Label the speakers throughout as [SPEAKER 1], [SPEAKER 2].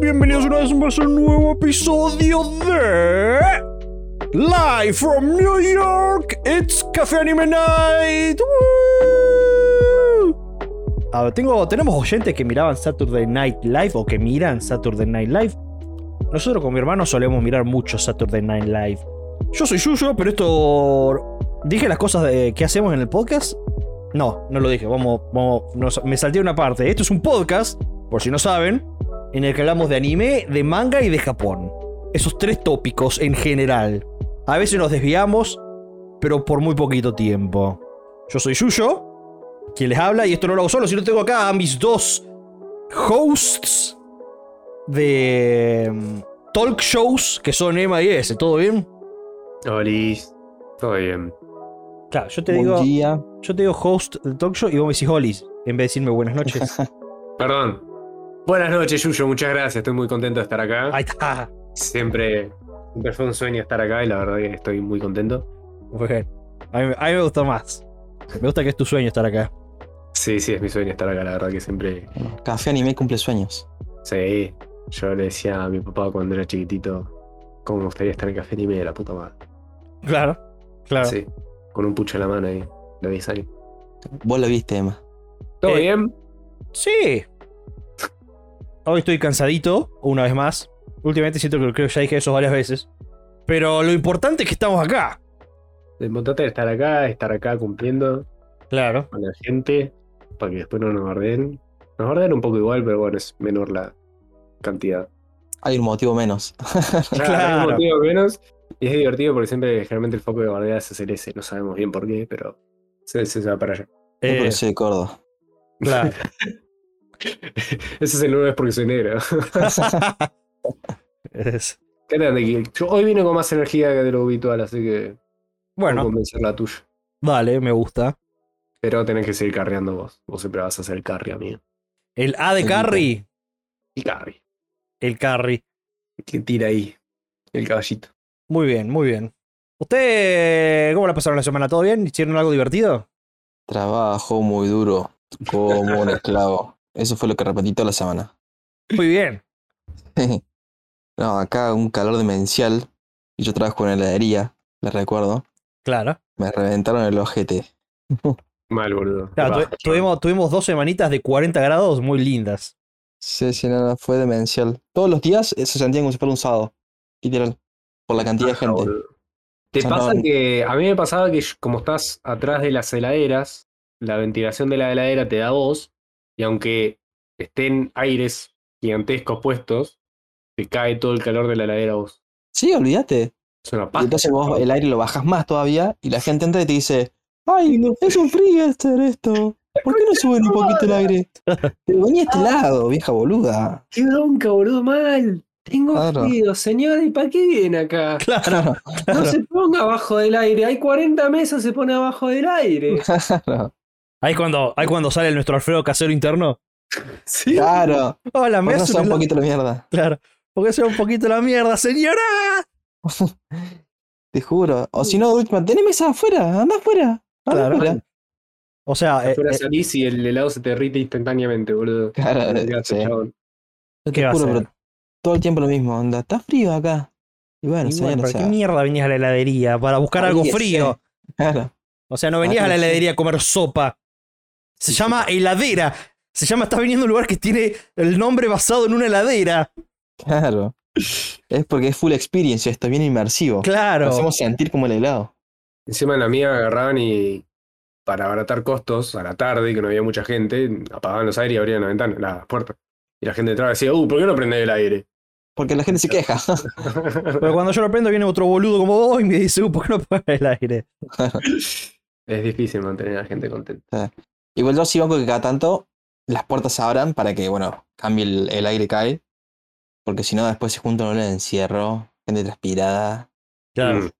[SPEAKER 1] vez más un nuevo episodio de. Live from New York, it's Café Anime Night. ¡Woo! A ver, tengo, tenemos oyentes que miraban Saturday Night Live o que miran Saturday Night Live. Nosotros con mi hermano solemos mirar mucho Saturday Night Live. Yo soy Yuyo, pero esto. ¿Dije las cosas de- que hacemos en el podcast? No, no lo dije. Vamos, vamos. nos- me salté una parte. Esto es un podcast, por si no saben, en el que hablamos de anime, de manga y de Japón. Esos tres tópicos en general. A veces nos desviamos, pero por muy poquito tiempo. Yo soy Yuyo, quien les habla, y esto no lo hago solo, sino tengo acá a mis dos hosts de mm, talk shows, que son Emma y S. ¿Todo bien?
[SPEAKER 2] Olis. Todo bien.
[SPEAKER 1] Claro, yo te
[SPEAKER 3] Buen
[SPEAKER 1] digo,
[SPEAKER 3] día.
[SPEAKER 1] yo te digo host de talk show y vos me decís Olis, en vez de decirme buenas noches.
[SPEAKER 2] Perdón. Buenas noches, Yuyo. Muchas gracias. Estoy muy contento de estar acá.
[SPEAKER 1] Ahí está.
[SPEAKER 2] Siempre, siempre fue un sueño estar acá y la verdad que estoy muy contento.
[SPEAKER 1] Bueno, a mí, a mí me gusta más. Me gusta que es tu sueño estar acá.
[SPEAKER 2] Sí, sí, es mi sueño estar acá. La verdad que siempre.
[SPEAKER 3] Bueno, Café Anime cumple sueños.
[SPEAKER 2] Sí. Yo le decía a mi papá cuando era chiquitito cómo me gustaría estar en el café anime de la puta madre.
[SPEAKER 1] Claro, claro.
[SPEAKER 2] Sí. Con un pucho en la mano ahí. Lo vi salir.
[SPEAKER 3] Vos lo viste, Emma.
[SPEAKER 2] ¿Todo
[SPEAKER 1] Eh.
[SPEAKER 2] bien?
[SPEAKER 1] Sí. Hoy estoy cansadito, una vez más. Últimamente siento que creo que ya dije eso varias veces. Pero lo importante es que estamos acá.
[SPEAKER 2] Lo importante es estar acá, estar acá cumpliendo
[SPEAKER 1] Claro.
[SPEAKER 2] con la gente para que después no nos bardeen. Nos bardeen un poco igual, pero bueno, es menor la cantidad.
[SPEAKER 3] Hay un motivo menos.
[SPEAKER 2] Claro.
[SPEAKER 1] Claro.
[SPEAKER 2] es divertido menos. Y es divertido porque siempre, generalmente, el foco de guardia es hacer ese. No sabemos bien por qué, pero se, se va para allá.
[SPEAKER 3] No,
[SPEAKER 1] Eh,
[SPEAKER 3] pero soy de Córdoba.
[SPEAKER 1] claro.
[SPEAKER 2] Ese es el nuevo es porque soy negro.
[SPEAKER 1] Es-
[SPEAKER 2] ¿Qué tal, Nicky? Yo hoy vine con más energía que de lo habitual, así que
[SPEAKER 1] Bueno,
[SPEAKER 2] bueno. compensar la tuya.
[SPEAKER 1] vale, me gusta.
[SPEAKER 2] Pero tenés que seguir carreando vos. Vos siempre vas a hacer el carry, amigo.
[SPEAKER 1] El A de
[SPEAKER 3] El
[SPEAKER 1] carry.
[SPEAKER 2] Y carry.
[SPEAKER 1] El carry.
[SPEAKER 2] Que tira ahí el caballito.
[SPEAKER 1] Muy bien, muy bien. ¿Usted cómo la pasaron la semana? ¿Todo bien? ¿Hicieron algo divertido?
[SPEAKER 3] Trabajo muy duro, como un esclavo. Eso fue lo que repetí toda la semana.
[SPEAKER 1] Muy bien.
[SPEAKER 3] No, acá un calor demencial. Y yo trabajo en heladería, les recuerdo.
[SPEAKER 1] Claro.
[SPEAKER 3] Me reventaron el ojete.
[SPEAKER 2] Mal, boludo.
[SPEAKER 1] Claro, tu-
[SPEAKER 2] Baja.
[SPEAKER 1] tuvimos, tuvimos dos semanitas de 40 grados muy lindas.
[SPEAKER 3] Sí, sí, nada, fue demencial. Todos los días eh, se sentían como si fuera un sábado. Literal. Por la cantidad de
[SPEAKER 2] Baja,
[SPEAKER 3] gente.
[SPEAKER 2] Ah, boludo. ¿Te
[SPEAKER 3] Ya
[SPEAKER 2] pasa
[SPEAKER 3] no-
[SPEAKER 2] que a mí me pasaba que yo- como estás atrás de las heladeras, la ventilación de la heladera te da voz y aunque estén aires gigantescos puestos, te cae todo el calor de la heladera a vos.
[SPEAKER 3] Sí, olvídate.
[SPEAKER 2] Es una
[SPEAKER 3] Y
[SPEAKER 2] paja.
[SPEAKER 3] entonces vos
[SPEAKER 2] chabón.
[SPEAKER 3] el aire lo bajas más todavía y la gente entra y te dice, ay, no, es un freezer esto. ¿Por qué no suben un poquito el aire? Pero venía a
[SPEAKER 1] Ah.
[SPEAKER 3] este lado, vieja boluda.
[SPEAKER 2] ¡Qué bronca, boludo! ¡Mal! Tengo
[SPEAKER 3] Claro.
[SPEAKER 2] frío, señor. ¿Y para qué viene acá?
[SPEAKER 1] Claro.
[SPEAKER 2] No se ponga abajo del aire. Hay 40 mesas, se pone abajo del aire.
[SPEAKER 3] Claro.
[SPEAKER 1] Ahí cuando, ahí cuando sale nuestro Alfredo casero interno.
[SPEAKER 2] Sí.
[SPEAKER 3] Claro.
[SPEAKER 1] Hola, me voy
[SPEAKER 3] Por
[SPEAKER 1] a
[SPEAKER 3] eso
[SPEAKER 1] subir
[SPEAKER 3] son un
[SPEAKER 1] la-
[SPEAKER 3] poquito la mierda.
[SPEAKER 1] Claro. Porque hacer un poquito la mierda, señora.
[SPEAKER 3] Te juro. O si no, de última, teneme esa afuera, anda afuera. Anda
[SPEAKER 1] Claro.
[SPEAKER 3] afuera.
[SPEAKER 1] O
[SPEAKER 3] Ah,
[SPEAKER 1] sea, eh,
[SPEAKER 2] Afuera
[SPEAKER 1] eh,
[SPEAKER 2] salís y el helado se te derrite instantáneamente, boludo.
[SPEAKER 3] Claro,
[SPEAKER 2] Te quedaste,
[SPEAKER 3] sí.
[SPEAKER 2] chabón.
[SPEAKER 3] Yo
[SPEAKER 1] ¿Qué va
[SPEAKER 3] te
[SPEAKER 1] a
[SPEAKER 3] juro,
[SPEAKER 1] hacer?
[SPEAKER 3] pero todo el tiempo lo mismo, onda. Está frío acá. Y bueno,
[SPEAKER 1] y
[SPEAKER 3] señor,
[SPEAKER 1] bueno,
[SPEAKER 3] o
[SPEAKER 1] ¿para
[SPEAKER 3] sea,
[SPEAKER 1] qué mierda venías a la heladería? Para buscar algo
[SPEAKER 3] Ahí,
[SPEAKER 1] frío.
[SPEAKER 3] Claro.
[SPEAKER 1] O sea, no venías a la
[SPEAKER 3] Ahí, sí.
[SPEAKER 1] heladería a comer sopa. Se llama heladera. Se llama, estás viniendo a un lugar que tiene el nombre basado en una heladera.
[SPEAKER 3] Claro. Es porque es full experience esto, bien inmersivo. Lo
[SPEAKER 1] Claro.
[SPEAKER 3] hacemos sentir como el helado.
[SPEAKER 2] Encima en la mía agarraban y para abaratar costos a la tarde, que no había mucha gente, apagaban los aires y abrían la ventana, las puertas. Y la gente entraba y decía, uh, ¿por qué no prendés el aire?
[SPEAKER 3] Porque la gente se queja.
[SPEAKER 1] Pero cuando yo lo prendo viene otro boludo como vos y me dice, "Uh, ¿por qué no pones el aire?
[SPEAKER 2] es difícil mantener a la gente contenta.
[SPEAKER 3] Igual yo sí banco que cada tanto las puertas se abran para que, bueno, cambie el, el aire cae. Porque si no, después se junta un encierro, gente transpirada.
[SPEAKER 2] Mm.
[SPEAKER 3] Entonces,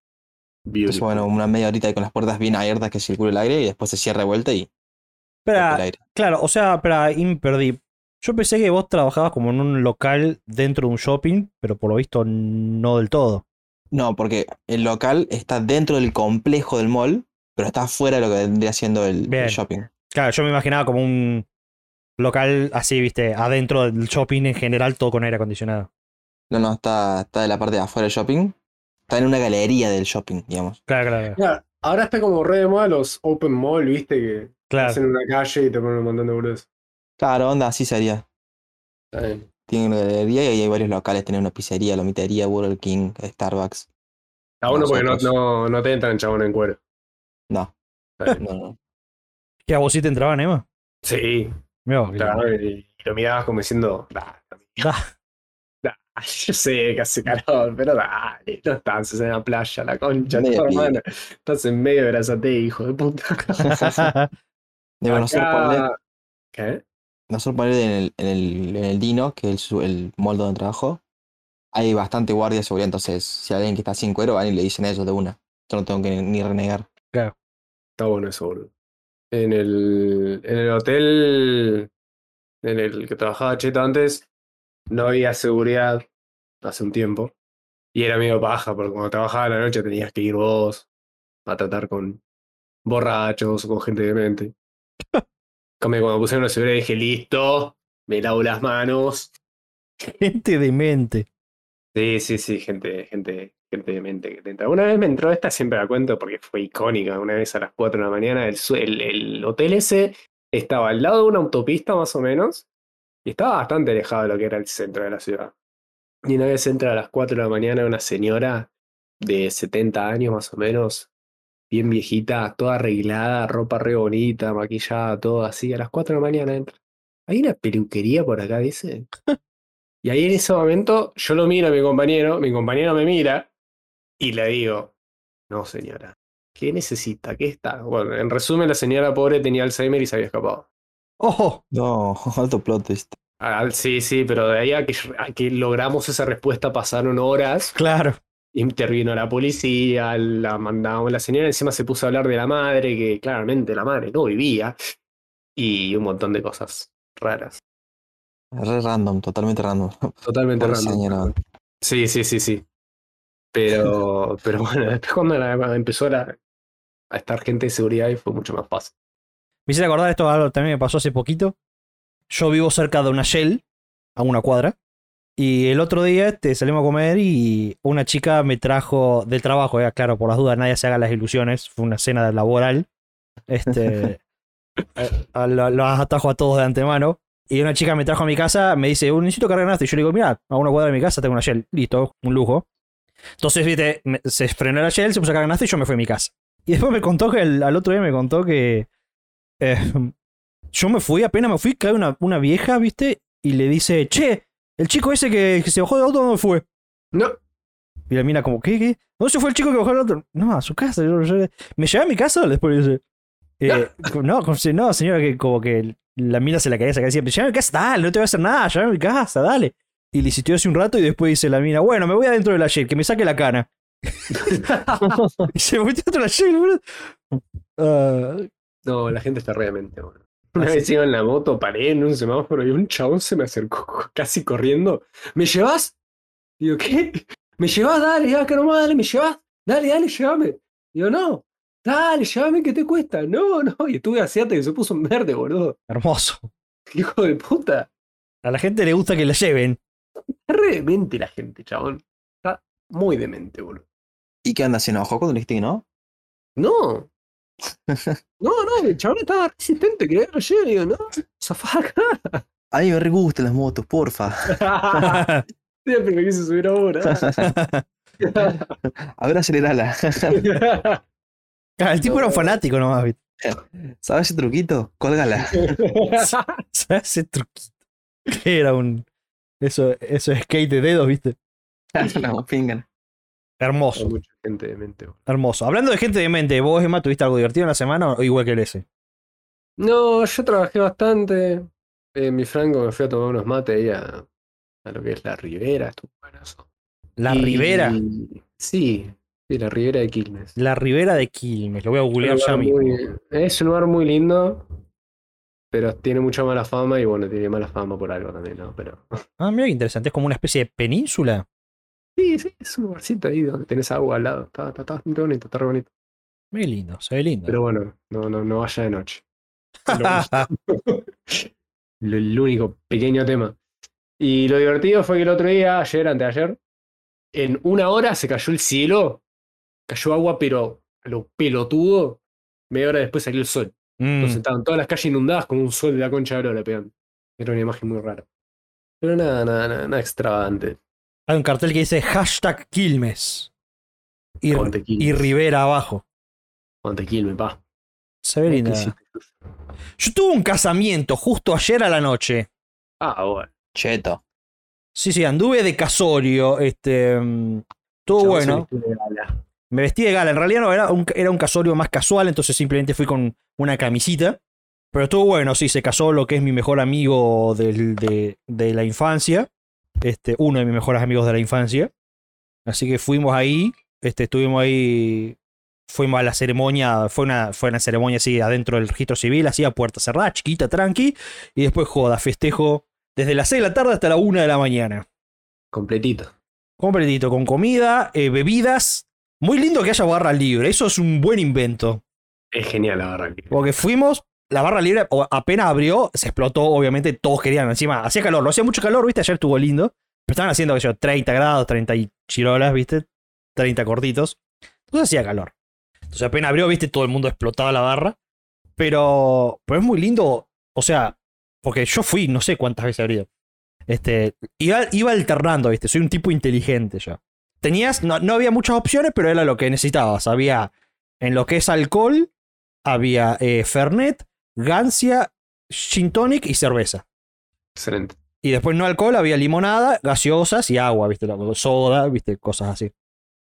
[SPEAKER 2] Beautiful.
[SPEAKER 3] bueno, una media horita ahí con las puertas bien abiertas que circule el aire y después se cierra de vuelta y corta el
[SPEAKER 1] Espera,
[SPEAKER 3] aire.
[SPEAKER 1] claro, o sea, espera, y me perdí. Yo pensé que vos trabajabas como en un local dentro de un shopping, pero por lo visto no del todo.
[SPEAKER 3] No, porque el local está dentro del complejo del mall, pero está fuera de lo que vendría siendo el, el
[SPEAKER 1] Bien.
[SPEAKER 3] shopping.
[SPEAKER 1] Claro, yo me imaginaba como un local así, viste, adentro del shopping en general, todo con aire acondicionado.
[SPEAKER 3] No, no, está, está de la parte de afuera del shopping. Está en una galería del shopping, digamos.
[SPEAKER 1] Claro, claro,
[SPEAKER 2] Mira, ahora está como re de moda los open mall, viste, que
[SPEAKER 1] claro.
[SPEAKER 2] hacen una calle y te ponen un montón de boludeces.
[SPEAKER 3] Claro, onda, así sería.
[SPEAKER 2] Está bien.
[SPEAKER 3] Tiene una galería y ahí hay varios locales. Tiene una pizzería, lomitería, Burger King, Starbucks.
[SPEAKER 2] Está bueno porque no,
[SPEAKER 3] Nosotros.
[SPEAKER 2] no, no te entran chabón en cuero.
[SPEAKER 3] No.
[SPEAKER 2] Está bien.
[SPEAKER 3] No, no.
[SPEAKER 1] ¿Qué a vos sí te entraban, Emma?
[SPEAKER 2] Sí,
[SPEAKER 1] Mirá vos, qué
[SPEAKER 2] claro, y, y lo mirabas como diciendo, "Nah,
[SPEAKER 1] lindo. Da.
[SPEAKER 2] Ay, Yo sé que hace calor, pero dale, no estás en la playa, la concha,
[SPEAKER 3] Medio
[SPEAKER 2] tu
[SPEAKER 3] pibe.
[SPEAKER 2] hermana. Estás en medio de brazate, hijo de puta.
[SPEAKER 3] De bueno, nosotros ponle-
[SPEAKER 2] Acá- ¿Qué?
[SPEAKER 3] nosotros ponle en el, en, el, en el Dino, que es el, su- el molde donde trabajo, hay bastante guardia de seguridad. Entonces, si alguien que está sin cuero, van y le dicen a ellos de una. Yo no tengo que ni renegar.
[SPEAKER 2] Está bueno eso, boludo. En el, en el hotel en el que trabajaba Cheto antes, no había seguridad hace un tiempo. Y era medio paja, porque cuando trabajaba a la noche tenías que ir vos a tratar con borrachos o con gente de mente. Cambio, cuando pusieron la seguridad dije, listo, me lavo las manos.
[SPEAKER 1] Gente demente.
[SPEAKER 2] Sí, sí, sí, gente, gente, gente de mente que te entra. Una vez me entró esta, siempre la cuento porque fue icónica. Una vez a las 4 de la mañana, el, su- el, el hotel ese estaba al lado de una autopista, más o menos, y estaba bastante alejado de lo que era el centro de la ciudad. Y una vez entra a las 4 de la mañana una señora de 70 años, más o menos, bien viejita, toda arreglada, ropa re bonita, maquillada, todo así. A las 4 de la mañana entra. ¿Hay una peluquería por acá, dice? Y ahí en ese momento yo lo miro a mi compañero, mi compañero me mira y le digo, no señora, ¿qué necesita? ¿Qué está? Bueno, en resumen, la señora pobre tenía Alzheimer y se había escapado.
[SPEAKER 1] Ojo,
[SPEAKER 3] No, alto plot twist.
[SPEAKER 2] Ah, sí, sí, pero de ahí a que, a que logramos esa respuesta pasaron horas,
[SPEAKER 1] claro.
[SPEAKER 2] intervino la policía, la mandamos, la señora encima se puso a hablar de la madre, que claramente la madre no vivía, y un montón de cosas raras.
[SPEAKER 3] Re random, totalmente random.
[SPEAKER 2] Totalmente
[SPEAKER 3] Pobre
[SPEAKER 2] random.
[SPEAKER 3] señora.
[SPEAKER 2] Sí, sí, sí, sí. Pero, pero bueno, después cuando la- cuando empezó la- a estar gente de seguridad y fue mucho más fácil.
[SPEAKER 1] Me hiciste acordar esto, algo que también me pasó hace poquito. Yo vivo cerca de una Shell, a una cuadra. Y el otro día este, salimos a comer y una chica me trajo del trabajo, eh, claro, por las dudas, nadie se haga las ilusiones. Fue una cena laboral. Este, a- a- lo- los atajo a todos de antemano. Y una chica me trajo a mi casa, me dice, "Uh, necesito cargar esto. Y yo le digo, mira, a una cuadra de mi casa tengo una Shell. Listo, un lujo. Entonces, viste, me- se frenó la Shell, se puso a cargar nafta y yo me fui a mi casa. Y después me contó que el- al otro día me contó que eh, yo me fui, apenas me fui, cae una, una vieja, ¿viste? Y le dice, che, el chico ese que, que se bajó del auto, ¿dónde fue?
[SPEAKER 2] No,
[SPEAKER 1] Y la mina como, ¿qué? ¿Qué? ¿Dónde se fue el chico que bajó del auto? No, a su casa. yo- yo- ¿Me llevé a mi casa? Después le dice, eh, no, como si- no, señora, que como que la mina se la quería sacar siempre. Llévame a mi casa, dale, no te voy a hacer nada, llévame a mi casa, dale. Y le insistió hace un rato y después dice la mina, bueno, me voy adentro de la Shell, que me saque la cana. y se metió dentro de la Shell, boludo. Ah,
[SPEAKER 2] no, la gente está realmente bueno. Una vez iba en la moto, paré en un semáforo y un chabón se me acercó casi corriendo. ¿Me llevas? Digo, ¿qué? ¿Me llevas? Dale, acá nomás, dale, me llevas. Dale, dale, llévame. Digo, no, dale, llévame, ¿qué te cuesta? No, no, y estuve asiático que se puso en verde, boludo.
[SPEAKER 1] hermoso.
[SPEAKER 2] Hijo de puta.
[SPEAKER 1] A la gente le gusta que la lleven.
[SPEAKER 2] Está re demente la gente, chabón. Está muy demente, boludo.
[SPEAKER 3] ¿Y qué anda? ¿Se enojó cuando le dijiste que no?
[SPEAKER 2] No. No, no, el chabón estaba resistente, quería que lo lleve. Digo, no, zafá
[SPEAKER 3] A mí me re gustan las motos, porfa.
[SPEAKER 2] acá. Siempre me quise subir ahora.
[SPEAKER 3] A ver, acelerala.
[SPEAKER 1] Ah, el tipo era un fanático nomás, ¿viste?
[SPEAKER 3] ¿Sabes ese truquito? Cólgala.
[SPEAKER 1] ¿Sabes ese truquito? Que era un. Eso, eso es skate de dedos, ¿viste?
[SPEAKER 3] No, pingan.
[SPEAKER 2] Hay
[SPEAKER 1] Hermoso,
[SPEAKER 2] mucha gente demente, boludo.
[SPEAKER 1] hermoso. Hablando de gente de mente, ¿vos, Emma, tuviste algo divertido en la semana o igual que el ese?
[SPEAKER 2] No, yo trabajé bastante. En mi franco me fui a tomar unos mates ahí a, a lo que es la Ribera, estuvo buenazo.
[SPEAKER 1] La
[SPEAKER 2] Y-
[SPEAKER 1] Ribera.
[SPEAKER 2] Sí, sí, la Ribera de Quilmes.
[SPEAKER 1] La Ribera de Quilmes, lo voy a googlear
[SPEAKER 2] un
[SPEAKER 1] ya
[SPEAKER 2] lugar
[SPEAKER 1] mismo.
[SPEAKER 2] muy- es un lugar muy lindo, pero tiene mucha mala fama y bueno, tiene mala fama por algo también, ¿no? Pero
[SPEAKER 1] Ah, mira qué interesante, es como una especie de península.
[SPEAKER 2] sí, sí, es un lugarcito ahí donde tenés agua al lado. Está, está, está bastante bonito, está re bonito.
[SPEAKER 1] Muy lindo, se ve lindo. Ah,
[SPEAKER 2] Pero bueno, no, no, no vaya de noche. Lo- lo- el único pequeño tema. Y lo divertido fue que el otro día, ayer, anteayer, en una hora se cayó el cielo, cayó agua, pero a lo pelotudo, media hora después salió el sol. Entonces
[SPEAKER 1] Mm.
[SPEAKER 2] estaban todas las calles inundadas con un sol de la concha de la lora pegando. Era una imagen muy rara. Pero nada, nada, nada, nada extravagante.
[SPEAKER 1] Hay un cartel que dice hashtag Quilmes. Y,
[SPEAKER 2] Ponte Quilmes.
[SPEAKER 1] y Rivera abajo.
[SPEAKER 2] Montequilme, pa.
[SPEAKER 1] Se ve linda.
[SPEAKER 2] ¿Qué hiciste?
[SPEAKER 1] Yo tuve un casamiento justo ayer a la noche.
[SPEAKER 2] Ah, bueno.
[SPEAKER 3] Cheto.
[SPEAKER 1] Sí, sí, anduve de casorio. Este, mm, estuvo
[SPEAKER 2] Chabón se
[SPEAKER 1] bueno.
[SPEAKER 2] vistió de gala.
[SPEAKER 1] Me vestí de gala. En realidad no era un, era un casorio más casual, entonces simplemente fui con una camisita. Pero estuvo bueno, sí, se casó lo que es mi mejor amigo del- de, de la infancia. Este, uno de mis mejores amigos de la infancia. Así que fuimos ahí, este, estuvimos ahí. Fuimos a la ceremonia, fue una, fue una ceremonia así adentro del registro civil, así a puerta cerrada, chiquita, tranqui. Y después joda, festejo desde las 6 de la tarde hasta la 1 de la mañana
[SPEAKER 2] Completito.
[SPEAKER 1] completito, con comida, eh, bebidas. Muy lindo que haya barra libre, eso es un buen invento.
[SPEAKER 2] Es genial la barra.
[SPEAKER 1] Porque fuimos, la barra libre o- apenas abrió, se explotó, obviamente todos querían. Encima, hacía calor, no hacía mucho calor, ¿viste? Ayer estuvo lindo. Pero estaban haciendo, qué sé yo, 30 grados, 30 y chirolas, ¿viste? 30 cortitos. Entonces hacía calor. Entonces apenas abrió, ¿viste? Todo el mundo explotaba la barra. Pero, pero es muy lindo, o sea, porque yo fui, no sé cuántas veces habría. Este, iba, iba alternando, ¿viste? Soy un tipo inteligente yo. Tenías, no, no había muchas opciones, pero era lo que necesitabas. Había, en lo que es alcohol, había eh, Fernet, Gancia, Gin Tonic y cerveza.
[SPEAKER 2] Excelente.
[SPEAKER 1] Y después no alcohol, había limonada, gaseosas y agua, ¿viste? La- Soda, ¿viste? Cosas así.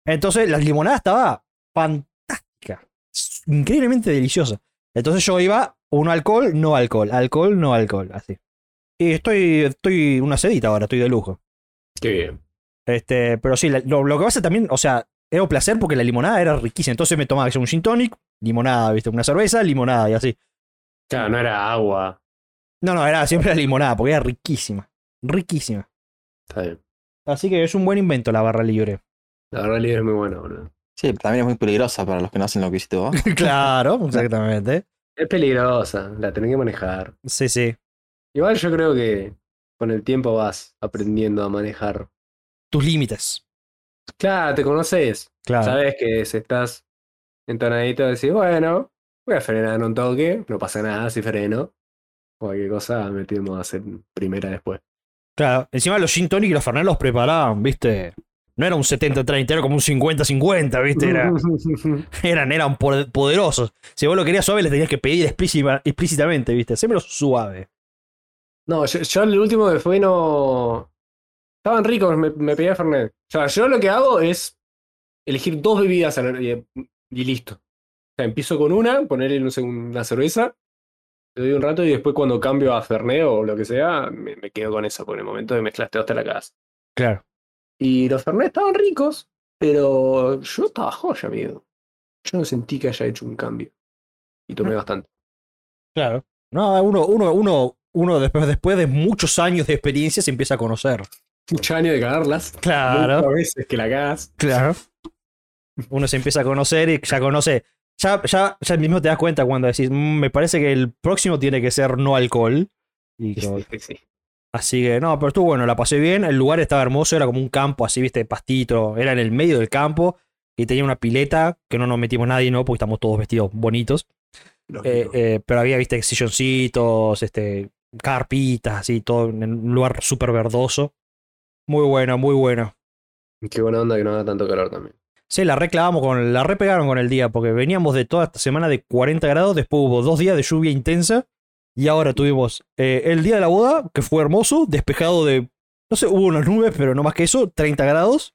[SPEAKER 1] Entonces, la limonada estaba fantástica. s- Increíblemente deliciosa. Entonces yo iba, uno alcohol, no alcohol, alcohol, no alcohol, así. Y estoy, estoy una sedita ahora, estoy de lujo.
[SPEAKER 2] Qué bien.
[SPEAKER 1] Este, pero sí, la- lo, lo que pasa también, o sea, era un placer porque la limonada era riquísima. Entonces me tomaba qué sé yo, un gin tonic, limonada, ¿viste? Una cerveza, limonada y así.
[SPEAKER 2] Claro, no era agua.
[SPEAKER 1] No, no, era siempre la limonada, porque era riquísima. Riquísima.
[SPEAKER 2] Está bien.
[SPEAKER 1] Así que es un buen invento la barra libre.
[SPEAKER 2] La barra libre es muy buena, boludo.
[SPEAKER 3] Sí, pero también es muy peligrosa para los que no hacen lo que hiciste vos.
[SPEAKER 1] claro, exactamente.
[SPEAKER 2] Es peligrosa, la tenés que manejar.
[SPEAKER 1] Sí, sí.
[SPEAKER 2] Igual yo creo que con el tiempo vas aprendiendo a manejar.
[SPEAKER 1] Tus límites.
[SPEAKER 2] Claro, te conoces.
[SPEAKER 1] Claro.
[SPEAKER 2] Sabes que si estás entonadito, decís, bueno, voy a frenar un toque, no pasa nada si freno. Cualquier cosa metimos a hacer primera después.
[SPEAKER 1] Claro. Encima los gin tonic y los Fernet los preparaban, ¿viste? No era un 70-30, era como un 50-50, ¿viste? Este Era- eran, eran po- poderosos. Si vos lo querías suave, les tenías que pedir explícita- explícitamente, ¿viste? Siempre lo suave.
[SPEAKER 2] No, yo, yo el último que fui no. Estaban ricos, me, me pedía Fernet. O sea, yo lo que hago es elegir dos bebidas a la- y, y listo. O sea, empiezo con una, ponerle no sé, una cerveza, le doy un rato y después cuando cambio a Fernet o lo que sea, me, me quedo con esa por el momento de mezclaste hasta la casa.
[SPEAKER 1] Claro.
[SPEAKER 2] Y los Fernet estaban ricos, pero yo estaba joya, amigo. Yo no sentí que haya hecho un cambio. Y tomé bastante.
[SPEAKER 1] Claro. No, uno, uno, uno, uno después, después de muchos años de experiencia se empieza a conocer.
[SPEAKER 2] Muchos años de cagarlas.
[SPEAKER 1] Claro.
[SPEAKER 2] Muchas veces que la cagas.
[SPEAKER 1] Claro. Uno se empieza a conocer y ya conoce. Ya, ya, ya mismo te das cuenta cuando decís, "Mm, me parece que el próximo tiene que ser no alcohol. Y como-
[SPEAKER 2] Sí, sí, sí.
[SPEAKER 1] así que no, pero estuvo bueno, la pasé bien. El lugar estaba hermoso, era como un campo así, viste, de pastito. Era en el medio del campo y tenía una pileta que no nos metimos nadie, ¿no? Porque estamos todos vestidos bonitos. Eh,
[SPEAKER 2] Lógico.
[SPEAKER 1] eh, pero había, viste, silloncitos, este, carpitas, así, todo en un lugar súper verdoso. Muy bueno, muy bueno.
[SPEAKER 2] Qué buena onda que no haga tanto calor también.
[SPEAKER 1] Sí, la reclavamos con, la repegaron con el día, porque veníamos de toda esta semana de 40 grados, después hubo dos días de lluvia intensa, y ahora tuvimos eh, el día de la boda, que fue hermoso, despejado de, no sé, hubo unas nubes, pero no más que eso, 30 grados,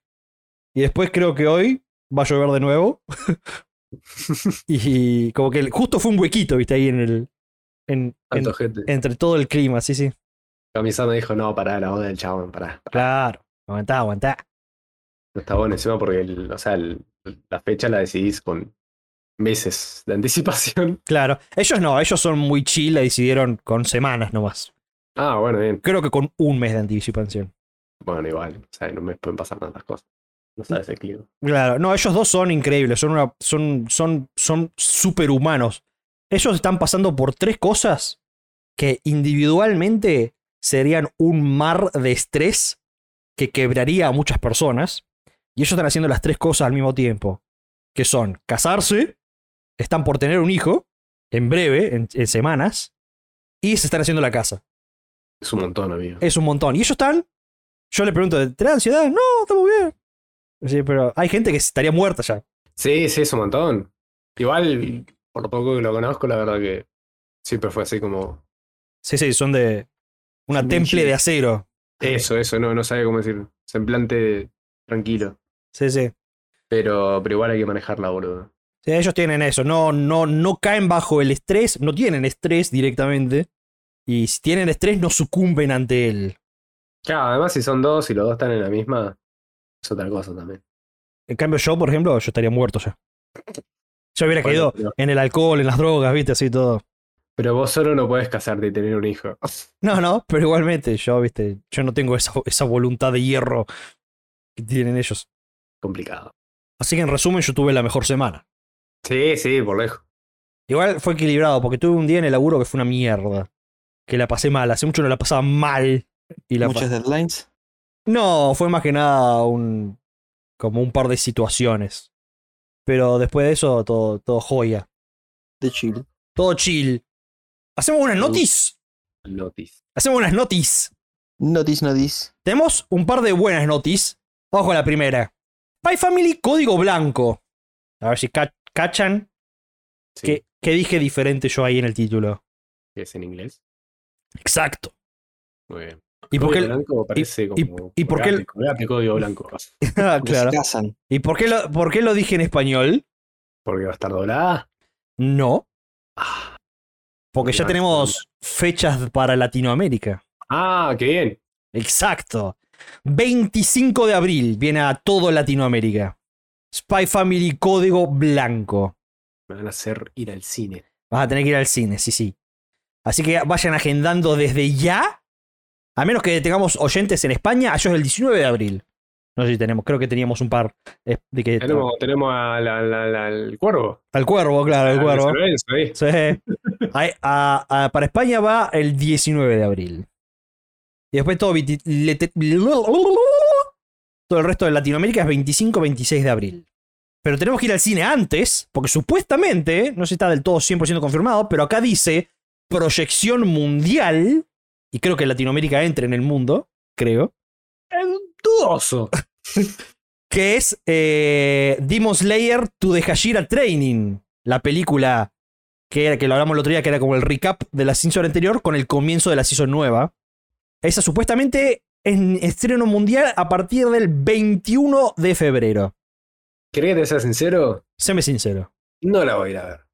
[SPEAKER 1] y después creo que hoy va a llover de nuevo, y como que el- justo fue un huequito, viste, ahí en el... en- en-
[SPEAKER 2] Tanto gente.
[SPEAKER 1] entre todo el clima, sí, sí.
[SPEAKER 2] Camisa me dijo, no, pará, la boda del chabón, pará.
[SPEAKER 1] Claro, aguantá, aguantá.
[SPEAKER 2] No está bueno encima porque, el- o sea, el- la fecha la decidís con meses de anticipación.
[SPEAKER 1] Claro, ellos no, ellos son muy chill, la decidieron con semanas nomás.
[SPEAKER 2] Ah, bueno, bien.
[SPEAKER 1] Creo que con un mes de anticipación.
[SPEAKER 2] Bueno, igual. O sea, no me pueden pasar tantas cosas. No sabes el clima.
[SPEAKER 1] Claro, no, ellos dos son increíbles, son una, son, son, son superhumanos. Ellos están pasando por tres cosas que individualmente serían un mar de estrés que quebraría a muchas personas. Y ellos están haciendo las tres cosas al mismo tiempo. Que son casarse, están por tener un hijo, en breve, en, en semanas, y se están haciendo la casa.
[SPEAKER 2] Es un montón, amigo.
[SPEAKER 1] Es un montón. Y ellos están. Yo le pregunto, ¿te da ansiedad? No, estamos bien. Sí, pero hay gente que estaría muerta ya.
[SPEAKER 2] Sí, sí, es un montón. Igual, por lo poco que lo conozco, la verdad que siempre fue así como.
[SPEAKER 1] Sí, sí, son de una
[SPEAKER 3] Son
[SPEAKER 1] temple
[SPEAKER 3] ninjas.
[SPEAKER 1] de acero.
[SPEAKER 2] Eso, eso, no, no sabía cómo decir. Semblante tranquilo.
[SPEAKER 1] Sí, sí.
[SPEAKER 2] Pero, pero igual hay que manejarla, boludo.
[SPEAKER 1] Sí, ellos tienen eso. No, no, no caen bajo el estrés, no tienen estrés directamente. Y si tienen estrés, no sucumben ante él.
[SPEAKER 2] Claro, además si son dos y los dos están en la misma, es otra cosa también.
[SPEAKER 1] En cambio, yo, por ejemplo, yo estaría muerto ya. Yo hubiera
[SPEAKER 2] Bueno,
[SPEAKER 1] caído
[SPEAKER 2] pero,
[SPEAKER 1] en el alcohol, en las drogas, viste, así todo.
[SPEAKER 2] pero vos solo no podés casarte y tener un hijo.
[SPEAKER 1] No, no, pero igualmente, yo, viste, yo no tengo esa, esa voluntad de hierro que tienen ellos.
[SPEAKER 2] Complicado.
[SPEAKER 1] Así que en resumen, yo tuve la mejor semana.
[SPEAKER 2] Sí, sí, por lejos.
[SPEAKER 1] Igual fue equilibrado, porque tuve un día en el laburo que fue una mierda. Que la pasé mal, hace mucho no la pasaba mal. Y la
[SPEAKER 3] Muchas
[SPEAKER 1] pa-
[SPEAKER 3] deadlines.
[SPEAKER 1] No, fue más que nada un. como un par de situaciones. Pero después de eso, todo, todo joya.
[SPEAKER 3] De chill.
[SPEAKER 1] Todo chill. ¿Hacemos unas notis?
[SPEAKER 2] Notis.
[SPEAKER 1] Hacemos unas notis.
[SPEAKER 3] Notice, notice.
[SPEAKER 1] Tenemos un par de buenas notis. Vamos con la primera. Spy Family Código Blanco. A ver si ca- cachan.
[SPEAKER 2] Sí,
[SPEAKER 1] ¿Qué, qué dije diferente yo ahí en el título?
[SPEAKER 2] que es en inglés.
[SPEAKER 1] Exacto.
[SPEAKER 2] Muy bien.
[SPEAKER 1] ¿Y por qué?
[SPEAKER 2] Código blanco parece como.
[SPEAKER 1] y por qué el-
[SPEAKER 2] colgate, colgate, código blanco.
[SPEAKER 1] Ah,
[SPEAKER 3] No
[SPEAKER 1] claro.
[SPEAKER 3] Se casan.
[SPEAKER 1] ¿Y por qué, lo, por qué lo dije en español?
[SPEAKER 2] Porque va a estar doblada.
[SPEAKER 1] No,
[SPEAKER 2] Ah,
[SPEAKER 1] porque ya
[SPEAKER 2] No,
[SPEAKER 1] tenemos fechas para Latinoamérica.
[SPEAKER 2] Ah, qué bien.
[SPEAKER 1] Exacto. 25 de abril viene a todo Latinoamérica. Spy Family Código Blanco.
[SPEAKER 2] Me van a hacer ir al cine.
[SPEAKER 1] Vas a tener que ir al cine, sí, sí. Así que vayan agendando desde ya. A menos que tengamos oyentes en España, a ellos el 19 de abril. No sé si tenemos, creo que teníamos un par eh, de que.
[SPEAKER 2] Tenemos, tenemos a la- la- la- al cuervo.
[SPEAKER 1] Al cuervo, claro, al
[SPEAKER 2] Al
[SPEAKER 1] cuervo.
[SPEAKER 2] San Lorenzo, ahí.
[SPEAKER 1] Sí. Ahí, a- a- para España va el 19 de abril. Y después todo, viti- le- te- todo el resto de Latinoamérica es 25-26 de abril. Pero tenemos que ir al cine antes, porque supuestamente, no sé si está del todo 100% confirmado, pero acá dice proyección mundial, y creo que Latinoamérica entra en el mundo, creo,
[SPEAKER 2] Es dudoso.
[SPEAKER 1] que es eh, Demon Slayer to the Hashira Training, la película que, era, que lo hablamos el otro día, que era como el recap de la season anterior con el comienzo de la season nueva. Esa supuestamente en estreno mundial a partir del 21 de febrero.
[SPEAKER 2] ¿Querés que te sea sincero?
[SPEAKER 1] Séme sincero.
[SPEAKER 2] No la voy a ir a ver.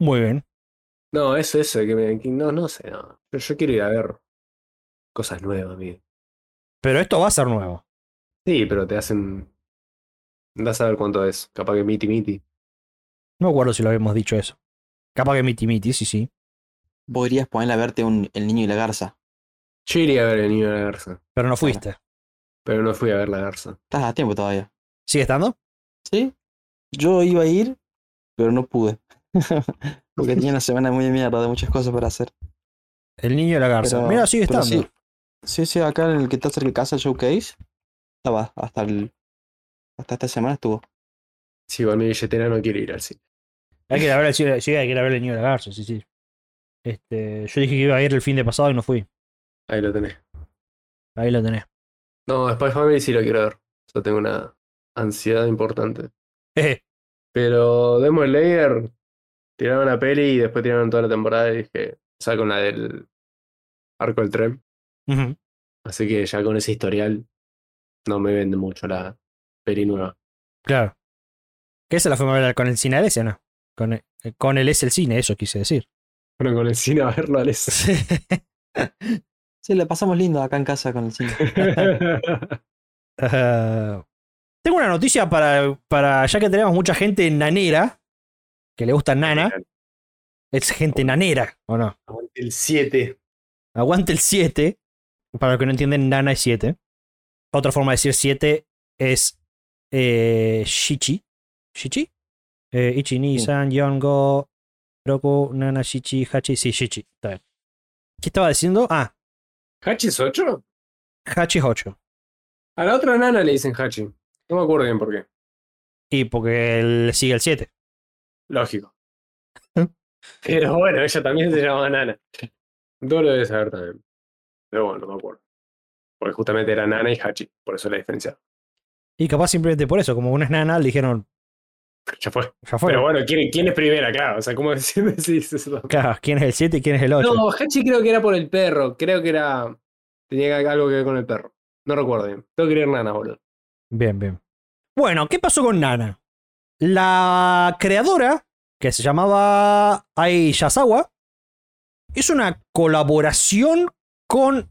[SPEAKER 1] Muy bien.
[SPEAKER 2] No, eso, eso, que me. que- no, no sé, no. Yo, yo quiero ir a ver cosas nuevas, amigo.
[SPEAKER 1] Pero esto va a ser nuevo.
[SPEAKER 2] Sí, pero te hacen. Andás a ver cuánto es. Capaz que miti miti.
[SPEAKER 1] No me acuerdo si lo habíamos dicho eso. Capaz que miti miti, sí, sí.
[SPEAKER 3] Podrías ponerle a verte un, El Niño y la Garza.
[SPEAKER 2] Yo iría a ver el niño de la garza,
[SPEAKER 1] Pero no fuiste.
[SPEAKER 2] pero no fui a ver la garza.
[SPEAKER 3] Estás a tiempo todavía.
[SPEAKER 1] ¿Sigue estando?
[SPEAKER 3] ¿Sí? Yo iba a ir, pero no pude. Porque tenía una semana muy de mierda de muchas cosas para hacer.
[SPEAKER 1] El niño de la garza.
[SPEAKER 3] Pero-
[SPEAKER 1] Mira, sigue
[SPEAKER 3] pero
[SPEAKER 1] estando.
[SPEAKER 3] Sí. sí, sí, acá en el que está cerca de casa, el showcase, estaba hasta el. Hasta esta semana estuvo.
[SPEAKER 2] Sí, con mi billetera no quiero ir al cine.
[SPEAKER 1] Hay que ir a ver el, sí, sí, hay que ir a ver el niño de la garza, sí, sí. Este, yo dije que iba a ir el fin de pasado y no fui.
[SPEAKER 2] Ahí lo tenés.
[SPEAKER 1] Ahí lo tenés.
[SPEAKER 2] No, Spy Family sí lo quiero ver. Yo tengo una ansiedad importante.
[SPEAKER 1] Jeje.
[SPEAKER 2] Pero Demon Slayer tiraron la peli y después tiraron toda la temporada y dije, saco con la del arco del tren.
[SPEAKER 1] Ujú.
[SPEAKER 2] Así que ya con ese historial no me vende mucho la peli nueva.
[SPEAKER 1] Claro. Que esa la fuimos a ver con el cine al ese, ¿o ¿no? Con el, eh, con el es el cine, eso quise decir.
[SPEAKER 2] Bueno, con el cine a verlo, Alex.
[SPEAKER 3] Sí, la pasamos lindo acá en casa con el cine.
[SPEAKER 1] Ah, tengo una noticia para, para. Ya que tenemos mucha gente nanera, que le gusta nana, es gente nanera, ¿o no?
[SPEAKER 2] El 7.
[SPEAKER 1] Aguante el 7. Para los que no entienden, nana es 7. Otra forma de decir 7 es eh, Shichi. ¿Shichi? Eh, ichi,
[SPEAKER 2] Mm.
[SPEAKER 1] ni,
[SPEAKER 3] Sí.
[SPEAKER 1] san, yongo, roku, nana, shichi, hachi. Sí, shichi. Está bien. ¿Qué estaba diciendo? Ah,
[SPEAKER 2] ¿Hachi es 8?
[SPEAKER 1] Hachi es 8.
[SPEAKER 2] A la otra nana le dicen Hachi. No me acuerdo bien por qué.
[SPEAKER 1] Y porque él sigue el 7.
[SPEAKER 2] Lógico. Pero bueno, ella también se llama nana. Todo lo debes saber también. Pero bueno, no me acuerdo. Porque justamente era nana y Hachi. Por eso la diferencia.
[SPEAKER 1] Y capaz simplemente por eso, como una es nana, le dijeron,
[SPEAKER 2] Ya fue.
[SPEAKER 1] ya fue.
[SPEAKER 2] Pero bueno, ¿quién, quién es primera? Claro. O sea, ¿cómo siempre decís eso?
[SPEAKER 1] Claro, ¿quién es el 7 y quién es el 8?
[SPEAKER 2] No, Hachi creo que era por el perro. Creo que era. Tenía algo que ver con el perro. No recuerdo bien. Tengo que leer nana, boludo.
[SPEAKER 1] Bien, bien. Bueno, ¿qué pasó con Nana? La creadora, que se llamaba Ai Yasawa, hizo una colaboración con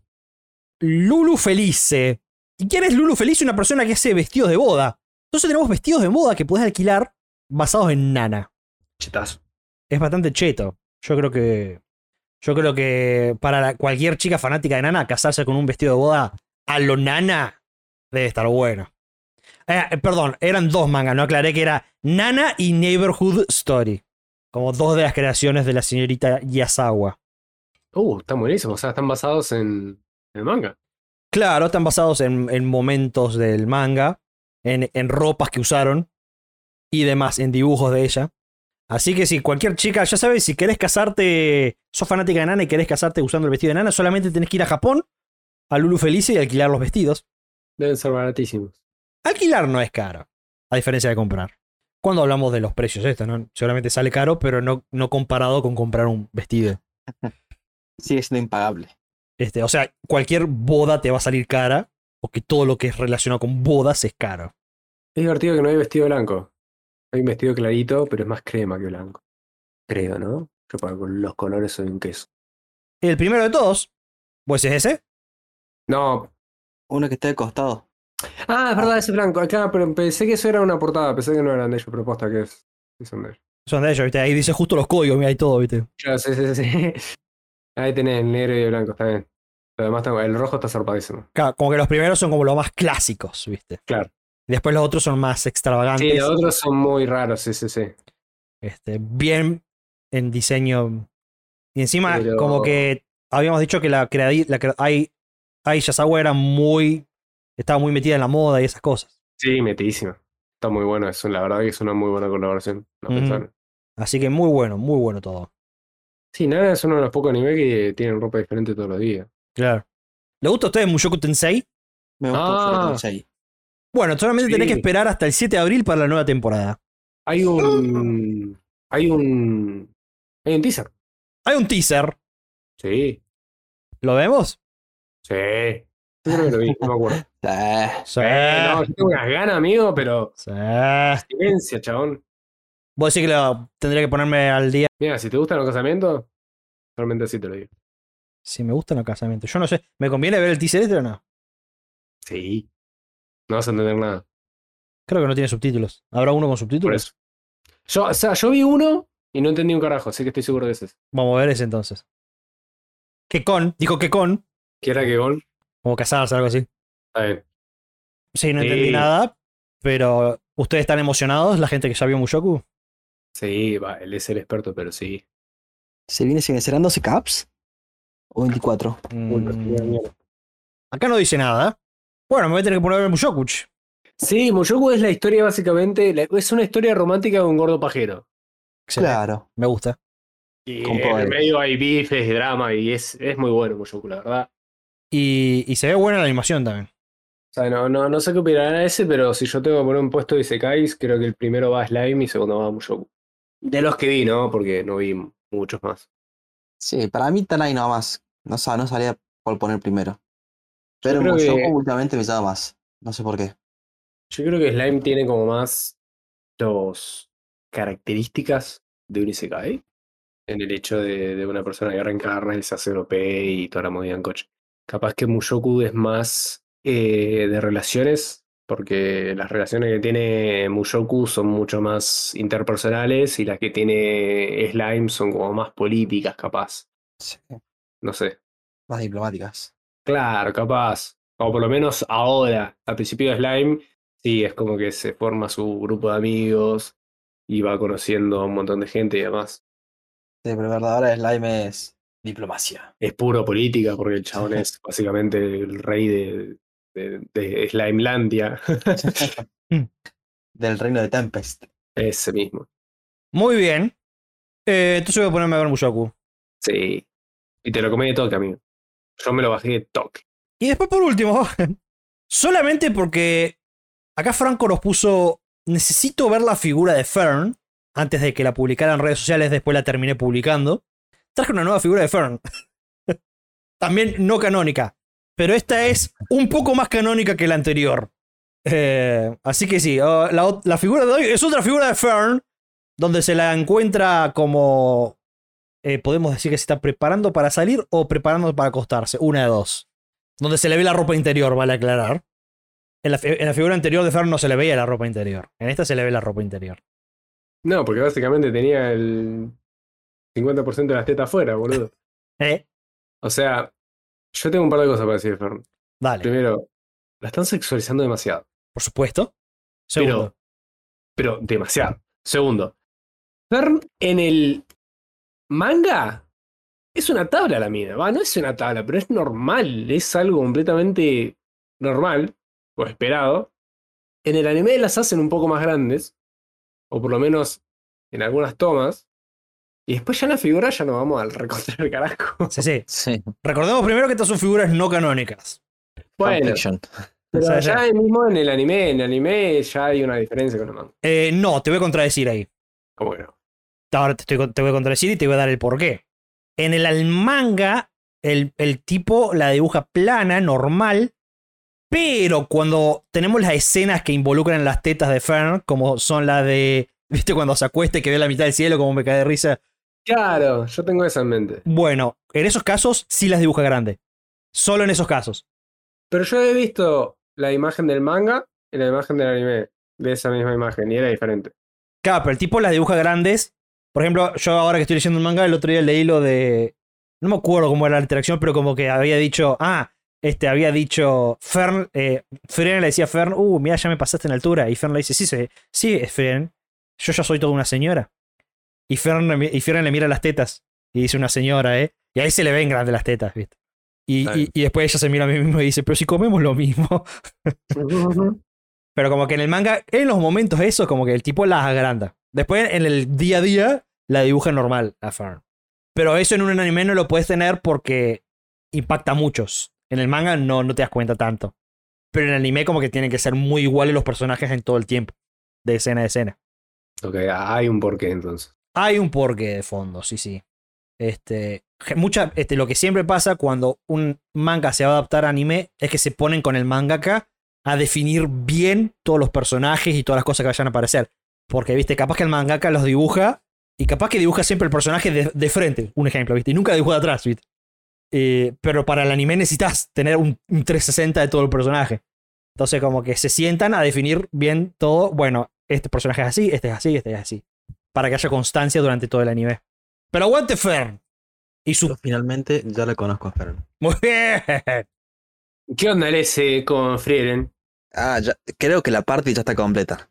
[SPEAKER 1] Lulu Felice. ¿Y quién es Lulu Felice? Una persona que hace vestidos de boda. Entonces tenemos vestidos de boda que puedes alquilar basados en Nana.
[SPEAKER 2] Chetazo.
[SPEAKER 1] Es bastante cheto. Yo creo que. Yo creo que para la- cualquier chica fanática de Nana, casarse con un vestido de boda a lo Nana debe estar bueno. Eh, eh, perdón, eran dos mangas, no aclaré que era Nana y Neighborhood Story. Como dos de las creaciones de la señorita Yasawa.
[SPEAKER 2] Uh, están buenísimos. O sea, están basados en en el manga.
[SPEAKER 1] Claro, están basados en, en momentos del manga, en, en ropas que usaron y demás, en dibujos de ella. Así que si cualquier chica, ya sabes, si querés casarte, sos fanática de Nana y querés casarte usando el vestido de Nana, solamente tenés que ir a Japón, a Lulu Felice y alquilar los vestidos.
[SPEAKER 2] Deben ser baratísimos.
[SPEAKER 1] Alquilar no es caro, a diferencia de comprar. Cuando hablamos de los precios, esto, ¿no? Seguramente sale caro, pero no, no comparado con comprar un vestido.
[SPEAKER 3] Sigue siendo impagable.
[SPEAKER 1] Este, o sea, cualquier boda te va a salir cara, porque todo lo que es relacionado con bodas es caro.
[SPEAKER 2] Es divertido que no hay vestido blanco. Hay un vestido clarito, pero es más crema que blanco. Creo, ¿no? Yo para con los colores soy un queso.
[SPEAKER 1] El primero de todos, pues es ese.
[SPEAKER 2] No.
[SPEAKER 3] Uno que está de costado.
[SPEAKER 2] Ah, es verdad, ese es blanco. Claro, pero pensé que eso era una portada. Pensé que no eran de ellos, pero posta que es. sí son de ellos.
[SPEAKER 1] Son de ellos, ¿viste? Ahí dice justo los códigos, mira, y todo, ¿viste?
[SPEAKER 2] Claro, sí, sí, sí. sí. Ahí tenés el negro y el blanco, está bien. Lo demás está- el rojo está zarpadísimo.
[SPEAKER 1] Claro, como que los primeros son como los más clásicos, ¿viste?
[SPEAKER 2] Claro.
[SPEAKER 1] Y después los otros son más extravagantes.
[SPEAKER 2] Sí, los otros son muy raros, sí, sí, sí.
[SPEAKER 1] este, bien en diseño. Y encima,
[SPEAKER 2] Pero-
[SPEAKER 1] como que habíamos dicho que la creadí, la cre- Ai, Ai Yasawa era muy. Estaba muy metida en la moda y esas cosas.
[SPEAKER 2] Sí, metidísimo. Está muy bueno eso, la verdad que es una muy buena colaboración. No
[SPEAKER 1] Ujú.
[SPEAKER 2] pensaron.
[SPEAKER 1] Así que muy bueno, muy bueno todo.
[SPEAKER 2] Sí, Nana es uno de los pocos anime que tienen ropa diferente todos los días.
[SPEAKER 1] Claro. ¿Le gusta a ustedes Mushoku Tensei?
[SPEAKER 3] Me gustó mucho
[SPEAKER 2] Ah.
[SPEAKER 3] lo que hice ahí.
[SPEAKER 1] Bueno, solamente tenés que
[SPEAKER 2] Sí.
[SPEAKER 1] esperar hasta el 7 de abril para la nueva temporada.
[SPEAKER 2] Hay un. Hay un. Hay un teaser.
[SPEAKER 1] Hay un teaser.
[SPEAKER 2] Sí.
[SPEAKER 1] ¿Lo vemos?
[SPEAKER 2] Sí. Yo creo que lo vi, no me acuerdo.
[SPEAKER 3] Ah,
[SPEAKER 1] Sí.
[SPEAKER 2] Eh, no, yo tengo unas ganas, amigo, pero.
[SPEAKER 1] Sí.
[SPEAKER 2] Silencia, chabón.
[SPEAKER 1] Vos decís que lo- tendría que ponerme al día.
[SPEAKER 2] Mira, si te gustan los casamientos, solamente así te lo digo.
[SPEAKER 1] Si me gustan los casamientos. Yo no sé. ¿Me conviene ver el teaser este o no?
[SPEAKER 2] Sí. No vas a entender nada.
[SPEAKER 1] Creo que no tiene subtítulos. ¿Habrá uno con
[SPEAKER 2] Por
[SPEAKER 1] subtítulos?
[SPEAKER 2] eso. Yo, o sea, yo vi uno y no entendí un carajo, así que estoy seguro que ese es.
[SPEAKER 1] Vamos a ver ese entonces. Que con. Dijo que con.
[SPEAKER 2] ¿Qué era que gol?
[SPEAKER 1] Como casarse, algo así.
[SPEAKER 2] Está bien.
[SPEAKER 1] Sí, no
[SPEAKER 2] Sí.
[SPEAKER 1] entendí nada. Pero, ¿ustedes están emocionados? La gente que ya vio Mushoku.
[SPEAKER 2] Sí, va, él es el experto, pero sí.
[SPEAKER 3] ¿Se viene sincerando 12 caps? ¿O 24?
[SPEAKER 1] Mm,
[SPEAKER 2] Uy, lo estoy dañando.
[SPEAKER 1] acá no dice nada. Bueno, me voy a tener que poner a ver Mushoku. ch.
[SPEAKER 2] Sí, Moyoku es la historia básicamente, la- es una historia romántica de un gordo pajero.
[SPEAKER 1] Excelente.
[SPEAKER 3] Claro.
[SPEAKER 1] Me gusta.
[SPEAKER 2] Y
[SPEAKER 3] Con
[SPEAKER 2] en
[SPEAKER 3] poder.
[SPEAKER 2] el medio hay bifes, drama y es, es muy bueno Moyoku, la verdad.
[SPEAKER 1] Y, y se ve buena la animación también.
[SPEAKER 2] O sea, no, no, no sé qué opinará ese, pero si yo tengo que poner un puesto de Isekais, creo que el primero va a Slime y segundo va a Mushoku. De los que vi, ¿no? Porque no vi muchos más.
[SPEAKER 3] Sí, para mí están ahí nomás. No, sa- no salía por poner primero. Pero
[SPEAKER 2] creo
[SPEAKER 3] Mushoku
[SPEAKER 2] que-
[SPEAKER 3] últimamente me llama más. No sé por qué.
[SPEAKER 2] Yo creo que Slime tiene como más dos características de un Isekai. En el hecho de, de una persona que reencarna y se hace europea y toda la movida en coche. Capaz que Mushoku es más eh, de relaciones, porque las relaciones que tiene Mushoku son mucho más interpersonales y las que tiene Slime son como más políticas, capaz.
[SPEAKER 3] Sí,
[SPEAKER 2] No sé.
[SPEAKER 3] más diplomáticas.
[SPEAKER 2] Claro, capaz. O por lo menos ahora, al principio de Slime, sí, es como que se forma su grupo de amigos y va conociendo a un montón de gente y demás.
[SPEAKER 3] Sí, pero verdad, ahora Slime es
[SPEAKER 2] Diplomacia. Es puro política porque el chabón es básicamente el rey de, de, de Slimelandia.
[SPEAKER 3] Del reino de Tempest.
[SPEAKER 2] Ese mismo.
[SPEAKER 1] Muy bien. Eh, entonces voy a ponerme a ver Mushoku.
[SPEAKER 2] Sí. Y te lo comí de toque, amigo. Yo me lo bajé de toque.
[SPEAKER 1] Y después, por último, solamente porque acá Franco nos puso. Necesito ver la figura de Fern. Antes de que la publicara en redes sociales, después la terminé publicando. Traje una nueva figura de Fern. También no canónica. Pero esta es un poco más canónica que la anterior. Eh, así que sí, oh, la, ot- la figura de hoy es otra figura de Fern. Donde se la encuentra como. eh, podemos decir que se está preparando para salir o preparando para acostarse. Una de dos. Donde se le ve la ropa interior, vale aclarar. En la, fi- en la figura anterior de Fern no se le veía la ropa interior. En esta se le ve la ropa interior.
[SPEAKER 2] No, porque básicamente tenía el 50% de las tetas afuera, boludo.
[SPEAKER 1] Eh,
[SPEAKER 2] O sea, yo tengo un par de cosas para decir, Fern.
[SPEAKER 1] Dale.
[SPEAKER 2] Primero, la están sexualizando demasiado.
[SPEAKER 1] Por supuesto. Segundo.
[SPEAKER 2] Pero, pero demasiado. Segundo, Fern en el manga es una tabla la mina. Va, no es una tabla, pero es normal. Es algo completamente normal o esperado. En el anime las hacen un poco más grandes, o por lo menos en algunas tomas. Y después ya en la figura ya nos vamos al recortar el carajo.
[SPEAKER 1] Sí, sí.
[SPEAKER 3] Sí.
[SPEAKER 1] Recordemos primero que estas son figuras no canónicas.
[SPEAKER 2] Bueno,
[SPEAKER 3] Fanfiction.
[SPEAKER 2] pero
[SPEAKER 1] Sí, sí.
[SPEAKER 2] ya mismo en el anime, en el anime ya hay una diferencia con el manga.
[SPEAKER 1] Eh, no, te voy a contradecir ahí.
[SPEAKER 2] Como que no.
[SPEAKER 1] Ahora te, estoy- te voy a contradecir y te voy a dar el porqué. En el al- manga, el, el tipo la dibuja plana, normal, pero cuando tenemos las escenas que involucran las tetas de Fern, como son las de, viste, cuando se acuesta y que ve la mitad del cielo, como me cae de risa,
[SPEAKER 2] Claro, yo tengo esa en mente.
[SPEAKER 1] Bueno, en esos casos sí las dibuja grande. Solo en esos casos.
[SPEAKER 2] Pero yo he visto la imagen del manga y la imagen del anime, de esa misma imagen, y era diferente.
[SPEAKER 1] Claro, pero el tipo las dibuja grandes. Por ejemplo, yo ahora que estoy leyendo un manga, el otro día leí lo de. No me acuerdo cómo era la interacción, pero como que había dicho. Ah, este, había dicho. Fern. Eh, Fren le decía a Fern, uh, mira, ya me pasaste en altura. Y Fern le dice, sí, sí, sí, es Fern. Yo ya soy toda una señora. Y Fern, y Fern le mira las tetas. Y dice, una señora, ¿eh? Y ahí se le ven grandes las tetas, ¿viste? Y,
[SPEAKER 2] Claro.
[SPEAKER 1] y, y después ella se mira a mí mismo y dice, pero si comemos lo mismo. Pero como que en el manga, en los momentos esos, como que el tipo las agranda. Después, en el día a día, la dibuja normal a Fern. Pero eso en un anime no lo puedes tener porque impacta a muchos. En el manga no, no te das cuenta tanto. Pero en el anime como que tienen que ser muy iguales los personajes en todo el tiempo. De escena a escena.
[SPEAKER 2] Ok, hay un porqué entonces.
[SPEAKER 1] Hay un porqué de fondo, sí, sí. Este, ge- mucha, este, lo que siempre pasa cuando un manga se va a adaptar a anime es que se ponen con el mangaka a definir bien todos los personajes y todas las cosas que vayan a aparecer. Porque, viste, capaz que el mangaka los dibuja y capaz que dibuja siempre el personaje de, de frente, un ejemplo, viste, y nunca dibuja de atrás, viste. Eh, pero para el anime necesitas tener un, un 360 de todo el personaje. Entonces, como que se sientan a definir bien todo. Bueno, este personaje es así, este es así, este es así para que haya constancia durante todo el anime. Pero aguante Fern. Y su...
[SPEAKER 4] Yo finalmente ya la conozco a Fern.
[SPEAKER 1] Muy bien.
[SPEAKER 2] ¿Qué onda el S con Frieren?
[SPEAKER 3] Ah, ya, creo que la party ya está completa.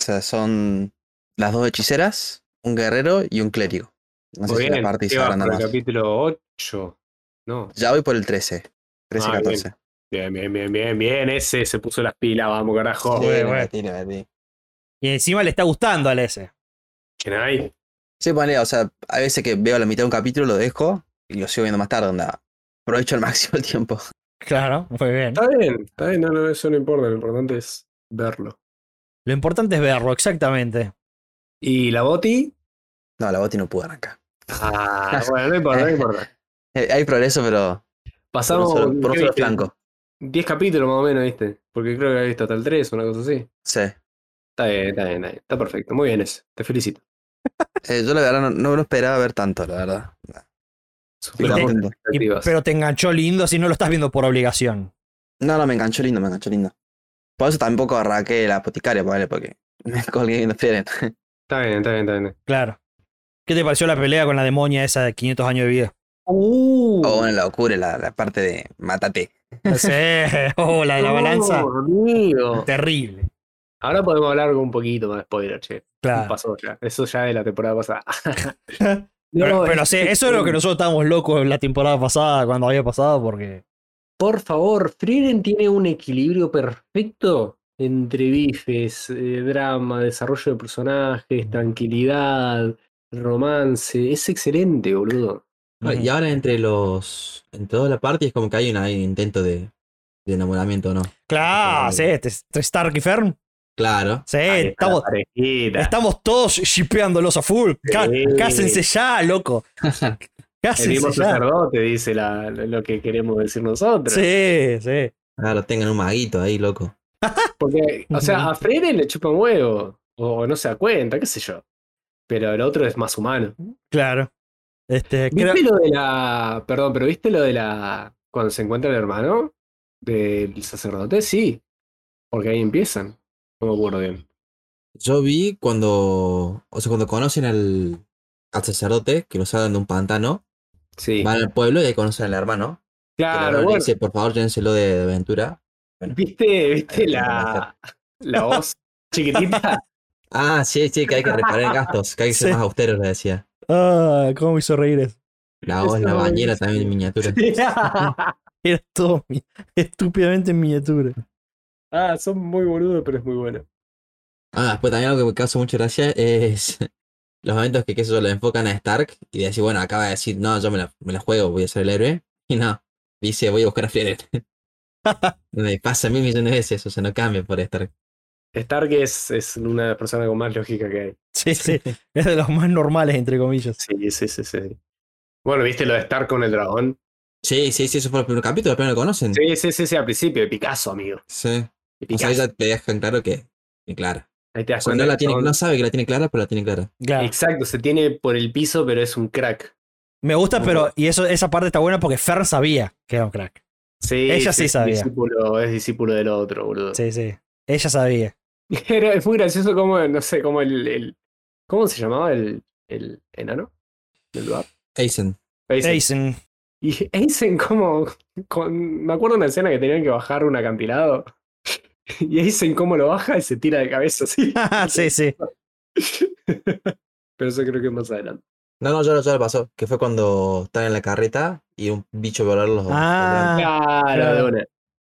[SPEAKER 3] O sea, son las dos hechiceras, un guerrero y un clérigo. No sé
[SPEAKER 2] Muy
[SPEAKER 3] si
[SPEAKER 2] bien,
[SPEAKER 3] la party
[SPEAKER 2] ¿qué
[SPEAKER 3] se
[SPEAKER 2] vas
[SPEAKER 3] agranda
[SPEAKER 2] por
[SPEAKER 3] más.
[SPEAKER 2] el capítulo 8. No.
[SPEAKER 3] Ya voy por el 13. 13,
[SPEAKER 2] Ah, bien.
[SPEAKER 3] 14.
[SPEAKER 2] Bien, bien, bien, bien, bien. Ese se puso las pilas, vamos, carajo.
[SPEAKER 3] Sí,
[SPEAKER 1] bueno.
[SPEAKER 3] metí, le metí.
[SPEAKER 1] Y encima le está gustando al S.
[SPEAKER 2] ¿Quién hay?
[SPEAKER 3] Sí, ponele, o sea, a veces que veo la mitad de un capítulo, lo dejo y lo sigo viendo más tarde, onda. Aprovecho al máximo el tiempo.
[SPEAKER 1] Claro, muy bien.
[SPEAKER 2] Está bien, está bien, no, no, eso no importa, lo importante es verlo.
[SPEAKER 1] Lo importante es verlo, exactamente.
[SPEAKER 2] ¿Y la Boti?
[SPEAKER 3] No, la boti no pudo arrancar.
[SPEAKER 2] Ah, bueno, no importa, no importa.
[SPEAKER 3] Eh, Hay progreso, pero por un
[SPEAKER 2] Pasamos
[SPEAKER 3] solo, por un
[SPEAKER 2] ¿qué
[SPEAKER 3] solo
[SPEAKER 2] viste?
[SPEAKER 3] flanco.
[SPEAKER 2] 10 capítulos más o menos, ¿viste? Porque creo que había visto hasta el 3, una cosa así.
[SPEAKER 3] Sí.
[SPEAKER 2] Está bien, está bien, está bien. Está perfecto. Muy bien ese. Te felicito.
[SPEAKER 3] Eh, yo la verdad no, no me lo esperaba ver tanto, la verdad. Estoy
[SPEAKER 2] Super
[SPEAKER 1] te-
[SPEAKER 3] contento.
[SPEAKER 1] Y-
[SPEAKER 2] expectativas.
[SPEAKER 1] pero te enganchó lindo si no lo estás viendo por obligación.
[SPEAKER 3] No, no, me enganchó lindo, me enganchó lindo. Por eso tampoco arranqué la boticaria, ponele, porque me colgué viendo Frieren.
[SPEAKER 2] Está bien, está bien, está bien.
[SPEAKER 1] Claro. ¿Qué te pareció la pelea con la demonia esa de 500 años de vida?
[SPEAKER 2] Uh,
[SPEAKER 3] O en Oh, la locura, la, la parte de mátate.
[SPEAKER 1] Sí. Oh, la de la balanza.
[SPEAKER 2] amigo.
[SPEAKER 1] Terrible.
[SPEAKER 2] Ahora podemos hablar con un poquito más de spoiler, che.
[SPEAKER 1] Claro.
[SPEAKER 2] Pasó ya. Eso ya de la temporada pasada.
[SPEAKER 1] Pero,
[SPEAKER 2] No,
[SPEAKER 1] pero
[SPEAKER 2] es-
[SPEAKER 1] sí, eso es lo que nosotros estábamos locos la temporada pasada, cuando había pasado, porque.
[SPEAKER 2] Por favor, Frieren tiene un equilibrio perfecto entre bifes, eh, drama, desarrollo de personajes, tranquilidad, romance. Es excelente, boludo.
[SPEAKER 3] No, Y ahora entre los. En toda la parte es como que hay una- hay un intento de, de enamoramiento, ¿no?
[SPEAKER 1] Claro, sí, este, este Stark y Fern.
[SPEAKER 3] Claro.
[SPEAKER 1] Sí,
[SPEAKER 2] Ahí está la
[SPEAKER 1] Eh, estamos,
[SPEAKER 2] parejita.
[SPEAKER 1] estamos todos shipeándolos a full. Cá-
[SPEAKER 2] Sí.
[SPEAKER 1] Cásense ya, loco.
[SPEAKER 2] El
[SPEAKER 1] Cásense
[SPEAKER 2] mismo
[SPEAKER 1] ya.
[SPEAKER 2] sacerdote dice la- lo que queremos decir nosotros.
[SPEAKER 1] Sí, sí.
[SPEAKER 3] Claro, tengan un maguito ahí, loco.
[SPEAKER 2] Porque, o sea, a Frieren le chupa un huevo. O no se da cuenta, qué sé yo. Pero el otro es más humano.
[SPEAKER 1] Claro. Este, creo-
[SPEAKER 2] ¿Viste lo de la. Perdón, pero ¿viste lo de la. Cuando se encuentra el hermano del sacerdote? Sí. Porque ahí empiezan. No me acuerdo bien.
[SPEAKER 3] Yo vi cuando. O sea, cuando conocen al, al sacerdote, que lo sacan de un pantano,
[SPEAKER 2] Sí.
[SPEAKER 3] van al pueblo y ahí conocen al hermano. que el
[SPEAKER 2] claro,
[SPEAKER 3] hermano le
[SPEAKER 2] bueno.
[SPEAKER 3] dice, por favor, llévenselo de, de aventura.
[SPEAKER 2] ¿Viste, viste
[SPEAKER 3] Ahí lo
[SPEAKER 2] la. La voz chiquitita?
[SPEAKER 3] Ah, sí, sí, que hay que reparar gastos, que hay que ser
[SPEAKER 1] Sí.
[SPEAKER 3] más austeros, le decía.
[SPEAKER 1] Ah, cómo me hizo reír eso.
[SPEAKER 3] La voz, la
[SPEAKER 2] Estaba
[SPEAKER 3] bañera
[SPEAKER 2] buenísimo.
[SPEAKER 3] también en miniatura.
[SPEAKER 1] Era todo mi- estúpidamente en miniatura.
[SPEAKER 2] ah, son muy boludos, pero es muy bueno.
[SPEAKER 3] Ah, después también algo que me causa mucha gracia es los momentos que, qué sé yo, le enfocan a Stark y decir, bueno, acaba de decir, no, yo me la, me la juego, voy a ser el héroe. Y no, dice, voy a buscar a Frieren. me pasa mil millones de veces, o sea, no cambia por Stark.
[SPEAKER 2] Stark es, es una persona con más lógica que hay.
[SPEAKER 1] Sí, sí. Es de los más normales, entre comillas.
[SPEAKER 2] Sí, sí, sí, sí. Bueno, ¿viste lo de Stark con el dragón?
[SPEAKER 3] Sí, sí, sí, eso fue el primer capítulo, pero no lo conocen.
[SPEAKER 2] Sí, sí, sí, sí, al principio, de Picasso, amigo.
[SPEAKER 3] Sí.
[SPEAKER 2] de
[SPEAKER 3] O sea,
[SPEAKER 2] Picasso.
[SPEAKER 3] ya te dejan claro que, que clara.
[SPEAKER 2] Ahí te das
[SPEAKER 3] Cuando
[SPEAKER 2] cuenta
[SPEAKER 3] no la
[SPEAKER 2] que
[SPEAKER 3] tiene,
[SPEAKER 2] son-
[SPEAKER 3] no sabe que la tiene clara, pero la tiene clara.
[SPEAKER 1] Claro.
[SPEAKER 2] Exacto, se tiene por el piso, pero es un crack.
[SPEAKER 1] Me gusta,
[SPEAKER 3] Ujú.
[SPEAKER 1] pero. Y eso, esa parte está buena porque Fern sabía que era un crack.
[SPEAKER 2] Sí,
[SPEAKER 1] Ella sí
[SPEAKER 2] es
[SPEAKER 1] sabía.
[SPEAKER 2] Discípulo, es discípulo del otro, boludo.
[SPEAKER 1] Sí, sí. Ella sabía.
[SPEAKER 2] Era- es muy gracioso como, no sé, como el, el- ¿Cómo se llamaba el, el enano? Del lugar.
[SPEAKER 3] Aizen.
[SPEAKER 2] Aizen.
[SPEAKER 1] Jason.
[SPEAKER 2] Y Aizen como... con- me acuerdo una escena que tenían que bajar un acantilado. Y Aizen como lo baja y se tira de cabeza así.
[SPEAKER 1] sí, sí.
[SPEAKER 2] Pero eso creo que es más adelante.
[SPEAKER 3] No, no, ya, lo- ya lo pasó, que fue cuando están en la carreta y un bicho volar los... los
[SPEAKER 1] Ah.
[SPEAKER 3] brazos.
[SPEAKER 2] Claro,
[SPEAKER 1] claro.
[SPEAKER 2] de una.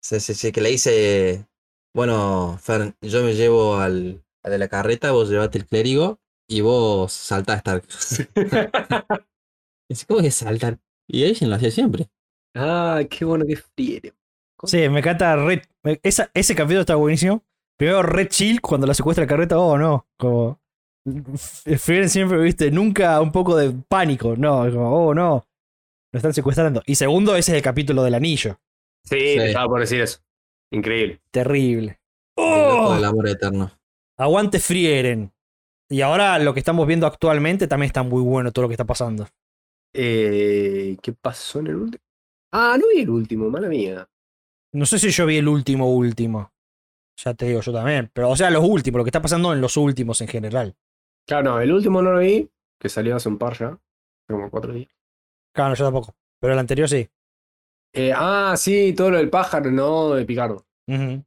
[SPEAKER 3] Sí, sí, sí, que le dice, bueno, Fern, yo me llevo al, al de la carreta, vos llevate el clérigo y vos saltás Stark. Dice, ¿cómo que saltar? Y Aizen lo hacía siempre.
[SPEAKER 2] ah, qué bueno que friere.
[SPEAKER 1] Sí, me encanta Red. Esa, ese capítulo está buenísimo. Primero Red Chill cuando la secuestra la carreta. Oh, no. Como. F- Frieren siempre, viste, nunca un poco de pánico. No, es como, oh, no. Lo están secuestrando. Y segundo, ese es el capítulo del anillo.
[SPEAKER 2] Sí, te estaba por decir eso. Increíble.
[SPEAKER 1] Terrible.
[SPEAKER 3] El loco
[SPEAKER 1] ¡Oh!
[SPEAKER 3] del amor eterno.
[SPEAKER 1] Aguante Frieren. Y ahora lo que estamos viendo actualmente también está muy bueno todo lo que está pasando.
[SPEAKER 2] Eh, ¿Qué pasó en el último? Ah, no vi el último, mala mía.
[SPEAKER 1] No sé si yo vi el último último. Ya te digo, yo también. Pero, o sea, los últimos, lo que está pasando en los últimos en general.
[SPEAKER 2] Claro, no, el último no lo vi, que salió hace un par ya, como cuatro días.
[SPEAKER 1] Claro, no, yo tampoco. Pero el anterior sí.
[SPEAKER 2] Eh, ah, sí, todo lo del pájaro, no, de Picardo.
[SPEAKER 1] Ujú.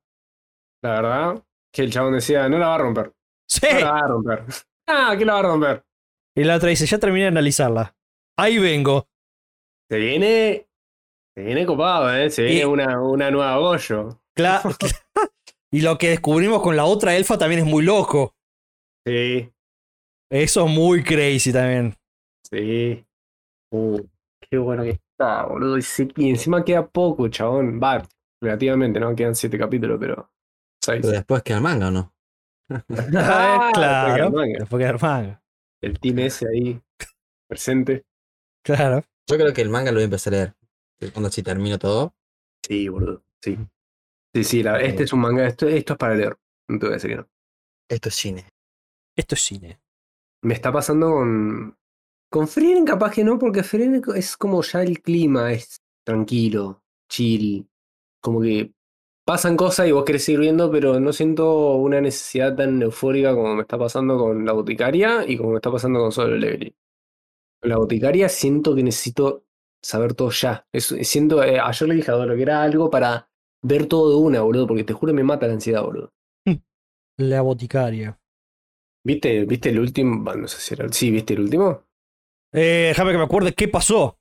[SPEAKER 2] La verdad, que el chabón decía, no la va a romper,
[SPEAKER 1] Sí.
[SPEAKER 2] no la va a romper. Ah, ¿qué la va a romper?
[SPEAKER 1] Y la otra dice, ya terminé de analizarla. Ahí vengo.
[SPEAKER 2] Se viene, se viene copado, ¿eh? Se viene
[SPEAKER 1] Y-
[SPEAKER 2] una, una nueva Goyo.
[SPEAKER 1] Cla- y lo que descubrimos con la otra elfa también es muy loco.
[SPEAKER 2] Sí,
[SPEAKER 1] Eso es muy crazy también.
[SPEAKER 2] sí. Uh, qué bueno que está, boludo. Y, sí- y encima queda poco, chabón. Va, relativamente, ¿no? Quedan siete capítulos, pero... Seis.
[SPEAKER 3] Pero después queda el manga, ¿o no?
[SPEAKER 2] Ah,
[SPEAKER 1] claro.
[SPEAKER 2] porque el manga,
[SPEAKER 1] Después que hermano.
[SPEAKER 2] El team ese ahí presente.
[SPEAKER 1] Claro.
[SPEAKER 3] Yo creo que el manga lo voy a empezar a leer. que Cuando si termino todo.
[SPEAKER 2] Sí, boludo. Sí. Sí, sí, la- este es un manga. Esto, esto es para leer. No te voy a decir que no.
[SPEAKER 3] Esto es cine.
[SPEAKER 1] Esto es cine.
[SPEAKER 2] Me está pasando con. Con Frieren, capaz que no, porque Frieren es como ya el clima, es tranquilo, chill. Como que pasan cosas y vos querés seguir viendo, pero no siento una necesidad tan eufórica como me está pasando con la boticaria y como me está pasando con Solo Leveling. Con la boticaria siento que necesito saber todo ya. Es- siento, eh, ayer le dije a Dolo que era algo para ver todo de una, boludo, porque te juro me mata la ansiedad, boludo.
[SPEAKER 1] La boticaria.
[SPEAKER 2] ¿Viste, viste el último? Bah, No sé si era. el- Sí, ¿viste el último?
[SPEAKER 1] Eh, déjame que me acuerde qué pasó.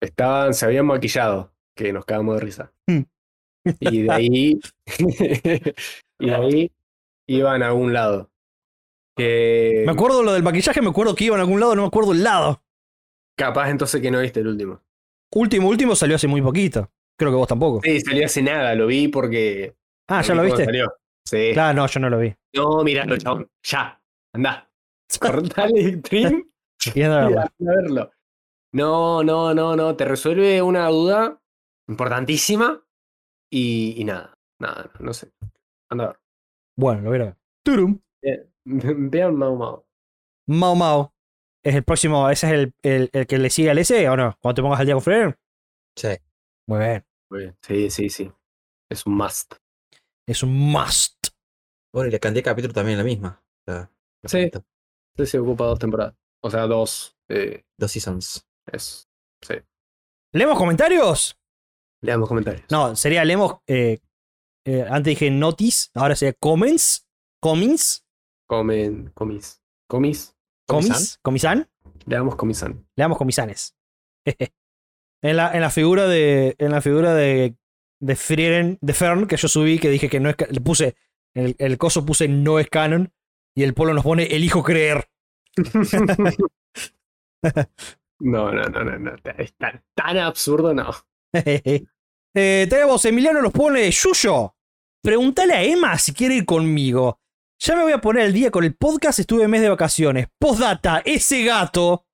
[SPEAKER 2] Estaban, se habían maquillado, que nos cagamos de risa.
[SPEAKER 1] Mm.
[SPEAKER 2] Y de ahí. y de ahí iban a algún lado. Que
[SPEAKER 1] Me acuerdo lo del maquillaje, me acuerdo que iba a algún lado, no me acuerdo el lado.
[SPEAKER 2] capaz entonces que no viste el último.
[SPEAKER 1] Último, último salió hace muy poquito. Creo que vos tampoco.
[SPEAKER 2] Sí, salió hace nada, lo vi porque.
[SPEAKER 1] Ah, ¿ya lo
[SPEAKER 2] vi cuando
[SPEAKER 1] viste?
[SPEAKER 2] Salió. Sí.
[SPEAKER 1] Claro, no, yo no lo vi.
[SPEAKER 2] No, miralo, chabón. Ya, andá. Cortale el stream
[SPEAKER 1] Y anda a
[SPEAKER 2] y
[SPEAKER 1] verla.
[SPEAKER 2] andá a verlo. No, no, no, no. Te resuelve una duda importantísima y, y nada. Nada, no sé. Anda a ver.
[SPEAKER 1] Bueno, lo voy a ir a ver. Turum.
[SPEAKER 2] Vean Mau Mau.
[SPEAKER 1] Mau Mau. Es el próximo, ese es el, el- el que le sigue al S o no? Cuando te pongas al día con Freire.
[SPEAKER 4] Sí.
[SPEAKER 1] Muy bien.
[SPEAKER 2] Muy bien. Sí, sí, sí. Es un must.
[SPEAKER 1] Es un must.
[SPEAKER 4] Bueno, y la cantidad de capítulos también es la misma. O sea,
[SPEAKER 2] Sí. Sí, se ocupa dos temporadas. O sea, dos. eh,
[SPEAKER 4] Dos seasons.
[SPEAKER 2] es.
[SPEAKER 1] ¿Leemos comentarios?
[SPEAKER 2] Leamos comentarios.
[SPEAKER 1] No, sería leemos. eh, eh, antes dije notis, ahora sería comments. Comments.
[SPEAKER 2] Comen, comis. Comis.
[SPEAKER 1] Comis. Comisan.
[SPEAKER 2] Leamos comisan.
[SPEAKER 1] Le damos comisanes. en, la, en la figura de. En la figura de. De Frieren, de Fern, que yo subí, que dije que no es. ca- Le puse. El, el coso puse no es canon. Y el polo nos pone elijo creer.
[SPEAKER 2] No, no, no, no, no. Es tan, tan absurdo, no.
[SPEAKER 1] Eh, tenemos, Emiliano nos pone, Yuyo, pregúntale a Emma si quiere ir conmigo. Ya me voy a poner al día con el podcast, estuve mes de vacaciones. Postdata, ese gato.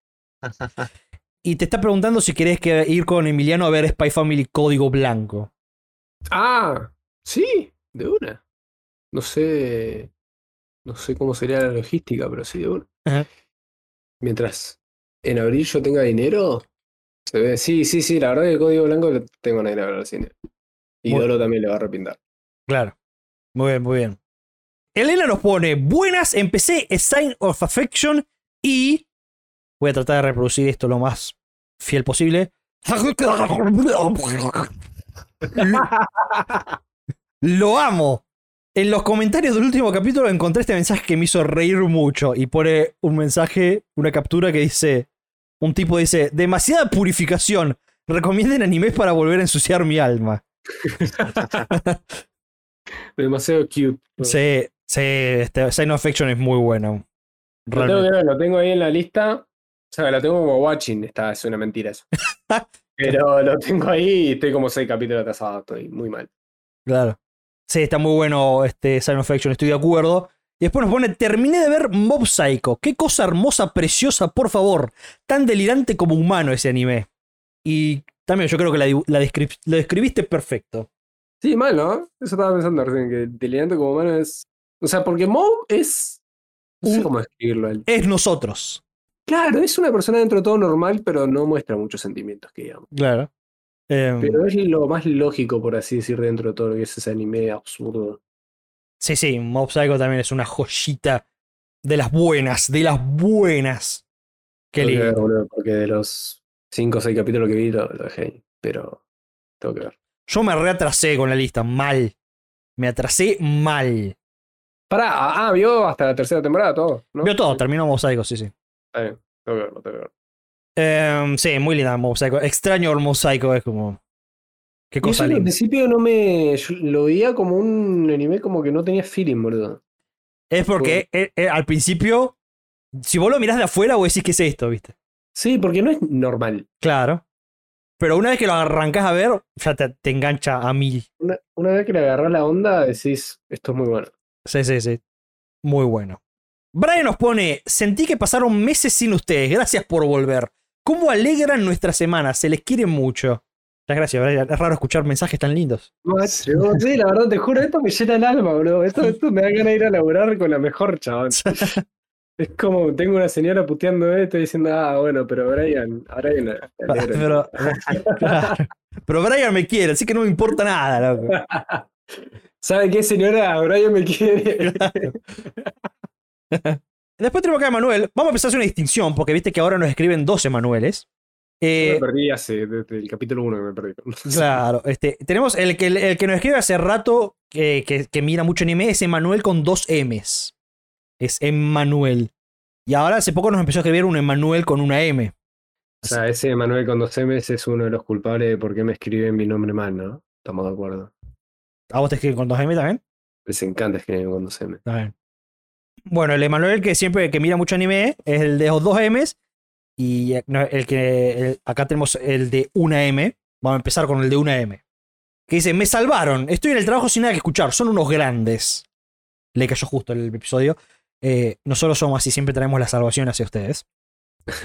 [SPEAKER 1] y te está preguntando si querés que ir con Emiliano a ver Spy Family Código Blanco.
[SPEAKER 2] Ah, sí, de una. No sé. No sé cómo sería la logística, pero sí, de una.
[SPEAKER 1] Ajá.
[SPEAKER 2] Mientras en abril yo tenga dinero, se ve. Sí, sí, sí, la verdad que el código blanco lo tengo en ir a ver al cine. Y
[SPEAKER 1] Bueno.
[SPEAKER 2] Dolo también le va a repintar.
[SPEAKER 1] Claro. Muy bien, muy bien. Elena nos pone, buenas, empecé A Sign of Affection y... Voy a tratar de reproducir esto lo más fiel posible. Lo amo. En los comentarios del último capítulo encontré este mensaje que me hizo reír mucho y pone un mensaje, una captura que dice, un tipo dice, demasiada purificación, recomienden animes para volver a ensuciar mi alma.
[SPEAKER 2] Demasiado cute.
[SPEAKER 1] Sí, sí, este, Sign of Affection es muy bueno.
[SPEAKER 2] Lo tengo,
[SPEAKER 1] Realmente.
[SPEAKER 2] que ver, lo tengo ahí en la lista. O sea, lo tengo como watching. Está, es una mentira eso. Pero lo tengo ahí y estoy como seis capítulos atrasado. Estoy muy mal.
[SPEAKER 1] Claro. Sí, está muy bueno este Sign of Affection, estoy de acuerdo. Y después nos pone, terminé de ver Mob Psycho. Qué cosa hermosa, preciosa, por favor. Tan delirante como humano ese anime. Y también yo creo que la, dibu- la descrip- lo describiste perfecto.
[SPEAKER 2] Sí, mal, ¿no? Eso estaba pensando recién, que delirante como humano es. O sea, porque Moe es. No sé
[SPEAKER 1] Un-
[SPEAKER 2] cómo describirlo. a él.
[SPEAKER 1] Es nosotros.
[SPEAKER 2] Claro, es una persona dentro de todo normal, pero no muestra muchos sentimientos, que digamos.
[SPEAKER 1] Claro. Em,
[SPEAKER 2] Pero es lo más lógico, por así decir, dentro de todo lo que es ese anime absurdo.
[SPEAKER 1] sí, sí, Mob Psycho también es una joyita de las buenas, de las buenas. Qué
[SPEAKER 2] Tengo que ver,
[SPEAKER 1] lindo.
[SPEAKER 2] boludo, porque de los cinco o seis capítulos que vi lo, lo dejé ahí. Pero tengo que ver.
[SPEAKER 1] Yo me reatrasé con la lista, mal. Me atrasé mal.
[SPEAKER 2] Pará, ah, ah, vio hasta la tercera temporada todo, ¿no?
[SPEAKER 1] Vio todo, terminó Mob Psycho, sí, sí.
[SPEAKER 2] Está bien, tengo que verlo, tengo que verlo.
[SPEAKER 1] Em, sí, muy linda Mob Psycho. Extraño el Mob Psycho, es como. Qué
[SPEAKER 2] Y eso
[SPEAKER 1] cosa
[SPEAKER 2] que al
[SPEAKER 1] linda.
[SPEAKER 2] principio no me. yo lo veía como un anime como que no tenía feeling, boludo.
[SPEAKER 1] Es porque eh, eh, al principio, si vos lo mirás de afuera, vos decís que es esto, ¿viste?
[SPEAKER 2] Sí, porque no es normal.
[SPEAKER 1] Claro. Pero una vez que lo arrancás a ver, ya te, te engancha a mil.
[SPEAKER 2] Una, una vez que le agarrás la onda, decís, esto es muy bueno.
[SPEAKER 1] Sí, sí, sí. Muy bueno. Brian nos pone, sentí que pasaron meses sin ustedes, gracias por volver. ¿Cómo alegran nuestra semana? Se les quiere mucho. Muchas gracias, Brian. Es raro escuchar mensajes tan lindos.
[SPEAKER 2] Sí, la verdad, te juro, esto me llena el alma, bro. Esto, esto me da ganas de ir a laburar con la mejor, chabón. Es como, tengo una señora puteando esto y diciendo, ah, bueno, pero Brian, ahora hay una.
[SPEAKER 1] Pero, claro. Pero Brian me quiere, así que no me importa nada, loco.
[SPEAKER 2] ¿Sabe qué, señora? Brian me quiere.
[SPEAKER 1] Después tenemos acá a Manuel. Vamos a empezar a hacer una distinción, porque viste que ahora nos escriben 12 Manueles. Eh,
[SPEAKER 2] me perdí hace, desde el capítulo 1 que me perdí.
[SPEAKER 1] Claro, este, tenemos el que, el que nos escribe hace rato que, que- que mira mucho anime es Emanuel con dos M's. Es Emmanuel. Y ahora hace poco nos empezó a escribir un Emanuel con una M.
[SPEAKER 2] O sea, ese Manuel Condocemes es uno de los culpables de por qué me escriben mi nombre mal, ¿no? Estamos de acuerdo.
[SPEAKER 1] ¿A vos te escriben con 2M también?
[SPEAKER 2] Les encanta escribirme con Condocemes.
[SPEAKER 1] Está bien. Bueno, el Emanuel que siempre que mira mucho anime es el de los 2Ms. Y eh, no, el que el- acá tenemos el de 1M. Vamos a empezar con el de 1M. Que dice, me salvaron, estoy en el trabajo sin nada que escuchar, son unos grandes. Le cayó justo el episodio. Eh, nosotros somos así, siempre traemos la salvación hacia ustedes.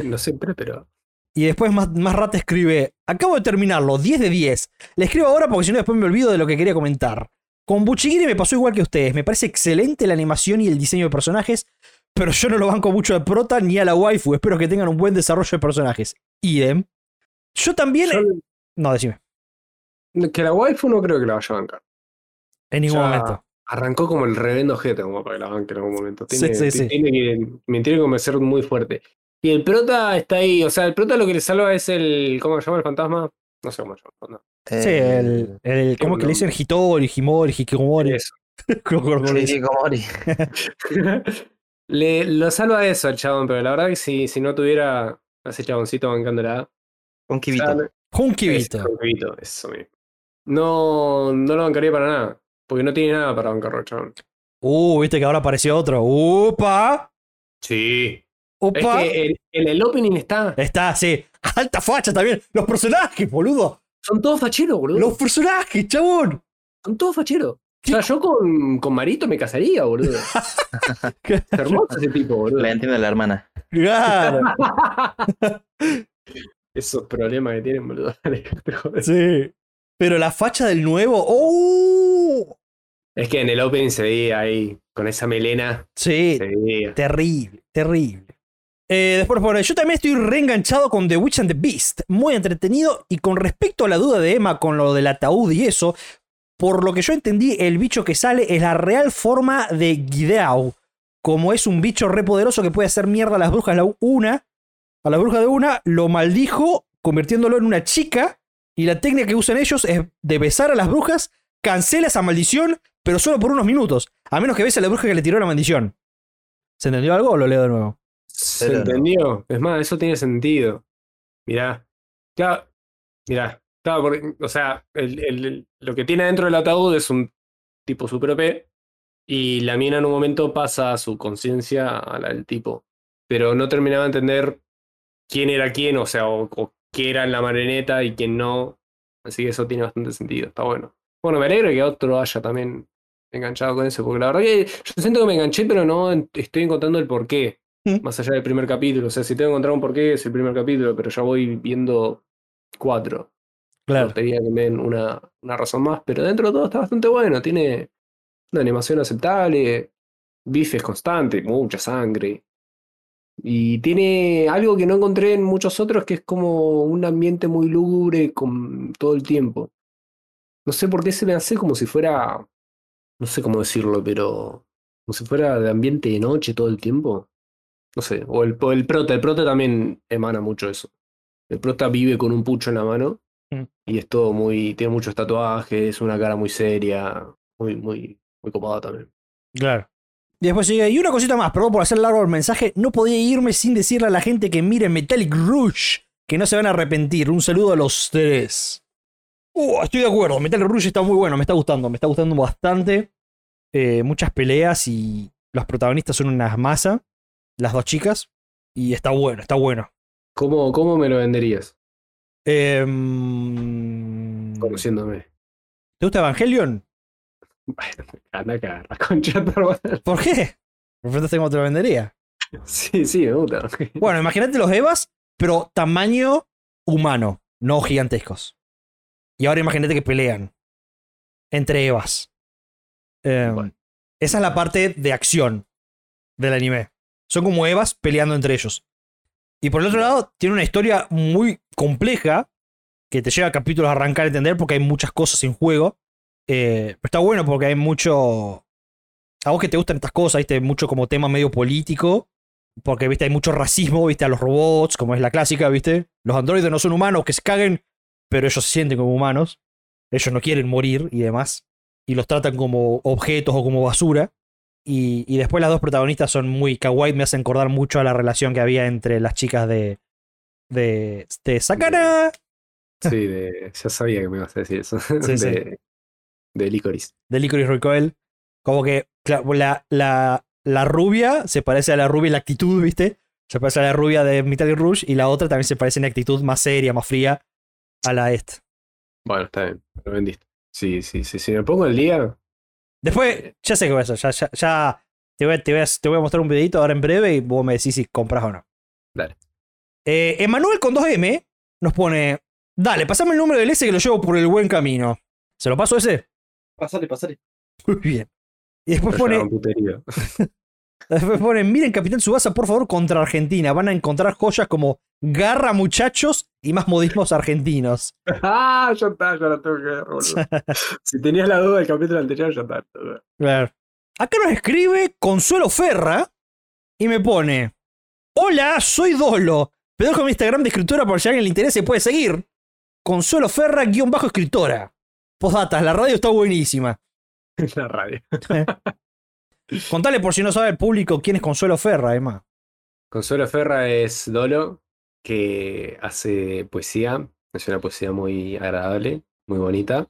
[SPEAKER 2] No siempre, pero.
[SPEAKER 1] Y después más, más rata escribe, acabo de terminarlo, 10 de 10. Le escribo ahora porque si no después me olvido de lo que quería comentar. Con Buchigiri me pasó igual que ustedes, me parece excelente la animación y el diseño de personajes, pero yo no lo banco mucho a prota ni a la waifu, espero que tengan un buen desarrollo de personajes. Idem. Yo también...
[SPEAKER 2] Yo-
[SPEAKER 1] No, decime,
[SPEAKER 2] que la waifu no creo que la vaya a bancar.
[SPEAKER 1] en ningún
[SPEAKER 2] Ya,
[SPEAKER 1] momento.
[SPEAKER 2] Arrancó como el revendo ojete, como para que la banque en algún momento.
[SPEAKER 1] Sí,
[SPEAKER 2] Tiene-
[SPEAKER 1] sí, sí.
[SPEAKER 2] tiene que- me tiene que convencer muy fuerte. Y el prota está ahí. O sea, el prota lo que le salva es el. ¿Cómo se llama el fantasma? No sé cómo se llama. No.
[SPEAKER 3] eh,
[SPEAKER 1] Sí, el, el- ¿Cómo es que le dicen? Hitori, Himori, Hikikomori.
[SPEAKER 2] Eso.
[SPEAKER 1] Creo que lo
[SPEAKER 3] Sí,
[SPEAKER 1] dicen.
[SPEAKER 3] sí, como Ori.
[SPEAKER 2] Le, lo salva eso al chabón, pero la verdad que si, si no tuviera a ese chaboncito bancándola.
[SPEAKER 3] Un
[SPEAKER 2] o sea,
[SPEAKER 3] kibito.
[SPEAKER 1] Junkibito.
[SPEAKER 2] Eso, un pibito, eso mismo. No, no lo bancaría para nada. Porque no tiene nada para bancarlo, el chabón.
[SPEAKER 1] Uh, viste que ahora apareció otro. ¡Upa!
[SPEAKER 2] Sí. Es
[SPEAKER 1] ¡Upa!
[SPEAKER 2] que en, en el opening está.
[SPEAKER 1] Está, sí. Alta facha también. Los personajes, boludo.
[SPEAKER 2] Son todos facheros, boludo.
[SPEAKER 1] Los personajes, chabón.
[SPEAKER 2] Son todos facheros. O sea, yo con, con Marito me casaría, boludo. Es hermoso ese tipo, boludo.
[SPEAKER 3] La entiendo la hermana.
[SPEAKER 1] Claro.
[SPEAKER 2] Esos problemas que tienen, boludo.
[SPEAKER 1] Sí. Pero la facha del nuevo. ¡Oh!
[SPEAKER 2] es que en el opening se veía ahí, con esa melena.
[SPEAKER 1] Sí,
[SPEAKER 2] Se veía.
[SPEAKER 1] terrible, terrible. Eh, después, por ahí, yo también estoy reenganchado con The Witch and the Beast. Muy entretenido. Y con respecto a la duda de Emma con lo del ataúd y eso, por lo que yo entendí, el bicho que sale es la real forma de Gideau. Como es un bicho repoderoso que puede hacer mierda a las brujas la una, a la bruja de una, lo maldijo convirtiéndolo en una chica. Y la técnica que usan ellos es de besar a las brujas, cancela esa maldición, pero solo por unos minutos. A menos que bese a la bruja que le tiró la maldición. ¿Se entendió algo o lo leo de nuevo?
[SPEAKER 2] ¿Se
[SPEAKER 3] Pero no.
[SPEAKER 2] entendió? Es más, eso tiene sentido. Mirá. Claro, mirá. Claro, porque, o sea, el- el- el- lo que tiene dentro del ataúd es un tipo super OP. Y la mina en un momento pasa su conciencia a la del tipo. Pero no terminaba de entender quién era quién, o sea, o, o qué era la marioneta y quién no. Así que eso tiene bastante sentido, está bueno. Bueno, me alegro que otro haya también enganchado con eso, porque la verdad que yo siento que me enganché, pero no en- estoy encontrando el porqué más allá del primer capítulo. O sea, si tengo que encontrar un porqué, es el primer capítulo, pero ya voy viendo cuatro.
[SPEAKER 1] Claro.
[SPEAKER 2] Tenía que ver una, una razón más, pero dentro de todo está bastante bueno. Tiene una animación aceptable, bifes constantes, mucha sangre. Y tiene algo que no encontré en muchos otros, que es como un ambiente muy lúgubre con todo el tiempo. No sé por qué se me hace como si fuera, no sé cómo decirlo, pero como si fuera de ambiente de noche todo el tiempo. No sé, o el, o el prota, el prota también emana mucho eso. El prota vive con un pucho en la mano
[SPEAKER 1] Mm.
[SPEAKER 2] y es todo muy, tiene muchos tatuajes, una cara muy seria, muy, muy, muy copada también.
[SPEAKER 1] Claro. Y después sigue, y una cosita más, perdón por hacer largo el mensaje, no podía irme sin decirle a la gente que mire Metallic Rush, que no se van a arrepentir. Un saludo a los tres. Uh, estoy de acuerdo, Metallic Rush está muy bueno, me está gustando, me está gustando bastante. Eh, muchas peleas y los protagonistas son unas masas, las dos chicas, y está bueno, está bueno.
[SPEAKER 2] ¿Cómo, cómo me lo venderías? Mm.
[SPEAKER 1] Em,
[SPEAKER 2] Conociéndome.
[SPEAKER 1] ¿Te gusta Evangelion?
[SPEAKER 2] Bueno, anda acá, la concha de tu hermana.
[SPEAKER 1] ¿Por qué? Me preguntaste cómo te lo vendería.
[SPEAKER 2] Sí, sí, me gusta.
[SPEAKER 1] Bueno, imagínate los Evas, pero tamaño humano, no gigantescos. Y ahora imagínate que pelean entre Evas. Eh,
[SPEAKER 2] Bueno.
[SPEAKER 1] Esa es la parte de acción del anime. Son como Evas peleando entre ellos. Y por el otro lado, tiene una historia muy compleja que te lleva a capítulos a arrancar a entender porque hay muchas cosas en juego. Eh, pero está bueno porque hay mucho. A vos que te gustan estas cosas, ¿viste? Mucho como tema medio político. Porque, viste, hay mucho racismo, viste, a los robots, como es la clásica, viste. Los androides no son humanos, que se caguen, pero ellos se sienten como humanos. Ellos no quieren morir y demás. Y los tratan como objetos o como basura. Y, y después las dos protagonistas son muy kawaii, me hacen acordar mucho a la relación que había entre las chicas de, de, de Sakana.
[SPEAKER 2] Sí, de- ya sabía que me ibas a decir eso.
[SPEAKER 1] Sí,
[SPEAKER 2] de,
[SPEAKER 1] sí.
[SPEAKER 2] de Licorice.
[SPEAKER 1] de Licorice Recoil. Como que cla- la, la, la rubia se parece a la rubia en la actitud, ¿viste? Se parece a la rubia de Metal Gear Rouge y la otra también se parece en actitud más seria, más fría a la esta.
[SPEAKER 2] Bueno, está bien, lo vendiste. Sí, sí, sí. Si me pongo el día,
[SPEAKER 1] Después, ya sé qué voy a hacer. Ya, ya, ya te, voy a, te voy a- te voy a mostrar un videito ahora en breve y vos me decís si compras o no.
[SPEAKER 2] Dale.
[SPEAKER 1] Eh, Emanuel con 2M nos pone: Dale, pasame el número del S que lo llevo por el buen camino. ¿Se lo paso ese?
[SPEAKER 5] Pasale, pasale.
[SPEAKER 1] Muy bien. Y después
[SPEAKER 2] pues
[SPEAKER 1] pone.
[SPEAKER 2] puterío.
[SPEAKER 1] Después ponen, miren Capitán Subasa, por favor, contra Argentina. Van a encontrar joyas como garra muchachos y más modismos argentinos.
[SPEAKER 2] Ah, ya está, ya la tengo que ver, boludo. si tenías la duda del capítulo anterior, ya está.
[SPEAKER 1] Claro. Acá nos escribe Consuelo Ferra y me pone, hola, soy Dolo. Pero dejo mi Instagram de escritora por si a alguien le interesa y puede seguir. Consuelo Ferra, guión bajo escritora. Postdatas, la radio está buenísima.
[SPEAKER 2] La radio.
[SPEAKER 1] Contale por si no sabe el público quién es Consuelo Ferra, Emma.
[SPEAKER 2] Consuelo Ferra es Dolo, que hace poesía. Es una poesía muy agradable, muy bonita.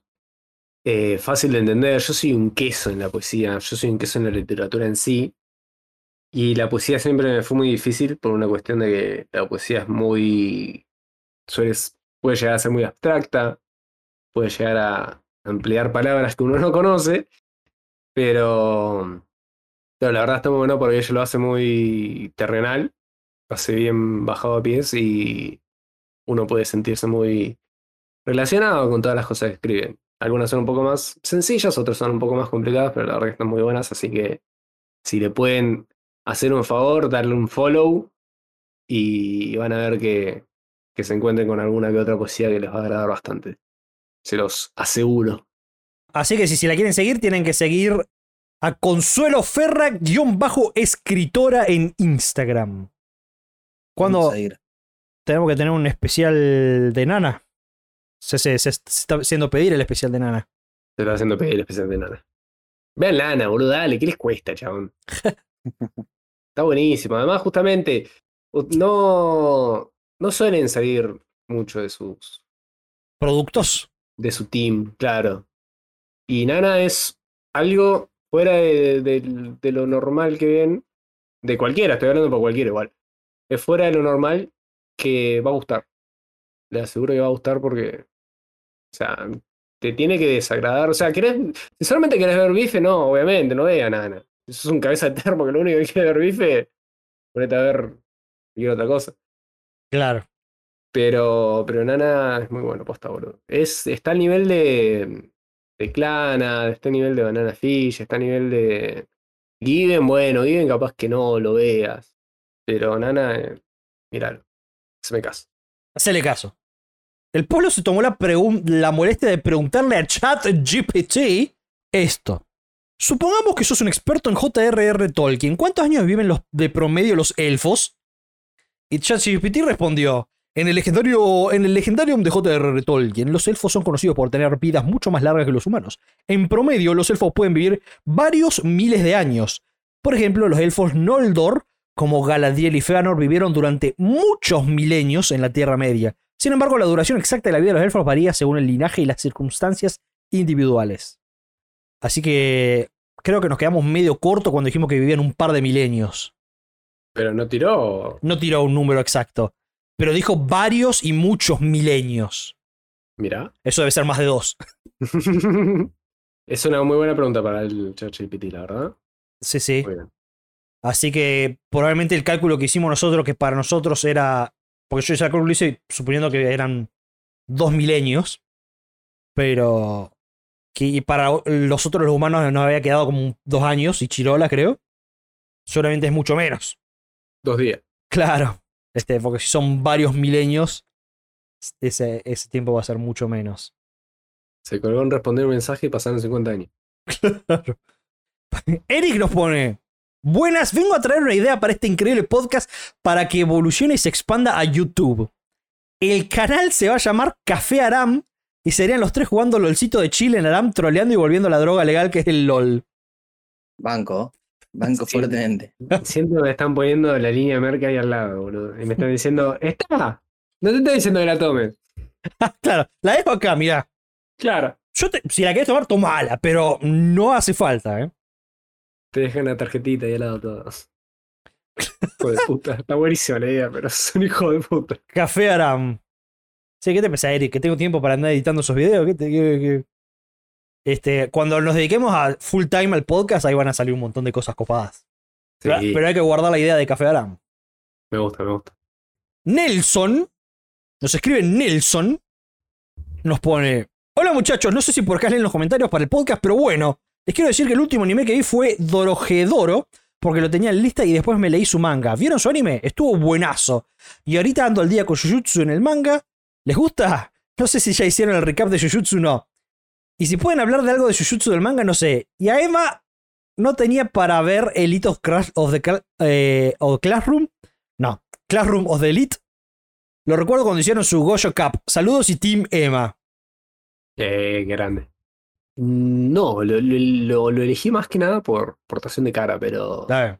[SPEAKER 2] Eh, fácil de entender. Yo soy un queso en la poesía. Yo soy un queso en la literatura en sí. Y la poesía siempre me fue muy difícil por una cuestión de que la poesía es muy. sueles- puede llegar a ser muy abstracta. Puede llegar a emplear palabras que uno no conoce. Pero. No, la verdad está muy bueno porque ella lo hace muy terrenal, lo hace bien bajado a pies y uno puede sentirse muy relacionado con todas las cosas que escriben. Algunas son un poco más sencillas, otras son un poco más complicadas, pero la verdad que están muy buenas, así que si le pueden hacer un favor, darle un follow y van a ver que, que se encuentren con alguna que otra poesía que les va a agradar bastante. Se los aseguro.
[SPEAKER 1] Así que si, si la quieren seguir, tienen que seguir a Consuelo Ferra, guión bajo escritora en Instagram.
[SPEAKER 5] Vamos
[SPEAKER 1] Cuando
[SPEAKER 5] a ir.
[SPEAKER 1] tenemos que tener un especial de Nana. Se, se- se- se está haciendo pedir el especial de Nana.
[SPEAKER 2] Se lo haciendo pedir el especial de Nana. Vean Lana, boludo, dale, ¿qué les cuesta, chabón? Está buenísimo. Además, justamente, u- no, no suelen salir mucho de sus
[SPEAKER 1] Productos.
[SPEAKER 2] de su team, claro. Y Nana es algo fuera de, de- de lo normal que ven. De cualquiera, estoy hablando por cualquiera igual. Es fuera de lo normal que va a gustar. Le aseguro que va a gustar porque. O sea, te tiene que desagradar. O sea, ¿querés, si solamente querés ver bife, no, obviamente, no vea Nana. Eso es un cabeza de termo que lo único que quiere ver bife, ponete a ver cualquier otra cosa.
[SPEAKER 1] Claro.
[SPEAKER 2] Pero, pero Nana es muy bueno, posta, boludo. Es, está al nivel de, de Clana, está al nivel de Banana Fish, está al nivel de. Given, bueno, Given capaz que no lo veas. Pero Nana, eh, míralo. Se me caso.
[SPEAKER 1] Hacele caso. El pueblo se tomó la, pregun- la molestia de preguntarle a ChatGPT esto. Supongamos que sos un experto en J.R.R. Tolkien. ¿Cuántos años viven los, de promedio los elfos? Y ChatGPT respondió: en el, legendario, en el legendarium de J.R.R. Tolkien, los elfos son conocidos por tener vidas mucho más largas que los humanos. En promedio, los elfos pueden vivir varios miles de años. Por ejemplo, los elfos Noldor como Galadriel y Feanor vivieron durante muchos milenios en la Tierra Media. Sin embargo, la duración exacta de la vida de los elfos varía según el linaje y las circunstancias individuales. Así que creo que nos quedamos medio corto cuando dijimos que vivían un par de milenios.
[SPEAKER 2] Pero no tiró.
[SPEAKER 1] No tiró un número exacto, pero dijo varios y muchos milenios.
[SPEAKER 2] Mirá.
[SPEAKER 1] Eso debe ser más de dos.
[SPEAKER 2] Es una muy buena pregunta para el ChatGPT, la verdad.
[SPEAKER 1] Sí, sí.
[SPEAKER 2] Muy bien.
[SPEAKER 1] Así que probablemente el cálculo que hicimos nosotros, que para nosotros era. Porque yo ese cálculo lo hice suponiendo que eran dos milenios. Pero. Que y para o- los otros los humanos nos había quedado como un- dos años y Chirola, creo. Seguramente es mucho menos.
[SPEAKER 2] Dos días.
[SPEAKER 1] Claro. Este, porque si son varios milenios, ese, ese tiempo va a ser mucho menos.
[SPEAKER 2] Se colgó en responder un mensaje y pasaron 50 años.
[SPEAKER 1] Eric nos pone. Buenas, vengo a traer una idea para este increíble podcast para que evolucione y se expanda a YouTube. El canal se va a llamar Café Aram y serían los tres jugando LOLcito de Chile en Aram, troleando y volviendo la droga legal que es el LOL.
[SPEAKER 5] Banco. Banco
[SPEAKER 2] Sí.
[SPEAKER 5] fuertemente.
[SPEAKER 2] Siento que me están poniendo la línea de merca ahí al lado, boludo. Y me están diciendo, ¡está! No te estoy diciendo que la tomes.
[SPEAKER 1] Claro, la dejo acá, mirá.
[SPEAKER 2] Claro.
[SPEAKER 1] Yo te- si la querés tomar, tomala, pero no hace falta, ¿eh?
[SPEAKER 2] Te dejan una tarjetita y al lado todos. Hijo de puta. Está buenísima la idea, pero es un hijo de puta.
[SPEAKER 1] Café Aram. Sí, ¿qué te pensás, Eric? ¿Que tengo tiempo para andar editando esos videos? ¿Qué te- qué- qué? Este, cuando nos dediquemos a full time al podcast, ahí van a salir un montón de cosas copadas. Pero,
[SPEAKER 2] Sí,
[SPEAKER 1] Ah, pero hay que guardar la idea de Café Aram.
[SPEAKER 2] me gusta, me gusta.
[SPEAKER 1] Nelson, nos escribe Nelson, nos pone, hola muchachos, no sé si por acá leen los comentarios para el podcast, pero bueno, les quiero decir que el último anime que vi fue Dorojedoro, porque lo tenía en lista y después me leí su manga. ¿Vieron su anime? Estuvo buenazo. Y ahorita ando al día con Jujutsu en el manga. ¿Les gusta? No sé si ya hicieron el recap de Jujutsu o no. Y si pueden hablar de algo de Jujutsu del manga, no sé. Y a Emma no tenía para ver Elite of, Crash of the Cla- eh, of Classroom. No, Classroom of the Elite. Lo recuerdo cuando hicieron su Goyo Cup. Saludos y Team Emma.
[SPEAKER 2] Eh, qué grande. Mm, No, lo, lo- lo- lo elegí más que nada por portación de cara, pero,
[SPEAKER 1] Dale.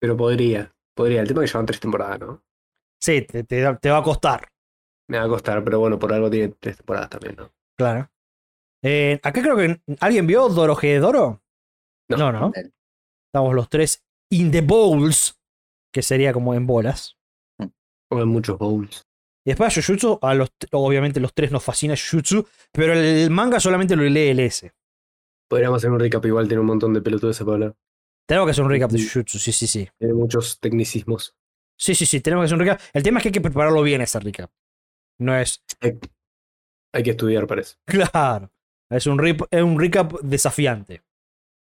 [SPEAKER 2] pero podría. Podría. El tema es que llevan tres temporadas, ¿no?
[SPEAKER 1] Sí, te, te- te va a costar.
[SPEAKER 2] Me va a costar, pero bueno, por algo tiene tres temporadas también, ¿no?
[SPEAKER 1] Claro. Eh, acá creo que alguien vio Dorojedoro.
[SPEAKER 2] No.
[SPEAKER 1] no, no. Estamos los tres in the bowls, que sería como en bolas.
[SPEAKER 2] O en muchos bowls.
[SPEAKER 1] Y después a Jujutsu, a los, obviamente los tres nos fascina Jujutsu, pero el manga solamente lo lee el S.
[SPEAKER 2] Podríamos hacer un recap igual, tiene un montón de pelotudes para hablar.
[SPEAKER 1] Tenemos que hacer un recap de Jujutsu, sí, sí, sí.
[SPEAKER 2] Tiene muchos tecnicismos.
[SPEAKER 1] Sí, sí, sí, tenemos que hacer un recap. El tema es que hay que prepararlo bien ese recap. No es.
[SPEAKER 2] Hay, hay que estudiar, parece.
[SPEAKER 1] Claro. Es un, rip- es un recap desafiante.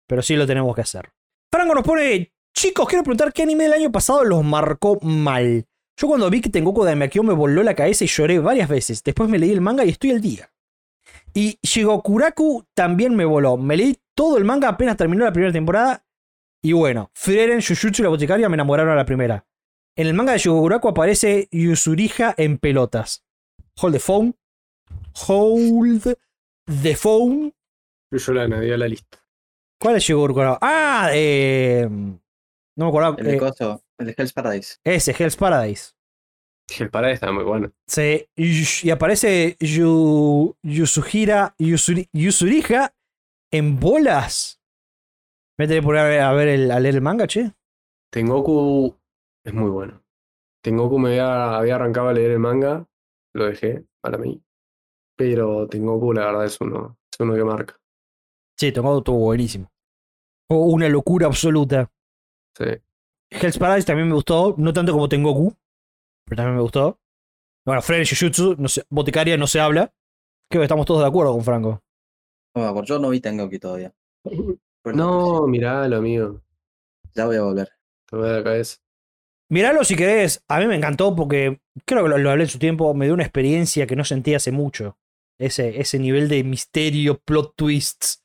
[SPEAKER 1] Pero sí lo tenemos que hacer. Franco nos pone. Chicos, quiero preguntar qué anime del año pasado los marcó mal. Yo cuando vi que Tengoku Daimakyo me voló la cabeza y lloré varias veces. Después me leí el manga y estoy al día. Y Shigokuraku también me voló. Me leí todo el manga apenas terminó la primera temporada. Y bueno, Frieren, Jujutsu y la boticaria me enamoraron a la primera. En el manga de Shigokuraku aparece Yusurija en pelotas. Hold the phone. Hold The Phone.
[SPEAKER 2] Yo la añadí a la lista.
[SPEAKER 1] ¿Cuál es Shigurukuro? Ah, eh, no me acordaba.
[SPEAKER 5] El de
[SPEAKER 1] eh,
[SPEAKER 5] coso, el de Hell's Paradise.
[SPEAKER 1] ese, Hell's Paradise.
[SPEAKER 2] El parada está muy bueno.
[SPEAKER 1] Sí, y, y aparece Yu, Yusuhira, Yusuri- Yusurija en bolas. Me tenés que poner a ver, a, ver el, a leer el manga, che.
[SPEAKER 2] Tengoku es muy bueno. Tengoku me había, había arrancado a leer el manga, lo dejé para mí. Pero Tengoku, la verdad, es uno, es uno que marca.
[SPEAKER 1] Sí, tomado todo buenísimo. Oh, Una locura absoluta.
[SPEAKER 2] Sí.
[SPEAKER 1] Hell's Paradise también me gustó, no tanto como Tengoku, pero también me gustó. Bueno, Fren Jujutsu, no sé, Boticaria no se habla. Creo que estamos todos de acuerdo con Franco.
[SPEAKER 5] No me acuerdo, yo no vi Tengoki todavía. Pero
[SPEAKER 2] No, mirá, lo mío.
[SPEAKER 5] Ya voy a volver.
[SPEAKER 2] Te voy a la cabeza.
[SPEAKER 1] Míralo si querés. A mí me encantó porque creo que lo, lo hablé en su tiempo. Me dio una experiencia que no sentí hace mucho. Ese, ese nivel de misterio, plot twists.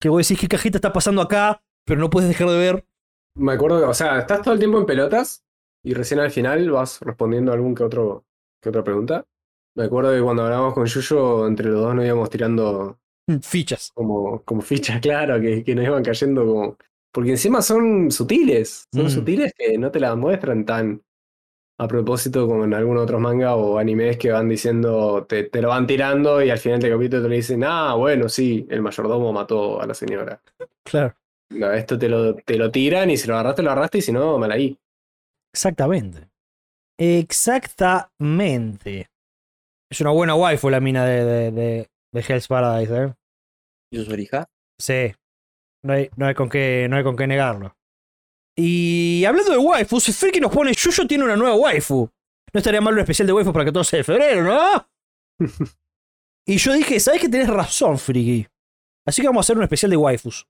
[SPEAKER 1] Que vos decís qué cajita está pasando acá, pero no puedes dejar de ver.
[SPEAKER 2] Me acuerdo que, o sea, estás todo el tiempo en pelotas y recién al final vas respondiendo a algún que otro que otra pregunta. Me acuerdo que cuando hablábamos con Yuyo, entre los dos nos íbamos tirando
[SPEAKER 1] Fichas.
[SPEAKER 2] como, como fichas, claro, que, que nos iban cayendo como. Porque encima son sutiles, son
[SPEAKER 1] Mm.
[SPEAKER 2] sutiles que no te las muestran tan a propósito como en algunos otros manga o animes que van diciendo, te, te lo van tirando y al final del capítulo te le dicen, ah, bueno, sí, el mayordomo mató a la señora.
[SPEAKER 1] Claro.
[SPEAKER 2] No, esto te lo, te lo tiran y si lo agarraste, lo agarraste y si no, mal ahí.
[SPEAKER 1] Exactamente. Exactamente. Es una buena waifu la mina de, de, de- de Hell's Paradise, ¿eh?
[SPEAKER 5] Yusurija.
[SPEAKER 1] Sí. No hay, no hay con qué, no hay con qué negarlo. Y hablando de waifus, Friki nos pone Yuyo tiene una nueva waifu. No estaría mal un especial de waifus para el 14 de febrero, ¿no? y yo dije, ¿sabes que tenés razón, Friki? Así que vamos a hacer un especial de waifus.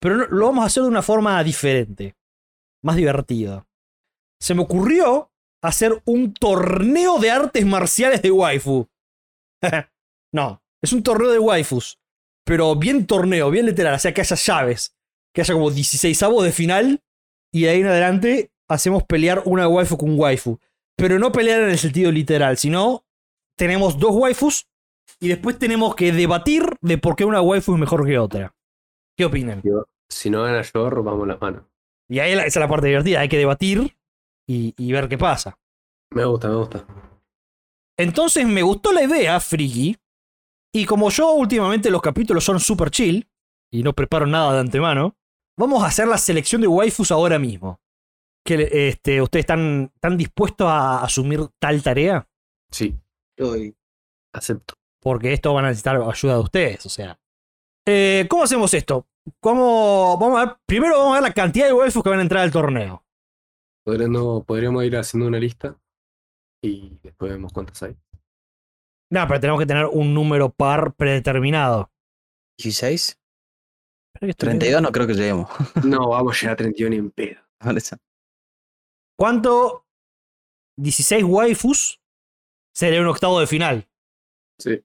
[SPEAKER 1] Pero no- lo vamos a hacer de una forma diferente. Más divertida. Se me ocurrió hacer un torneo de artes marciales de waifu. no, es un torneo de waifus pero bien torneo, bien literal, o sea que haya llaves, que haya como 16 avos de final y de ahí en adelante hacemos pelear una waifu con un waifu, pero no pelear en el sentido literal, sino tenemos dos waifus y después tenemos que debatir de por qué una waifu es mejor que otra. ¿Qué opinan?
[SPEAKER 2] Si no gana yo, robamos las manos.
[SPEAKER 1] Y ahí la- esa es la parte divertida, hay que debatir y, y ver qué pasa.
[SPEAKER 2] Me gusta, me gusta.
[SPEAKER 1] Entonces me gustó la idea, Friki. Y como yo últimamente los capítulos son super chill y no preparo nada de antemano, vamos a hacer la selección de waifus ahora mismo. Que, este, ¿Ustedes están, están dispuestos a asumir tal tarea?
[SPEAKER 2] Sí,
[SPEAKER 5] Estoy-
[SPEAKER 2] acepto.
[SPEAKER 1] porque esto van a necesitar ayuda de ustedes, o sea. Eh, ¿Cómo hacemos esto? ¿Cómo, vamos a ver- primero vamos a ver la cantidad de waifus que van a entrar al torneo.
[SPEAKER 2] Podríamos, podríamos ir haciendo una lista y después vemos cuántas hay.
[SPEAKER 1] No, pero tenemos que tener un número par predeterminado.
[SPEAKER 3] 16,
[SPEAKER 1] Espera que estoy viendo-
[SPEAKER 3] 32 no creo que lleguemos.
[SPEAKER 2] No, vamos a llegar a 31 en pedo.
[SPEAKER 3] Por eso.
[SPEAKER 1] ¿Cuánto 16 waifus sería un octavo de final?
[SPEAKER 2] Sí.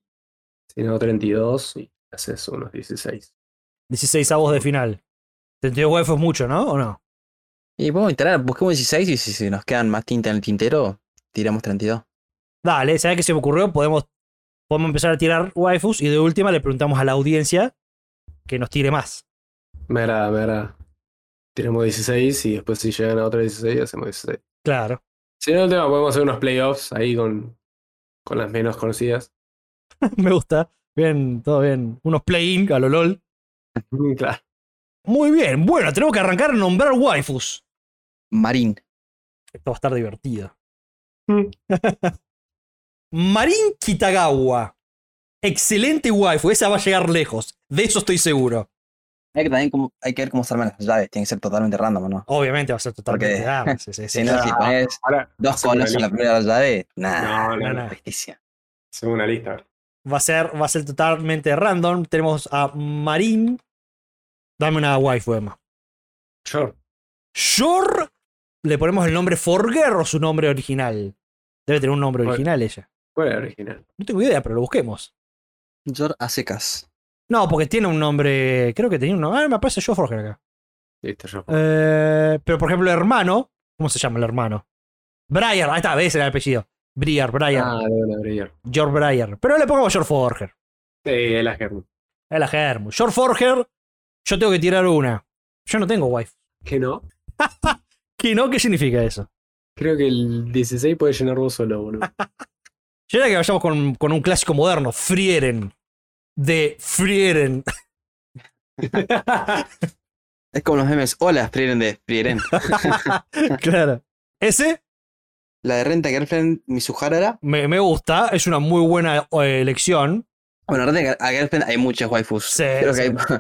[SPEAKER 2] Si no, 32 y haces unos 16.
[SPEAKER 1] 16 avos de final. 32 waifus es mucho, ¿no? ¿O no?
[SPEAKER 3] Y podemos intentar, busquemos 16 y si, si nos quedan más tinta en el tintero, tiramos 32.
[SPEAKER 1] Dale, ¿sabes qué se me ocurrió? Podemos, podemos empezar a tirar waifus y de última le preguntamos a la audiencia que nos tire más.
[SPEAKER 2] Me agrada, me agrada. Tenemos 16 y después si llegan a otra 16 hacemos 16.
[SPEAKER 1] Claro.
[SPEAKER 2] Si no, el tema podemos hacer unos playoffs ahí con, con las menos conocidas.
[SPEAKER 1] Me gusta. Bien, todo bien. Unos play-in a lo LOL.
[SPEAKER 2] Mm, Claro.
[SPEAKER 1] Muy bien. Bueno, tenemos que arrancar a nombrar waifus.
[SPEAKER 3] Marín.
[SPEAKER 1] Esto va a estar divertido.
[SPEAKER 2] Mm.
[SPEAKER 1] Marin Kitagawa. Excelente waifu. Esa va a llegar lejos. De eso estoy seguro.
[SPEAKER 3] Hay que, también como- hay que ver cómo se arman las llaves, tiene que ser totalmente random, ¿o ¿no?
[SPEAKER 1] Obviamente va a ser totalmente
[SPEAKER 3] Porque-
[SPEAKER 1] dama, sí, sí, sí.
[SPEAKER 3] Si no, si pones
[SPEAKER 2] Ahora
[SPEAKER 3] dos
[SPEAKER 2] hacemos una
[SPEAKER 3] colos en la
[SPEAKER 2] lista.
[SPEAKER 3] primera llave, nada,
[SPEAKER 2] No, no,
[SPEAKER 1] no,
[SPEAKER 2] no.
[SPEAKER 1] no.
[SPEAKER 3] justicia.
[SPEAKER 2] Hacemos una lista.
[SPEAKER 1] Va a ser, va a ser totalmente random. Tenemos a Marin. Dame una waifu, Emma.
[SPEAKER 2] Sure.
[SPEAKER 1] Shor. Le ponemos el nombre Forger o su nombre original. Debe tener un nombre
[SPEAKER 2] Bueno.
[SPEAKER 1] original ella.
[SPEAKER 2] ¿Cuál era el original?
[SPEAKER 1] No tengo idea, pero lo busquemos.
[SPEAKER 3] Yor a secas.
[SPEAKER 1] No, porque tiene un nombre. Creo que tenía un nombre. Ah, me aparece Joe Forger acá.
[SPEAKER 2] Listo, yo.
[SPEAKER 1] Eh, pero por ejemplo, el hermano. ¿Cómo se llama el hermano? Breyer, ahí está, ves el apellido. Breyer, Breyer,
[SPEAKER 2] Ah, de una brillar.
[SPEAKER 1] George Breyer. Pero le pongo George Forger.
[SPEAKER 2] Eh, el Asgard.
[SPEAKER 1] Es la Germu. George Forger, yo tengo que tirar una. Yo no tengo wife.
[SPEAKER 2] Que no.
[SPEAKER 1] ¿Qué no? ¿Qué significa eso?
[SPEAKER 2] Creo que el 16 puede llenar vos solo, boludo.
[SPEAKER 1] Yo era que vayamos con, con un clásico moderno, Frieren. De Frieren.
[SPEAKER 3] Es como los memes. Hola, Frieren de Frieren.
[SPEAKER 1] claro. Ese
[SPEAKER 3] la de Renta Girlfriend Mizuhara era.
[SPEAKER 1] me, me gusta, es una muy buena eh, elección.
[SPEAKER 3] Bueno, Renta Gir- a Girlfriend hay muchas waifus.
[SPEAKER 1] Sí,
[SPEAKER 3] Creo
[SPEAKER 1] sí.
[SPEAKER 3] que hay.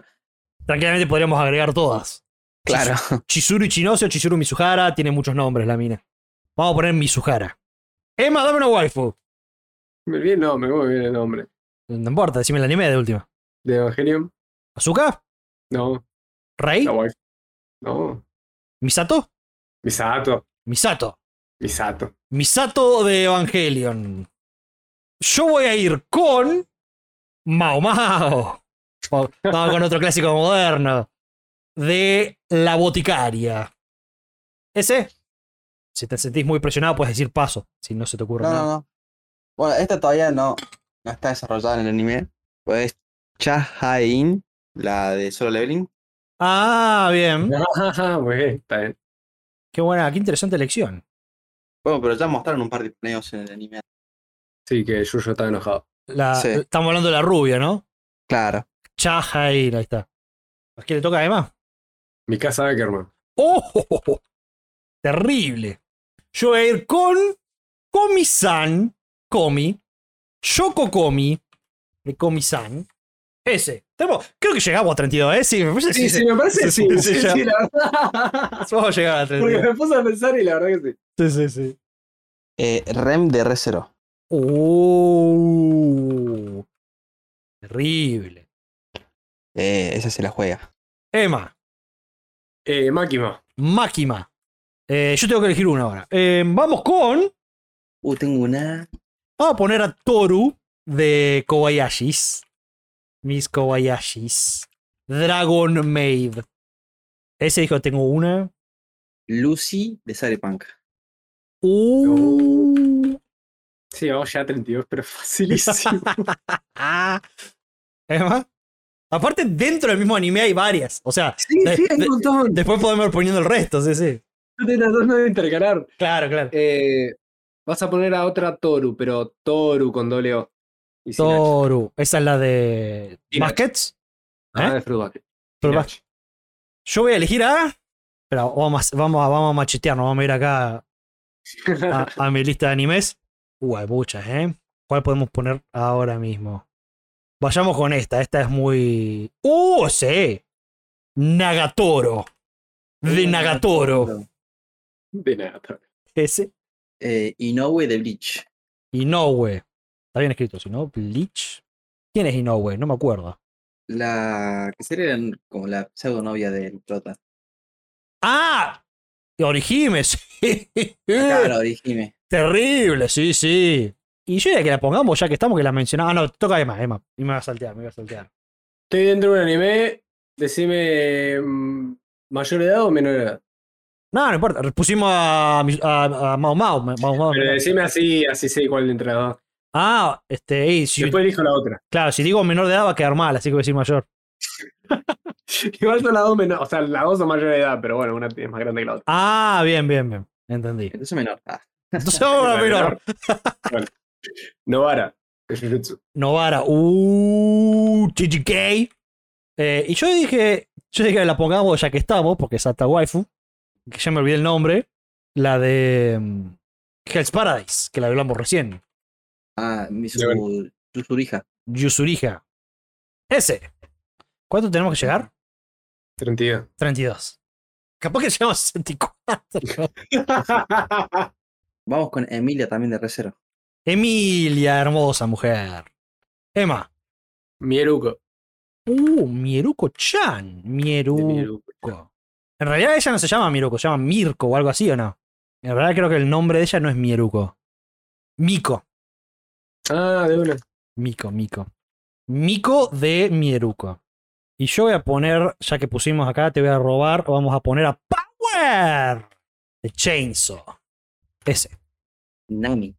[SPEAKER 1] Tranquilamente podríamos agregar todas.
[SPEAKER 3] claro.
[SPEAKER 1] Chizuru Ichinosu, Chizuru Mizuhara, tiene muchos nombres la mina. Vamos a poner Mizuhara. Emma, dame una waifu.
[SPEAKER 2] Me bien, no, me cómo me viene el nombre.
[SPEAKER 1] No importa, decime el anime de última.
[SPEAKER 2] ¿De Evangelion?
[SPEAKER 1] ¿Azuka?
[SPEAKER 2] No.
[SPEAKER 1] ¿Rei?
[SPEAKER 2] La wife. No.
[SPEAKER 1] ¿Misato?
[SPEAKER 2] Misato.
[SPEAKER 1] Misato.
[SPEAKER 2] Misato.
[SPEAKER 1] Misato de Evangelion. Yo voy a ir con. Mao Mao. Vamos con otro clásico moderno. De La Boticaria. ¿Ese? Si te sentís muy presionado, puedes decir paso. Si no se te ocurre
[SPEAKER 3] No,
[SPEAKER 1] nada.
[SPEAKER 3] no, no. Bueno, esta todavía no, no está desarrollada en el anime. Pues Chahain, la de Solo Leveling.
[SPEAKER 1] Ah, bien.
[SPEAKER 2] Ah, muy bien, está bien.
[SPEAKER 1] Qué buena, qué interesante elección.
[SPEAKER 3] Bueno, pero ya mostraron un par de planeos en el anime.
[SPEAKER 2] Sí, que Yuyo está enojado.
[SPEAKER 1] La-
[SPEAKER 3] Sí.
[SPEAKER 1] Estamos hablando de la rubia, ¿no?
[SPEAKER 3] Claro.
[SPEAKER 1] Chajair, ahí está. ¿A quién le toca además?
[SPEAKER 2] Mi casa Ackerman.
[SPEAKER 1] ¡Oh! oh, oh, oh! Terrible. Yo voy a ir con Komi-san, Komi, Shoko Komi, de Komi-san. Ese. Tenemos- Creo que llegamos a 32, ¿eh? Sí, me parece que sí, sí.
[SPEAKER 2] me parece.
[SPEAKER 1] sí, sí, sí,
[SPEAKER 2] la verdad.
[SPEAKER 1] Vamos a llegar a 32.
[SPEAKER 2] me puse a pensar y la verdad que sí.
[SPEAKER 1] Sí, sí, sí.
[SPEAKER 3] Eh, Rem de Re0.
[SPEAKER 1] ¡Oh! Terrible.
[SPEAKER 3] Eh, esa se la juega.
[SPEAKER 1] Emma,
[SPEAKER 2] Eh, Máquima.
[SPEAKER 1] Máquima. Eh, yo tengo que elegir una ahora. Eh, vamos con...
[SPEAKER 3] Uh, tengo una.
[SPEAKER 1] Vamos a poner a Toru de Kobayashis. Mis Kobayashis. Dragon Maid. Ese dijo, tengo una.
[SPEAKER 3] Lucy de Cyberpunk.
[SPEAKER 1] Uh.
[SPEAKER 2] Sí, vamos ya a 32, pero facilísimo.
[SPEAKER 1] Ah. Emma. Aparte, dentro del mismo anime hay varias. O sea,
[SPEAKER 2] sí,
[SPEAKER 1] sí, hay un
[SPEAKER 2] montón.
[SPEAKER 1] después podemos ir poniendo el resto, sí, sí.
[SPEAKER 2] Estoy tratando de intercalar.
[SPEAKER 1] Claro, claro.
[SPEAKER 2] Eh, Vas a poner a otra Toru, pero Toru con doble O. Y sin H.
[SPEAKER 1] Toru. Esa es la de.
[SPEAKER 2] Sin
[SPEAKER 1] Baskets.
[SPEAKER 2] Ah,
[SPEAKER 1] ¿eh?
[SPEAKER 2] de Fruit Basket.
[SPEAKER 1] Fruit
[SPEAKER 2] Sin
[SPEAKER 1] Basket.
[SPEAKER 2] H.
[SPEAKER 1] Yo voy a elegir a. Pero vamos, a- vamos, a- vamos a machetearnos. Vamos a ir acá a, a mi lista de animes. Uh, hay muchas, ¿eh? ¿Cuál podemos poner ahora mismo? Vayamos con esta. Esta es muy. ¡Uh, sí! Nagatoro. De Nagatoro.
[SPEAKER 2] De nada.
[SPEAKER 1] Ese.
[SPEAKER 5] Eh, Inoue de Bleach.
[SPEAKER 1] Inoue. Está bien escrito, si no, Bleach. ¿Quién es Inoue? No me acuerdo.
[SPEAKER 5] La que sería la- como la pseudo novia del prota.
[SPEAKER 1] ¡Ah! Orihime, sí.
[SPEAKER 3] Ah,
[SPEAKER 5] Claro, Orihime.
[SPEAKER 1] Terrible, sí, sí. Y yo diría que la pongamos ya que estamos, que la mencionamos. Ah, no, toca Emma, Emma. Y me va a saltear, me va a saltear.
[SPEAKER 2] Estoy dentro de un anime. Decime. mm, ¿Mayor edad o menor edad?
[SPEAKER 1] No, no importa. Pusimos a, a, a Mao Mao. Mao Mao.
[SPEAKER 2] Pero Eh, decime así, así sé cuál de entre las dos.
[SPEAKER 1] Ah, este, y si-
[SPEAKER 2] Después elijo la otra.
[SPEAKER 1] claro, si digo menor de edad va a quedar mal, así que voy a decir mayor.
[SPEAKER 2] Igual son las dos menor. O sea, las dos son mayor de edad, pero bueno, una es más grande que la otra.
[SPEAKER 1] Ah, bien, bien, bien. Entendí.
[SPEAKER 5] Entonces menor. Ah,
[SPEAKER 1] Entonces vamos a la menor.
[SPEAKER 2] Bueno. Novara. de Jujutsu.
[SPEAKER 1] Novara, uh, GGK. Eh, y yo dije, yo dije que la pongamos ya que estamos, porque es Ata Waifu, que ya me olvidé el nombre, la de mm, Hell's Paradise, que la hablamos recién,
[SPEAKER 5] ah Misu,
[SPEAKER 2] Ya
[SPEAKER 5] Yusurija.
[SPEAKER 1] Yusurija. Ese. ¿Cuánto tenemos que llegar?
[SPEAKER 2] 32.
[SPEAKER 1] 32. Capaz que llegamos a 64.
[SPEAKER 5] Vamos con Emilia también de Recero.
[SPEAKER 1] Emilia, hermosa mujer. Emma.
[SPEAKER 2] Mieruko.
[SPEAKER 1] Uh, Mieruko-chan.
[SPEAKER 2] de
[SPEAKER 1] Mieruko.
[SPEAKER 2] Mieruko.
[SPEAKER 1] Mirko. En realidad ella no se llama Miruko, se llama Mirko o algo así, ¿o no? En realidad creo que el nombre de ella no es Mieruko. Miko.
[SPEAKER 2] Ah, de una.
[SPEAKER 1] Miko, Miko. Miko de Mieruko. Y yo voy a poner, ya que pusimos acá, te voy a robar, vamos a poner a Power de Chainsaw. Ese.
[SPEAKER 5] Nami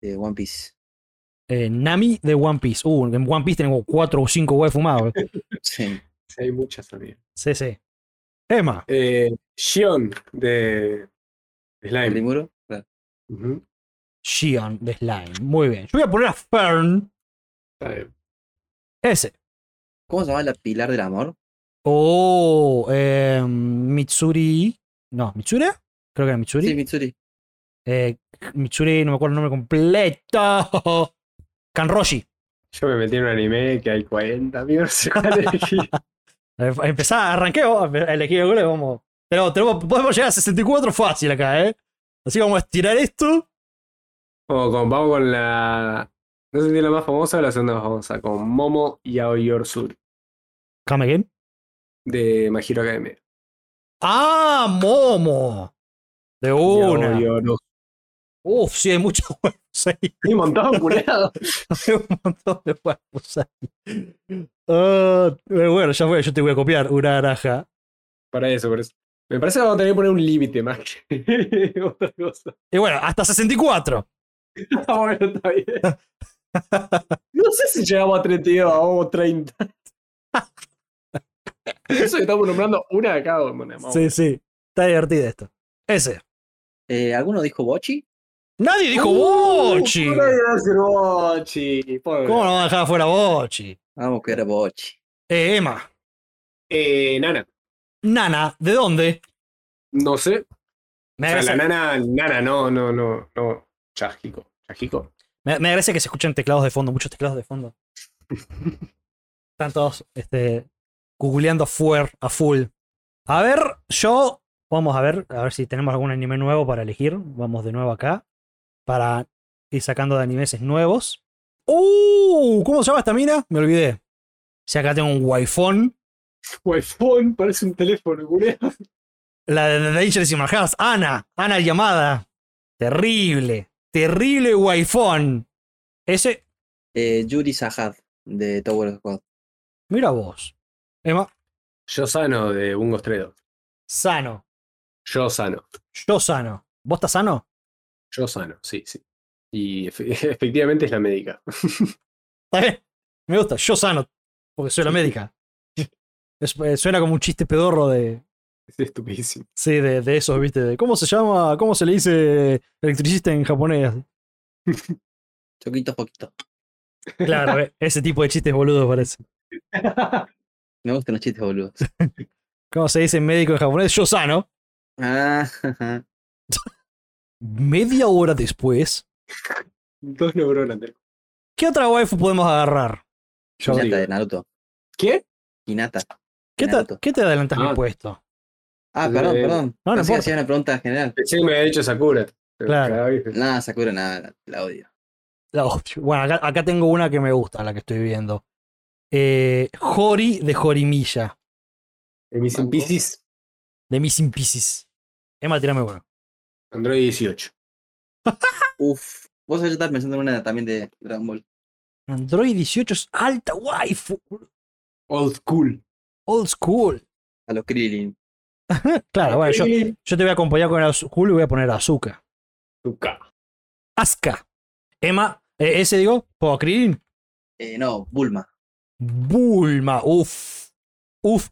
[SPEAKER 5] de One Piece.
[SPEAKER 1] Eh, Nami de One Piece. Uh, en One Piece tenemos cuatro o cinco guay fumados. eh.
[SPEAKER 5] Sí.
[SPEAKER 2] Sí, Hay muchas también.
[SPEAKER 1] Sí, sí. Emma.
[SPEAKER 2] Eh, Shion de de Slime.
[SPEAKER 5] Rimuro. Claro.
[SPEAKER 2] Ujú.
[SPEAKER 1] Shion de Slime. Muy bien. Yo voy a poner a Fern.
[SPEAKER 2] Está bien.
[SPEAKER 1] Ese.
[SPEAKER 5] ¿Cómo se llama la pilar del amor?
[SPEAKER 1] Oh, eh, Mitsuri. No, ¿Mitsure? Creo que era Mitsuri.
[SPEAKER 5] Sí, Mitsuri.
[SPEAKER 1] Eh, Mitsuri, no me acuerdo el nombre completo. Kanroshi.
[SPEAKER 2] Yo me metí en un anime que hay 40 amigos. no sé cuál elegir.
[SPEAKER 1] Eh, Empezá, arranqué, vos, elegí el gol, vamos. Pero tenemos- podemos llegar a 64 fácil acá, ¿eh? Así que vamos a estirar esto.
[SPEAKER 2] Vamos con, vamos con la. No sé si es la más famosa o la segunda más famosa. Con Momo y Aoyorsur
[SPEAKER 1] Come again.
[SPEAKER 2] de My Hero Academia.
[SPEAKER 1] ¡Ah, Momo! De una.
[SPEAKER 2] Yaoyorosur.
[SPEAKER 1] Uf, sí, hay muchos huevos ahí.
[SPEAKER 2] Hay un montón, culiado.
[SPEAKER 1] Hay un montón de huevos ahí. Ah, bueno, ya fue, yo te voy a copiar una naranja.
[SPEAKER 2] Para eso, por eso. Me parece que vamos a tener que poner un límite más que otra cosa.
[SPEAKER 1] Y bueno, hasta 64.
[SPEAKER 2] Ah, bueno, está bien. No sé si llegamos a 32 o 30. Eso que estamos nombrando una de cada una. vamos.
[SPEAKER 1] Sí, sí. Está divertido esto. Ese.
[SPEAKER 5] Eh, ¿Alguno dijo Bochi?
[SPEAKER 1] Nadie dijo
[SPEAKER 2] Uh,
[SPEAKER 1] Bochi.
[SPEAKER 2] ¿cómo nadie va a decir Bochi? Pobre.
[SPEAKER 1] ¿Cómo lo van a dejar afuera Bochi?
[SPEAKER 5] Vamos que era Bochi.
[SPEAKER 1] Eh, Emma.
[SPEAKER 2] Eh, nana.
[SPEAKER 1] Nana, ¿de dónde?
[SPEAKER 2] No sé.
[SPEAKER 1] Me
[SPEAKER 2] O sea,
[SPEAKER 1] agradece,
[SPEAKER 2] la nana, nana, no, no, no, no. Chajico. Chajico.
[SPEAKER 1] me- me agradece que se escuchan teclados de fondo, muchos teclados de fondo. Están todos este, googleando a fuer, a full. A ver, yo. Vamos a ver, a ver si tenemos algún anime nuevo para elegir. Vamos de nuevo acá. Para ir sacando de animeses nuevos. ¡Uh! ¿Cómo se llama esta mina? Me olvidé. Si acá tengo un waifón.
[SPEAKER 2] iPhone parece un teléfono, culiao.
[SPEAKER 1] La de The Dangerous in My House, Ana, Ana llamada. Terrible, terrible waifón. Ese,
[SPEAKER 5] Eh, Yuri Sahad de Tower Squad.
[SPEAKER 1] mira vos. Emma,
[SPEAKER 2] Yo sano de un gostredo.
[SPEAKER 1] sano.
[SPEAKER 2] Yo sano.
[SPEAKER 1] Yo sano. ¿Vos estás sano?
[SPEAKER 2] Yo sano, sí, sí. Y efe- efectivamente es la médica.
[SPEAKER 1] Está bien. Me gusta, yo sano. Porque soy la médica. Es- eh, suena como un chiste pedorro de,
[SPEAKER 2] Es estupidísimo.
[SPEAKER 1] Sí, de, de esos, viste. de- ¿Cómo se llama? ¿Cómo se le dice electricista en japonés?
[SPEAKER 5] Choquito poquito.
[SPEAKER 1] Claro, eh, ese tipo de chistes boludos parece.
[SPEAKER 5] Me gustan los chistes, boludos.
[SPEAKER 1] ¿Cómo se dice médico en japonés? Yo sano.
[SPEAKER 5] Ah, ajá.
[SPEAKER 1] Media hora después.
[SPEAKER 2] Dos neuronas. del-
[SPEAKER 1] ¿Qué otra waifu podemos agarrar?
[SPEAKER 2] Yo
[SPEAKER 5] Hinata
[SPEAKER 2] digo.
[SPEAKER 5] de Naruto.
[SPEAKER 2] ¿Qué?
[SPEAKER 5] Hinata.
[SPEAKER 1] ¿Qué te,
[SPEAKER 5] Naruto.
[SPEAKER 1] qué te adelantas mi
[SPEAKER 2] Ah.
[SPEAKER 1] puesto?
[SPEAKER 5] Ah, perdón,
[SPEAKER 2] Eh,
[SPEAKER 5] perdón.
[SPEAKER 1] no
[SPEAKER 5] No,
[SPEAKER 1] importa.
[SPEAKER 5] hacía una pregunta general.
[SPEAKER 2] Pensé que me había dicho Sakura. pero
[SPEAKER 1] Claro.
[SPEAKER 2] cada vez-
[SPEAKER 5] Nada, Sakura, nada, la odio.
[SPEAKER 1] La odio. Bueno, acá, acá tengo una que me gusta, la que estoy viendo. Eh, Hori de Jorimilla,
[SPEAKER 2] En mis
[SPEAKER 5] Banco.
[SPEAKER 2] impicis,
[SPEAKER 1] de Missing Pieces. Emma, tirame uno.
[SPEAKER 2] Android 18.
[SPEAKER 5] Uf. Vos sabés, yo estaba pensando en una también de Dragon Ball.
[SPEAKER 1] Android 18 es alta waifu.
[SPEAKER 2] Old school.
[SPEAKER 1] Old school.
[SPEAKER 5] A los Krillin.
[SPEAKER 1] Claro, bueno, yo,
[SPEAKER 2] Eh,
[SPEAKER 1] yo te voy a acompañar con el azul y voy a poner azúcar.
[SPEAKER 2] Tuca.
[SPEAKER 1] Aska. Emma, eh, ese digo, ¿puedo Krillin?
[SPEAKER 5] Eh, no, Bulma.
[SPEAKER 1] Bulma, uff, uff,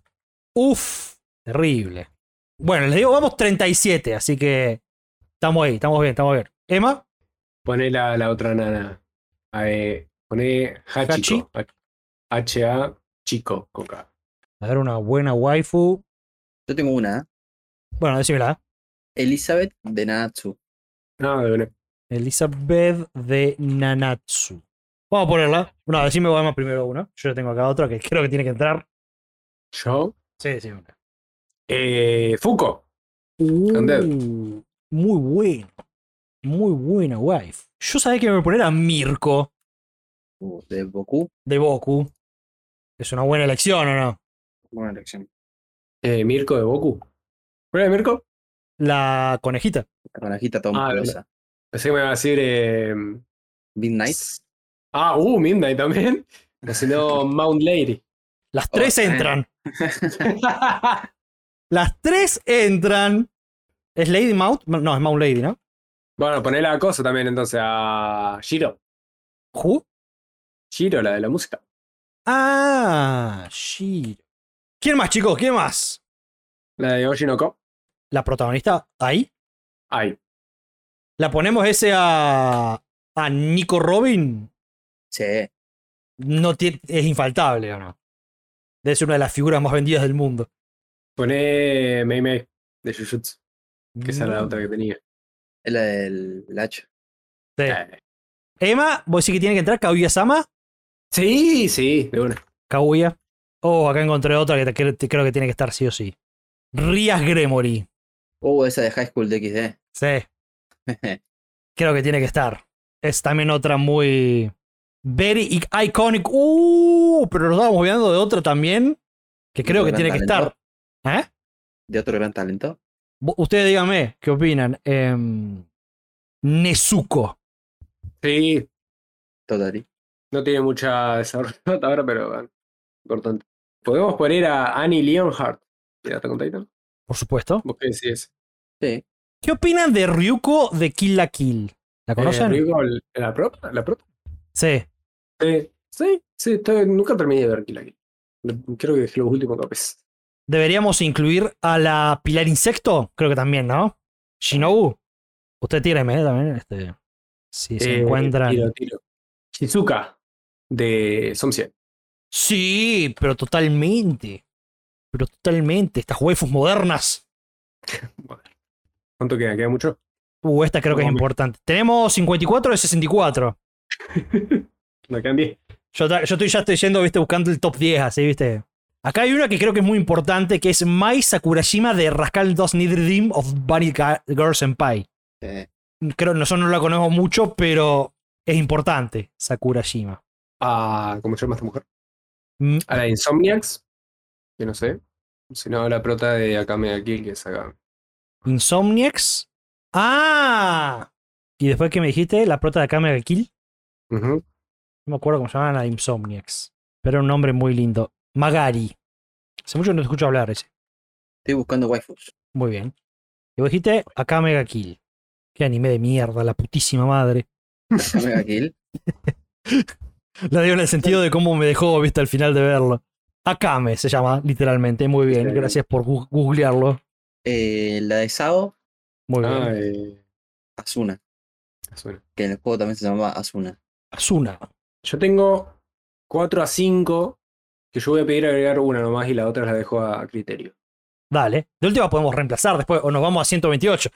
[SPEAKER 1] uff, terrible. Bueno, les digo, vamos 37, así que estamos ahí, estamos bien, estamos bien. Emma,
[SPEAKER 2] Poné la, la otra nana. A ver, poné
[SPEAKER 1] Hachi.
[SPEAKER 2] Hachiko. H-A Chico Coca.
[SPEAKER 1] a ver, una buena waifu.
[SPEAKER 5] Yo tengo una. ¿eh?
[SPEAKER 1] Bueno, decímela. ¿eh?
[SPEAKER 5] Elizabeth de Natsu.
[SPEAKER 2] No, de una.
[SPEAKER 1] Elizabeth de Nanatsu. Vamos a ponerla. No, decime vamos primero una. Yo ya tengo acá otra que creo que tiene que entrar.
[SPEAKER 2] Yo.
[SPEAKER 1] Sí, sí, una.
[SPEAKER 2] Eh, Fuko. Undead.
[SPEAKER 1] Uh, muy bueno. Muy buena waifu. Yo sabía que me voy a poner a Mirko.
[SPEAKER 5] o De Goku.
[SPEAKER 1] de Boku. ¿Es una buena elección o no?
[SPEAKER 5] Buena elección.
[SPEAKER 2] Eh, Mirko de Boku. ¿Fuera de Mirko?
[SPEAKER 1] La conejita.
[SPEAKER 5] La conejita toda
[SPEAKER 2] Ah,
[SPEAKER 5] musculosa.
[SPEAKER 2] Pensé que me iba a decir. eh,
[SPEAKER 5] Midnight.
[SPEAKER 2] Ah, uh, Midnight también. O si no, Mount Lady.
[SPEAKER 1] Las tres
[SPEAKER 5] Oh, eh.
[SPEAKER 1] entran. Las tres entran. ¿Es Lady Mount? No, es Mount Lady, ¿no?
[SPEAKER 2] Bueno, poné la cosa también entonces a Shiro.
[SPEAKER 1] ¿Who?
[SPEAKER 2] Shiro, la de la música.
[SPEAKER 1] Ah, Shiro. ¿Quién más, chicos? ¿Quién más?
[SPEAKER 2] La de Oshinoko.
[SPEAKER 1] La protagonista ahí.
[SPEAKER 2] Ay.
[SPEAKER 1] ¿La ponemos ese a. a Nico Robin?
[SPEAKER 5] Sí.
[SPEAKER 1] No tiene- es infaltable, ¿o no? Debe ser una de las figuras más vendidas del mundo.
[SPEAKER 2] Poné Mei Mei de Jujutsu, que esa era la
[SPEAKER 1] Mm.
[SPEAKER 2] otra que tenía.
[SPEAKER 5] Es la del el hacha.
[SPEAKER 1] Sí.
[SPEAKER 2] Eh.
[SPEAKER 1] Emma, ¿vos decís que tiene que entrar Kaguya-sama?
[SPEAKER 2] Sí, sí, de una.
[SPEAKER 1] Kaguya. Oh, acá encontré otra que te- que te- creo que tiene que estar sí o sí. Rías Gremory.
[SPEAKER 5] Oh, esa de High School DxD.
[SPEAKER 1] Sí, creo que tiene que estar. Es también otra muy. Very i- iconic. Uh, pero nos estábamos viendo de otra también. Que creo que
[SPEAKER 5] gran
[SPEAKER 1] tiene que estar.
[SPEAKER 5] talento.
[SPEAKER 1] ¿Eh?
[SPEAKER 5] de otro gran talento.
[SPEAKER 1] Vo- Ustedes díganme, ¿qué opinan? Em, Nezuko.
[SPEAKER 2] Sí,
[SPEAKER 5] Totally.
[SPEAKER 2] no tiene mucha desarrollo hasta ahora, pero bueno, importante. Podemos poner a Annie Leonhardt. ¿Ya con Titan?
[SPEAKER 1] Por supuesto.
[SPEAKER 2] ¿Vos qué decís?
[SPEAKER 5] Sí.
[SPEAKER 1] ¿Qué opinan de Ryuko de Kill la Kill? ¿La conocen?
[SPEAKER 2] Eh, Rigo, ¿La propia? ¿La propia?
[SPEAKER 1] sí.
[SPEAKER 2] Sí, sí, sí estoy- nunca terminé de ver Kill la Kill. Creo que dejé los últimos capes.
[SPEAKER 1] Deberíamos incluir a la Pilar Insecto, creo que también, ¿no? Shinobu. Usted tíreme eh, también. Este, si se
[SPEAKER 2] Eh,
[SPEAKER 1] encuentran.
[SPEAKER 2] Tiro, tiro. Shizuka, de Somsia.
[SPEAKER 1] Sí, pero totalmente. Pero totalmente. Estas waifus modernas.
[SPEAKER 2] ¿Cuánto queda? ¿Queda mucho?
[SPEAKER 1] Uh, esta creo que es
[SPEAKER 2] Vamos.
[SPEAKER 1] importante. Tenemos 54 de 64.
[SPEAKER 2] Me quedan 10.
[SPEAKER 1] Yo, ta- yo estoy, ya estoy yendo, viste, buscando el top 10, así, viste. Acá hay una que creo que es muy importante, que es Mai Sakurajima de Rascal 2 Neither Dream of Bunny Ga- Girl Senpai.
[SPEAKER 5] Sí.
[SPEAKER 1] Creo, nosotros no la conocemos mucho, pero es importante Sakurajima.
[SPEAKER 2] Ah, ¿cómo se llama esta mujer?
[SPEAKER 1] Mm,
[SPEAKER 2] A la de Insomniacs, que no sé. Si no, la prota de Akame ga Kill, que es acá.
[SPEAKER 1] Insomniacs. ¡Ah! Y después que me dijiste, la prota de Akame ga Kill.
[SPEAKER 2] Ujú.
[SPEAKER 1] No me acuerdo cómo se llamaban la de Insomniacs. Pero era un nombre muy lindo. Magari. Hace mucho que no te escucho hablar ese.
[SPEAKER 5] Estoy buscando waifus.
[SPEAKER 1] Muy bien. Y vos dijiste Akame ga Kill. Qué anime de mierda, la putísima madre.
[SPEAKER 5] Mega Kill.
[SPEAKER 1] La digo en el sentido de cómo me dejó, viste, al final de verlo. Akame se llama, literalmente. Muy bien,
[SPEAKER 2] Sí.
[SPEAKER 1] gracias por gu- googlearlo.
[SPEAKER 3] Eh, la de Sao,
[SPEAKER 1] Muy bien.
[SPEAKER 2] Ah, eh,
[SPEAKER 3] Asuna.
[SPEAKER 2] suena.
[SPEAKER 3] Que en el juego también se llamaba Asuna.
[SPEAKER 1] Asuna.
[SPEAKER 2] Yo tengo 4 a 5, que yo voy a pedir agregar una nomás y la otra la dejo a criterio.
[SPEAKER 1] Dale. De última podemos reemplazar después o nos vamos a 128.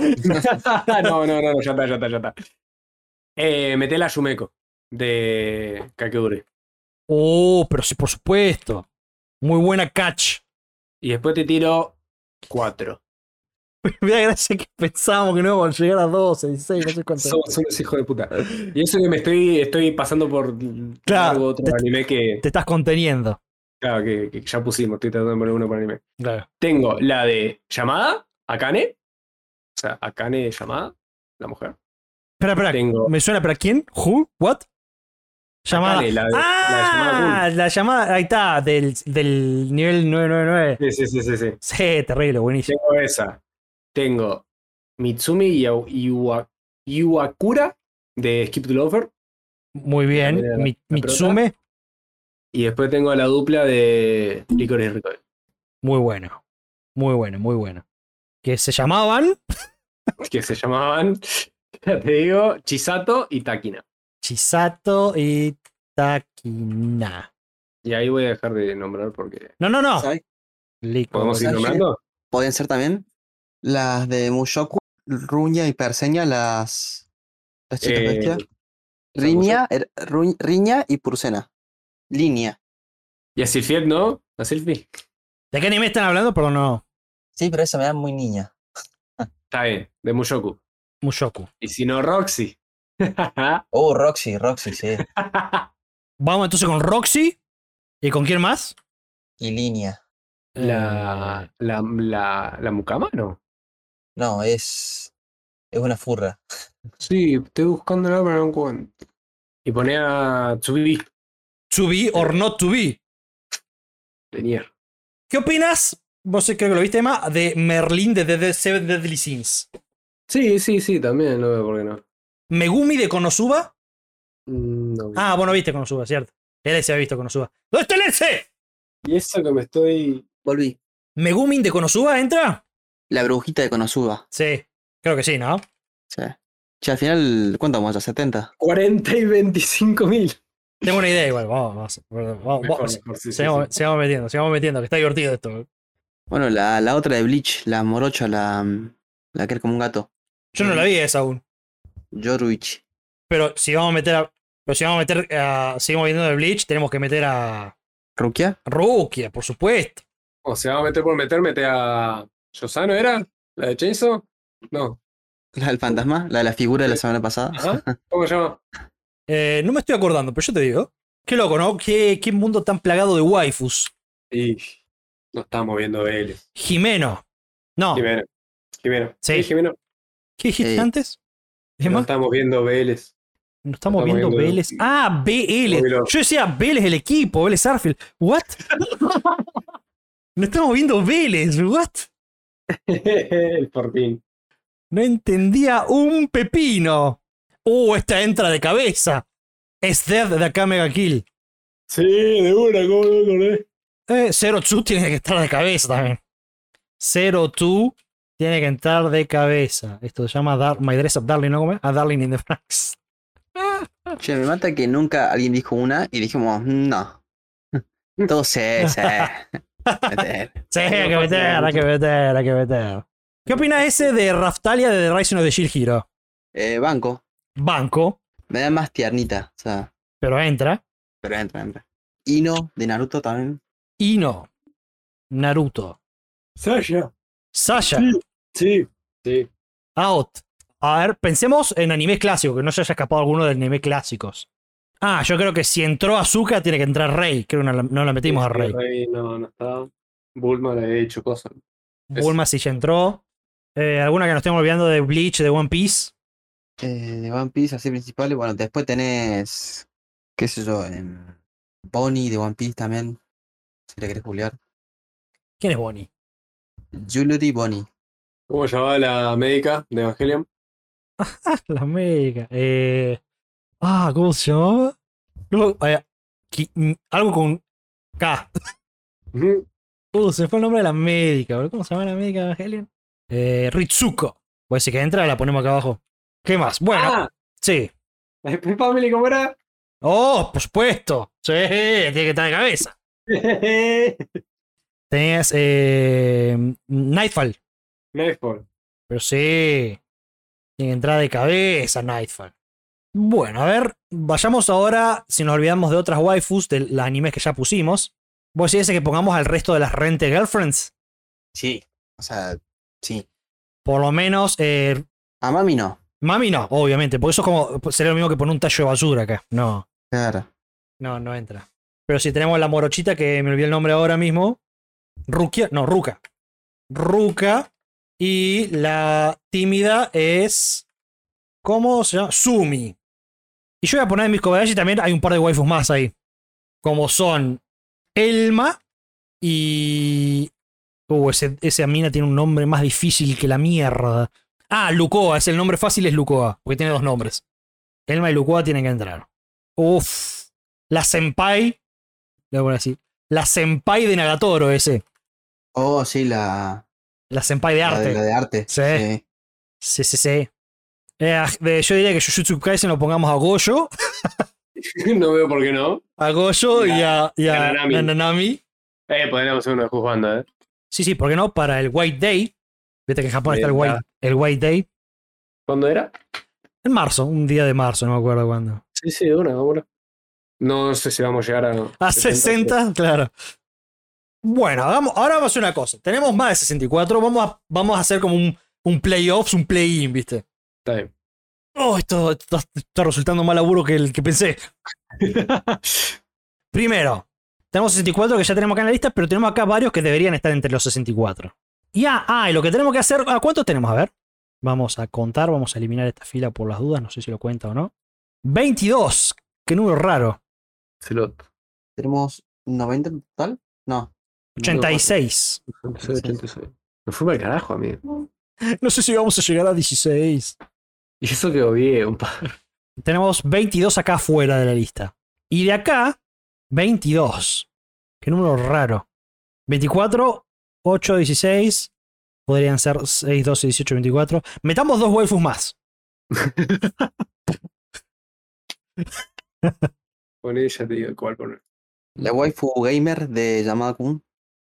[SPEAKER 2] Ah, no, no, no, no, ya está, ya está, ya está. Eh, meté la Yumeko de Kakegurui.
[SPEAKER 1] Oh, pero sí, por supuesto. Muy buena catch.
[SPEAKER 2] Y después te tiro 4.
[SPEAKER 1] Me da gracia que pensábamos que no íbamos a llegar a 12, 16, no sé cuánto.
[SPEAKER 2] Son, son unos hijos de puta. Y eso que me estoy, estoy pasando por
[SPEAKER 1] Claro,
[SPEAKER 2] largo otro
[SPEAKER 1] te-
[SPEAKER 2] anime que,
[SPEAKER 1] Te estás conteniendo.
[SPEAKER 2] claro, que, que ya pusimos. Estoy tratando de poner uno por anime.
[SPEAKER 1] Claro.
[SPEAKER 2] Tengo la de Llamada, Akane. O sea, Akane de Llamada, la mujer.
[SPEAKER 1] Espera, espera.
[SPEAKER 2] Tengo
[SPEAKER 1] Me suena, ¿para quién? ¿Who? ¿What? Llamada.
[SPEAKER 2] Akane, la de,
[SPEAKER 1] ah,
[SPEAKER 2] la de Llamada Kun.
[SPEAKER 1] la llamada. Ahí está, del, del nivel 999.
[SPEAKER 2] Sí, sí, sí, sí, sí.
[SPEAKER 1] Sí, terrible, buenísimo.
[SPEAKER 2] Tengo esa. Tengo Mitsumi Iwa- Iwa- Iwakura de Skip the Lover.
[SPEAKER 1] Muy bien.
[SPEAKER 2] Mira, la-
[SPEAKER 1] Mi-
[SPEAKER 2] la
[SPEAKER 1] Mitsume,
[SPEAKER 2] Y después tengo la dupla de Licorice Recoil.
[SPEAKER 1] muy bueno. Muy bueno, muy bueno. Que se llamaban
[SPEAKER 2] Que se llamaban, ya te digo, Chisato y Takina.
[SPEAKER 1] Chisato y Takina.
[SPEAKER 2] Y ahí voy a dejar de nombrar porque.
[SPEAKER 1] No, no,
[SPEAKER 5] Ah.
[SPEAKER 1] no.
[SPEAKER 3] ¿Sabes?
[SPEAKER 1] Lico.
[SPEAKER 2] ¿Podemos ir
[SPEAKER 3] Sashi.
[SPEAKER 2] nombrando?
[SPEAKER 3] Podían ser también las de Mushoku, Ruña y Perseña, las. Las chicas
[SPEAKER 2] Eh,
[SPEAKER 3] bestias. Riña, er- Ruñ- Riña y Purcena. Línea.
[SPEAKER 2] Y a Silfiet, ¿no? A Silfi.
[SPEAKER 1] ¿De qué anime están hablando? Perdón, no.
[SPEAKER 3] Sí, pero esa me da muy niña.
[SPEAKER 2] Está bien, de Mushoku.
[SPEAKER 1] Mushoku.
[SPEAKER 2] Y si no, Roxy.
[SPEAKER 3] Oh, Roxy, Roxy, sí.
[SPEAKER 1] Vamos entonces con Roxy. ¿Y con quién más?
[SPEAKER 3] y línea.
[SPEAKER 2] Eh. la, la, la, la mucama, ¿no?
[SPEAKER 3] No, es. Es una furra.
[SPEAKER 2] Sí, estoy buscando la pero no encuentro. Y ponía a Tsubi
[SPEAKER 1] To be or not to be.
[SPEAKER 2] de Nier.
[SPEAKER 1] ¿Qué opinas? No sé, creo que lo viste, Emma, de Merlin de DD Seven Deadly Sins.
[SPEAKER 2] Sí, sí, sí, también, no veo por qué no.
[SPEAKER 1] Megumi de Konosuba.
[SPEAKER 2] Mm, no.
[SPEAKER 1] Ah, vos no viste Konosuba, ¿cierto? Él se había visto Konosuba. ¿Dónde está el ese?
[SPEAKER 2] Y eso que me estoy.
[SPEAKER 3] Volví.
[SPEAKER 1] ¿Megumi de Konosuba entra?
[SPEAKER 3] La brujita de Konosuba.
[SPEAKER 1] Sí, creo que sí, ¿no?
[SPEAKER 3] Sí. Che, al final, ¿cuánto vamos a 70?
[SPEAKER 2] 40 y 25 mil.
[SPEAKER 1] Tengo una idea igual. Vamos, vamos, vamos, vamos. Sigamos, sigamos metiendo, sigamos metiendo, que está divertido esto.
[SPEAKER 3] Bueno, la, la otra de Bleach, la morocha, la. La que era como un gato.
[SPEAKER 1] Yo no la vi esa aún.
[SPEAKER 3] Yoruichi.
[SPEAKER 1] Pero si vamos a meter a. Pero si vamos a meter a. Seguimos viendo de Bleach, tenemos que meter a.
[SPEAKER 3] ¿Rukia?
[SPEAKER 1] Rukia, por supuesto.
[SPEAKER 2] O sea, vamos a meter por meter, mete a. ¿Yosano era? ¿La de Chainsaw? No.
[SPEAKER 3] ¿La del fantasma? ¿La de la figura de la semana pasada?
[SPEAKER 2] Ajá. ¿Cómo se llama?
[SPEAKER 1] Eh, no me estoy acordando, pero yo te digo. Qué loco, ¿no? Qué, qué mundo tan plagado de waifus.
[SPEAKER 2] Y. No estamos viendo él.
[SPEAKER 1] Jimeno. No.
[SPEAKER 2] Jimeno. Jimeno.
[SPEAKER 1] Sí.
[SPEAKER 2] Jimeno.
[SPEAKER 1] ¿Qué dijiste
[SPEAKER 3] Eh,
[SPEAKER 1] antes? ¿Es
[SPEAKER 2] No
[SPEAKER 1] más?
[SPEAKER 2] estamos viendo Vélez.
[SPEAKER 1] No estamos,
[SPEAKER 2] estamos
[SPEAKER 1] viendo,
[SPEAKER 2] viendo-
[SPEAKER 1] Vélez. Ah, BL.
[SPEAKER 2] Moviló.
[SPEAKER 1] Yo decía Vélez el equipo, Vélez Arfield. ¿What? no estamos viendo Vélez. ¿What?
[SPEAKER 2] El Fortín.
[SPEAKER 1] No entendía un pepino. Uh, esta entra de cabeza. Es Dead de acá Mega Kill.
[SPEAKER 2] Sí, de una, ¿cómo no me acordé?
[SPEAKER 1] Eh, Zero Two tiene que entrar de cabeza también. Zero Two tiene que entrar de cabeza. Esto se llama Dar My Dress Up Darling, ¿no? ¿Cómo es? A Darling in the Franks.
[SPEAKER 3] Che, me mata que nunca alguien dijo una y dijimos, no. Todo se. se. Meter.
[SPEAKER 1] Sí, hay que meter, hay que meter, hay que meter. ¿Qué opina ese de Raftalia de The Rising of the Shield Hero?
[SPEAKER 3] Eh, banco.
[SPEAKER 1] Banco,
[SPEAKER 3] Me da más tiernita. O sea,
[SPEAKER 1] pero entra.
[SPEAKER 3] pero entra, entra. Ino de Naruto también.
[SPEAKER 1] Ino, Naruto,
[SPEAKER 2] Sasha.
[SPEAKER 1] Sasha,
[SPEAKER 2] Sí. Sí.
[SPEAKER 1] Out. A ver, pensemos en animes clásicos, que no se haya escapado alguno de animes clásicos. Ah, yo creo que si entró Azuka tiene que entrar Rey. Creo que no la, no la metimos a Rey.
[SPEAKER 2] No, no está. Bulma le he hecho cosas. es-
[SPEAKER 1] Bulma si ya entró. Eh, alguna que nos estemos olvidando de Bleach, de One Piece.
[SPEAKER 3] Eh, de One Piece, así principales. Bueno, después tenés. ¿Qué sé yo? em, Bonnie de One Piece también. Si le querés juliar.
[SPEAKER 1] ¿Quién es Bonnie?
[SPEAKER 3] Jewelry Bonnie.
[SPEAKER 2] ¿Cómo llamaba la médica de Evangelion?
[SPEAKER 1] Ah, la mega. Eh, ah, ¿cómo se llamaba? No, eh, Ki- mm, algo con K. Uh, se fue el nombre de la médica, boludo. ¿Cómo se llama la médica de Evangelion? Eh, Ritsuko. Pues si que entra, la ponemos acá abajo. ¿Qué más? Bueno,
[SPEAKER 2] Ah,
[SPEAKER 1] sí.
[SPEAKER 2] Spy Family, ¿cómo era?
[SPEAKER 1] Oh, por supuesto. Sí, tiene que estar de cabeza. Tenías eh, Nightfall.
[SPEAKER 2] Nightfall.
[SPEAKER 1] Pero sí. Tiene que entrar de cabeza Nightfall. Bueno, a ver, vayamos ahora, si nos olvidamos de otras waifus, de las animes que ya pusimos. ¿Vos decís que pongamos al resto de las Rente Girlfriends?
[SPEAKER 5] Sí. O sea, sí.
[SPEAKER 1] Por lo menos, eh,
[SPEAKER 5] A Mami no.
[SPEAKER 1] Mami no, obviamente, porque eso es como, sería lo mismo que poner un tallo de basura acá. No,
[SPEAKER 5] Claro.
[SPEAKER 1] no, no entra. Pero si tenemos la morochita, que me olvidé el nombre ahora mismo, Rukia, no, Ruka. Ruka y la tímida es, ¿cómo se llama? Sumi. Y yo voy a poner en mis Kobayashi también hay un par de waifus más ahí. Como son Elma y... Uh, ese, esa mina tiene un nombre más difícil que la mierda. Ah, Lucoa, es el nombre fácil, es Lucoa, porque tiene dos nombres. Elma y Lucoa tienen que entrar. Uf. La Senpai. Le voy a poner así. La Senpai de Nagatoro ese.
[SPEAKER 5] Oh, sí, la,
[SPEAKER 1] La Senpai de
[SPEAKER 5] la,
[SPEAKER 1] arte.
[SPEAKER 5] de, la de arte.
[SPEAKER 1] Sí. Sí, sí, sí. Eh, eh, yo diría que Jujutsu Kaisen lo pongamos a Goyo.
[SPEAKER 2] no veo por qué no.
[SPEAKER 1] A Goyo y a, y a
[SPEAKER 2] Y a Nanami.
[SPEAKER 1] Nanami.
[SPEAKER 2] Eh, podríamos hacer una juzgando, ¿eh?
[SPEAKER 1] Sí, sí, ¿por qué no? Para el White Day. Viste que en Japón está el
[SPEAKER 2] Bien,
[SPEAKER 1] White, el White Day.
[SPEAKER 2] ¿Cuándo era?
[SPEAKER 1] En marzo, un día de marzo, no me acuerdo cuándo.
[SPEAKER 2] Sí, sí, de una, vámonos. No sé si vamos a llegar a.
[SPEAKER 1] A 60, claro. Bueno, hagamos, ahora vamos a hacer una cosa. Tenemos más de 64, vamos a, vamos a hacer como un, un playoffs, un play-in, ¿viste?
[SPEAKER 2] Está bien.
[SPEAKER 1] Oh, esto, esto está resultando más laburo que el que pensé. Primero, tenemos 64 que ya tenemos acá en la lista, pero tenemos acá varios que deberían estar entre los 64. Y ah, ah, y lo que tenemos que hacer. ah, ¿Cuántos tenemos? A ver. Vamos a contar, vamos a eliminar esta fila por las dudas, no sé si lo cuenta o no. 22, qué número raro.
[SPEAKER 2] Celot.
[SPEAKER 5] Tenemos 90 en total. No.
[SPEAKER 1] 86.
[SPEAKER 2] 86, 86. Me fue mal carajo, amigo.
[SPEAKER 1] No sé si vamos a llegar a 16.
[SPEAKER 2] Y eso quedó bien, un par.
[SPEAKER 1] Tenemos 22 acá afuera de la lista. Y de acá, 22. Qué número raro. 24, 8, 16. Podrían ser 6, 12, 18, 24. Metamos dos waifus más.
[SPEAKER 2] Con ella te digo cuál poner.
[SPEAKER 5] La waifu gamer de Yamada Kun.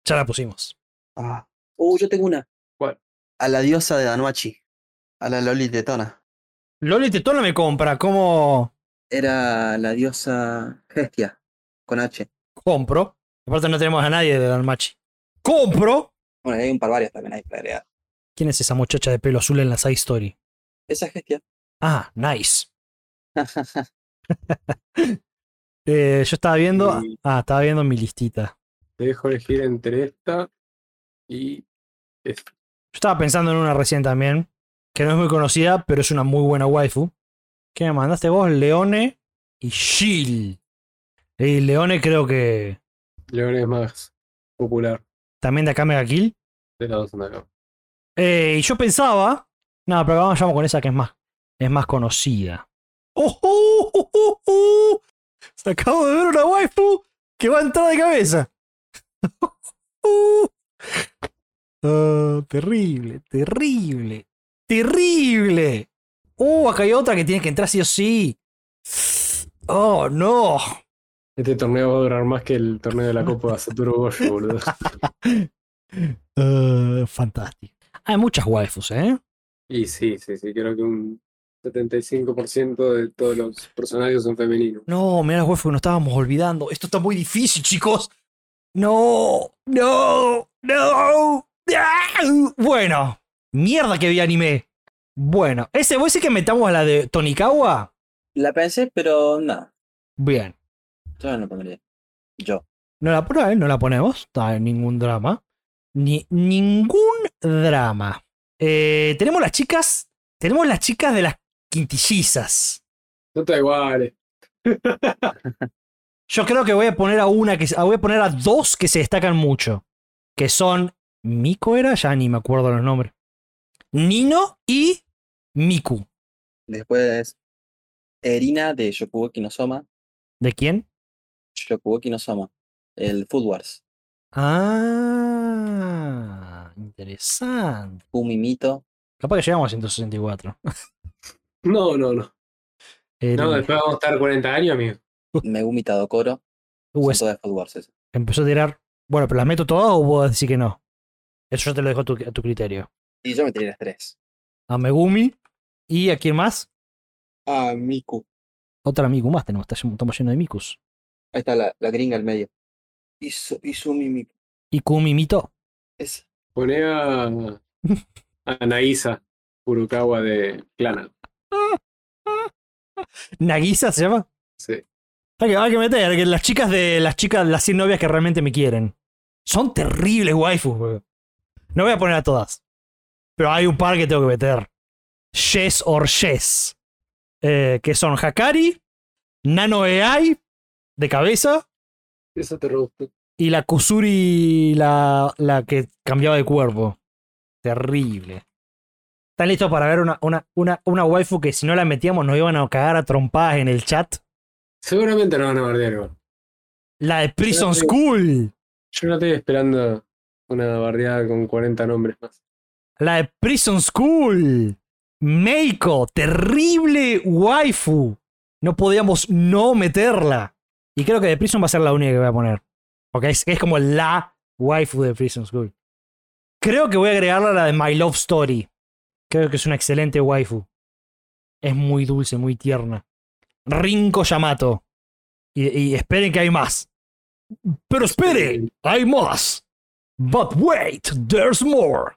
[SPEAKER 1] Ya la pusimos.
[SPEAKER 5] Ah. Uh, yo tengo una.
[SPEAKER 2] ¿Cuál?
[SPEAKER 5] A la diosa de Danuachi. A la Loli Tetona.
[SPEAKER 1] Loli Tetona me compra. ¿Cómo
[SPEAKER 5] Era la diosa Gestia. Con H.
[SPEAKER 1] compro? Aparte no tenemos a nadie de Dalmachi. ¿Compro?
[SPEAKER 5] Bueno, hay un par varios también ahí para agregar.
[SPEAKER 1] ¿Quién es esa muchacha de pelo azul en la side story?
[SPEAKER 5] Esa es Gestia.
[SPEAKER 1] Ah, nice. Eh, yo estaba viendo...
[SPEAKER 2] Sí.
[SPEAKER 1] Ah, estaba viendo mi listita.
[SPEAKER 2] Te dejo elegir entre esta y esta.
[SPEAKER 1] Yo estaba pensando en una recién también, que no es muy conocida, pero es una muy buena waifu. ¿Qué me mandaste vos? Leone y Shill. Y Leone creo que
[SPEAKER 2] León es más popular
[SPEAKER 1] también de acá Mega Kill.
[SPEAKER 2] de las dos en acá.
[SPEAKER 1] Eh, y yo pensaba. No, pero vamos, vamos con esa que es más, es más conocida. ¡Oh, oh, oh, oh, oh! Se acabo de ver una waifu que va a entrar de cabeza. Oh, Ah, terrible, terrible, terrible. Oh, acá hay otra que tiene que entrar sí o sí. Oh, no.
[SPEAKER 2] Este torneo va a durar más que el torneo de la Copa Satoru Goyo, boludo.
[SPEAKER 1] Ah, fantástico. Hay muchas waifus, ¿eh?
[SPEAKER 2] Y sí, sí, sí, creo que un 75% de todos los personajes son femeninos.
[SPEAKER 1] No, mira las waifus que nos estábamos olvidando. Esto está muy difícil, chicos. No, no, no. ¡Ah! Bueno, mierda que vi anime. Bueno, ese vos sí que metamos a la de Tonikawa.
[SPEAKER 5] la pensé, pero no.
[SPEAKER 1] Bien.
[SPEAKER 5] Yo no la pondría. Yo.
[SPEAKER 1] No la, pone- no la ponemos. No hay ningún drama. Ni, ningún drama. Eh, tenemos las chicas. Tenemos las chicas de las quintillizas.
[SPEAKER 2] No está igual. eh.
[SPEAKER 1] Yo creo que voy a poner a una que se- voy a poner a dos que se destacan mucho. Que son Miko era, ya ni me acuerdo los nombres. Nino y Miku.
[SPEAKER 5] Después, Erina de Yokuboki no Soma.
[SPEAKER 1] ¿De quién?
[SPEAKER 5] Yokuboki no Soma.
[SPEAKER 6] el Food Wars.
[SPEAKER 1] Ah, interesante.
[SPEAKER 6] Kumimito.
[SPEAKER 1] Capaz que llegamos a 164.
[SPEAKER 2] No, no, no.
[SPEAKER 1] Eh,
[SPEAKER 2] No,
[SPEAKER 1] tengo-
[SPEAKER 2] después vamos a estar 40 años, amigo.
[SPEAKER 6] Megumi Tadokoro. Son
[SPEAKER 1] Uh, es-
[SPEAKER 6] todas de Food Wars. esas.
[SPEAKER 1] empezó a tirar. Bueno, pero las meto todas o vos decís que no. Eso yo te lo dejo a tu, a tu criterio.
[SPEAKER 6] Y yo me tiré las tres.
[SPEAKER 1] A Megumi. ¿Y a quién más?
[SPEAKER 6] Ah, Miku.
[SPEAKER 1] Otra Miku más tenemos. está- Estamos llenos de Mikus.
[SPEAKER 6] Ahí está la, la gringa al medio. Isu- Izumi Miku.
[SPEAKER 1] ¿Y Kumi Mito?
[SPEAKER 6] Esa.
[SPEAKER 2] Poné a, a Anaísa Furukawa de Clana.
[SPEAKER 1] ¿Nagisa se llama?
[SPEAKER 2] Sí.
[SPEAKER 1] Hay que, hay que meter, que las chicas de las chicas, las 100 novias que realmente me quieren. Son terribles waifus, weón. No voy a poner a todas. Pero hay un par que tengo que meter. Yes or Yes. Eh, que son Hakari, Nano AI, de cabeza,
[SPEAKER 2] Eso te robó.
[SPEAKER 1] y la Kusuri, la, la que cambiaba de cuerpo. Terrible. ¿Están listos para ver una, una, una, una waifu que si no la metíamos nos iban a cagar a trompadas en el chat?
[SPEAKER 2] Seguramente no van a bardear igual.
[SPEAKER 1] La de Prison
[SPEAKER 2] Espérate.
[SPEAKER 1] School.
[SPEAKER 2] Yo no estoy esperando una bardeada con 40 nombres más.
[SPEAKER 1] La de Prison School. Meiko, terrible waifu. No podíamos no meterla. Y creo que de Prison va a ser la única que voy a poner. Porque es, es como la waifu de Prison School. Creo que voy a agregarla a la de My Love Story. Creo que es una excelente waifu. Es muy dulce, muy tierna. Rinko Yamato. Y, y esperen que hay más. Pero esperen, hay más. But wait, there's more.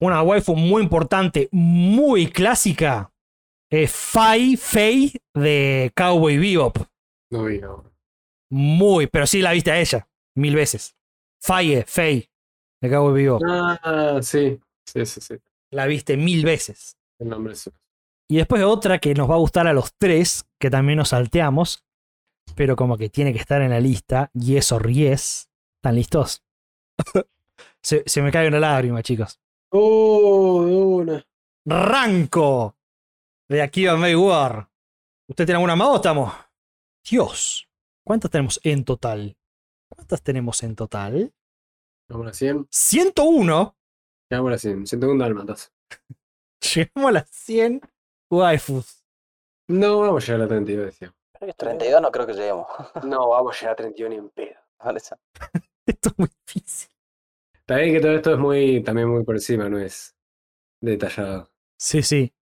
[SPEAKER 1] Una waifu muy importante, muy clásica. Es Fai Fei de Cowboy Bebop.
[SPEAKER 2] No vi ahora.
[SPEAKER 1] Muy, pero sí la viste a ella, mil veces. Faye, Fei, de Cowboy Bebop.
[SPEAKER 2] Ah, sí. Sí, sí, sí.
[SPEAKER 1] La viste mil veces.
[SPEAKER 2] El nombre es.
[SPEAKER 1] Y después otra que nos va a gustar a los tres, que también nos salteamos, pero como que tiene que estar en la lista, Yes or Yes. ¿Están listos? se, se me cae una lágrima, chicos.
[SPEAKER 2] Oh, de una.
[SPEAKER 1] Ranco de Akiva May War. ¿Usted tiene alguna más o estamos? Dios, ¿cuántas tenemos en total? ¿Cuántas tenemos en total?
[SPEAKER 2] Vamos a 100.
[SPEAKER 1] 101.
[SPEAKER 2] Llegamos a la 100. 101 dálmatas.
[SPEAKER 1] Llegamos a las 100 waifus.
[SPEAKER 2] No vamos a llegar a la 32, decía.
[SPEAKER 6] 32 no creo que lleguemos.
[SPEAKER 2] No vamos a llegar a 31 ni en pedo.
[SPEAKER 6] Vale, esa.
[SPEAKER 1] Esto es muy difícil.
[SPEAKER 2] Está bien que todo esto es muy, también muy por encima, no es detallado.
[SPEAKER 1] Sí, sí.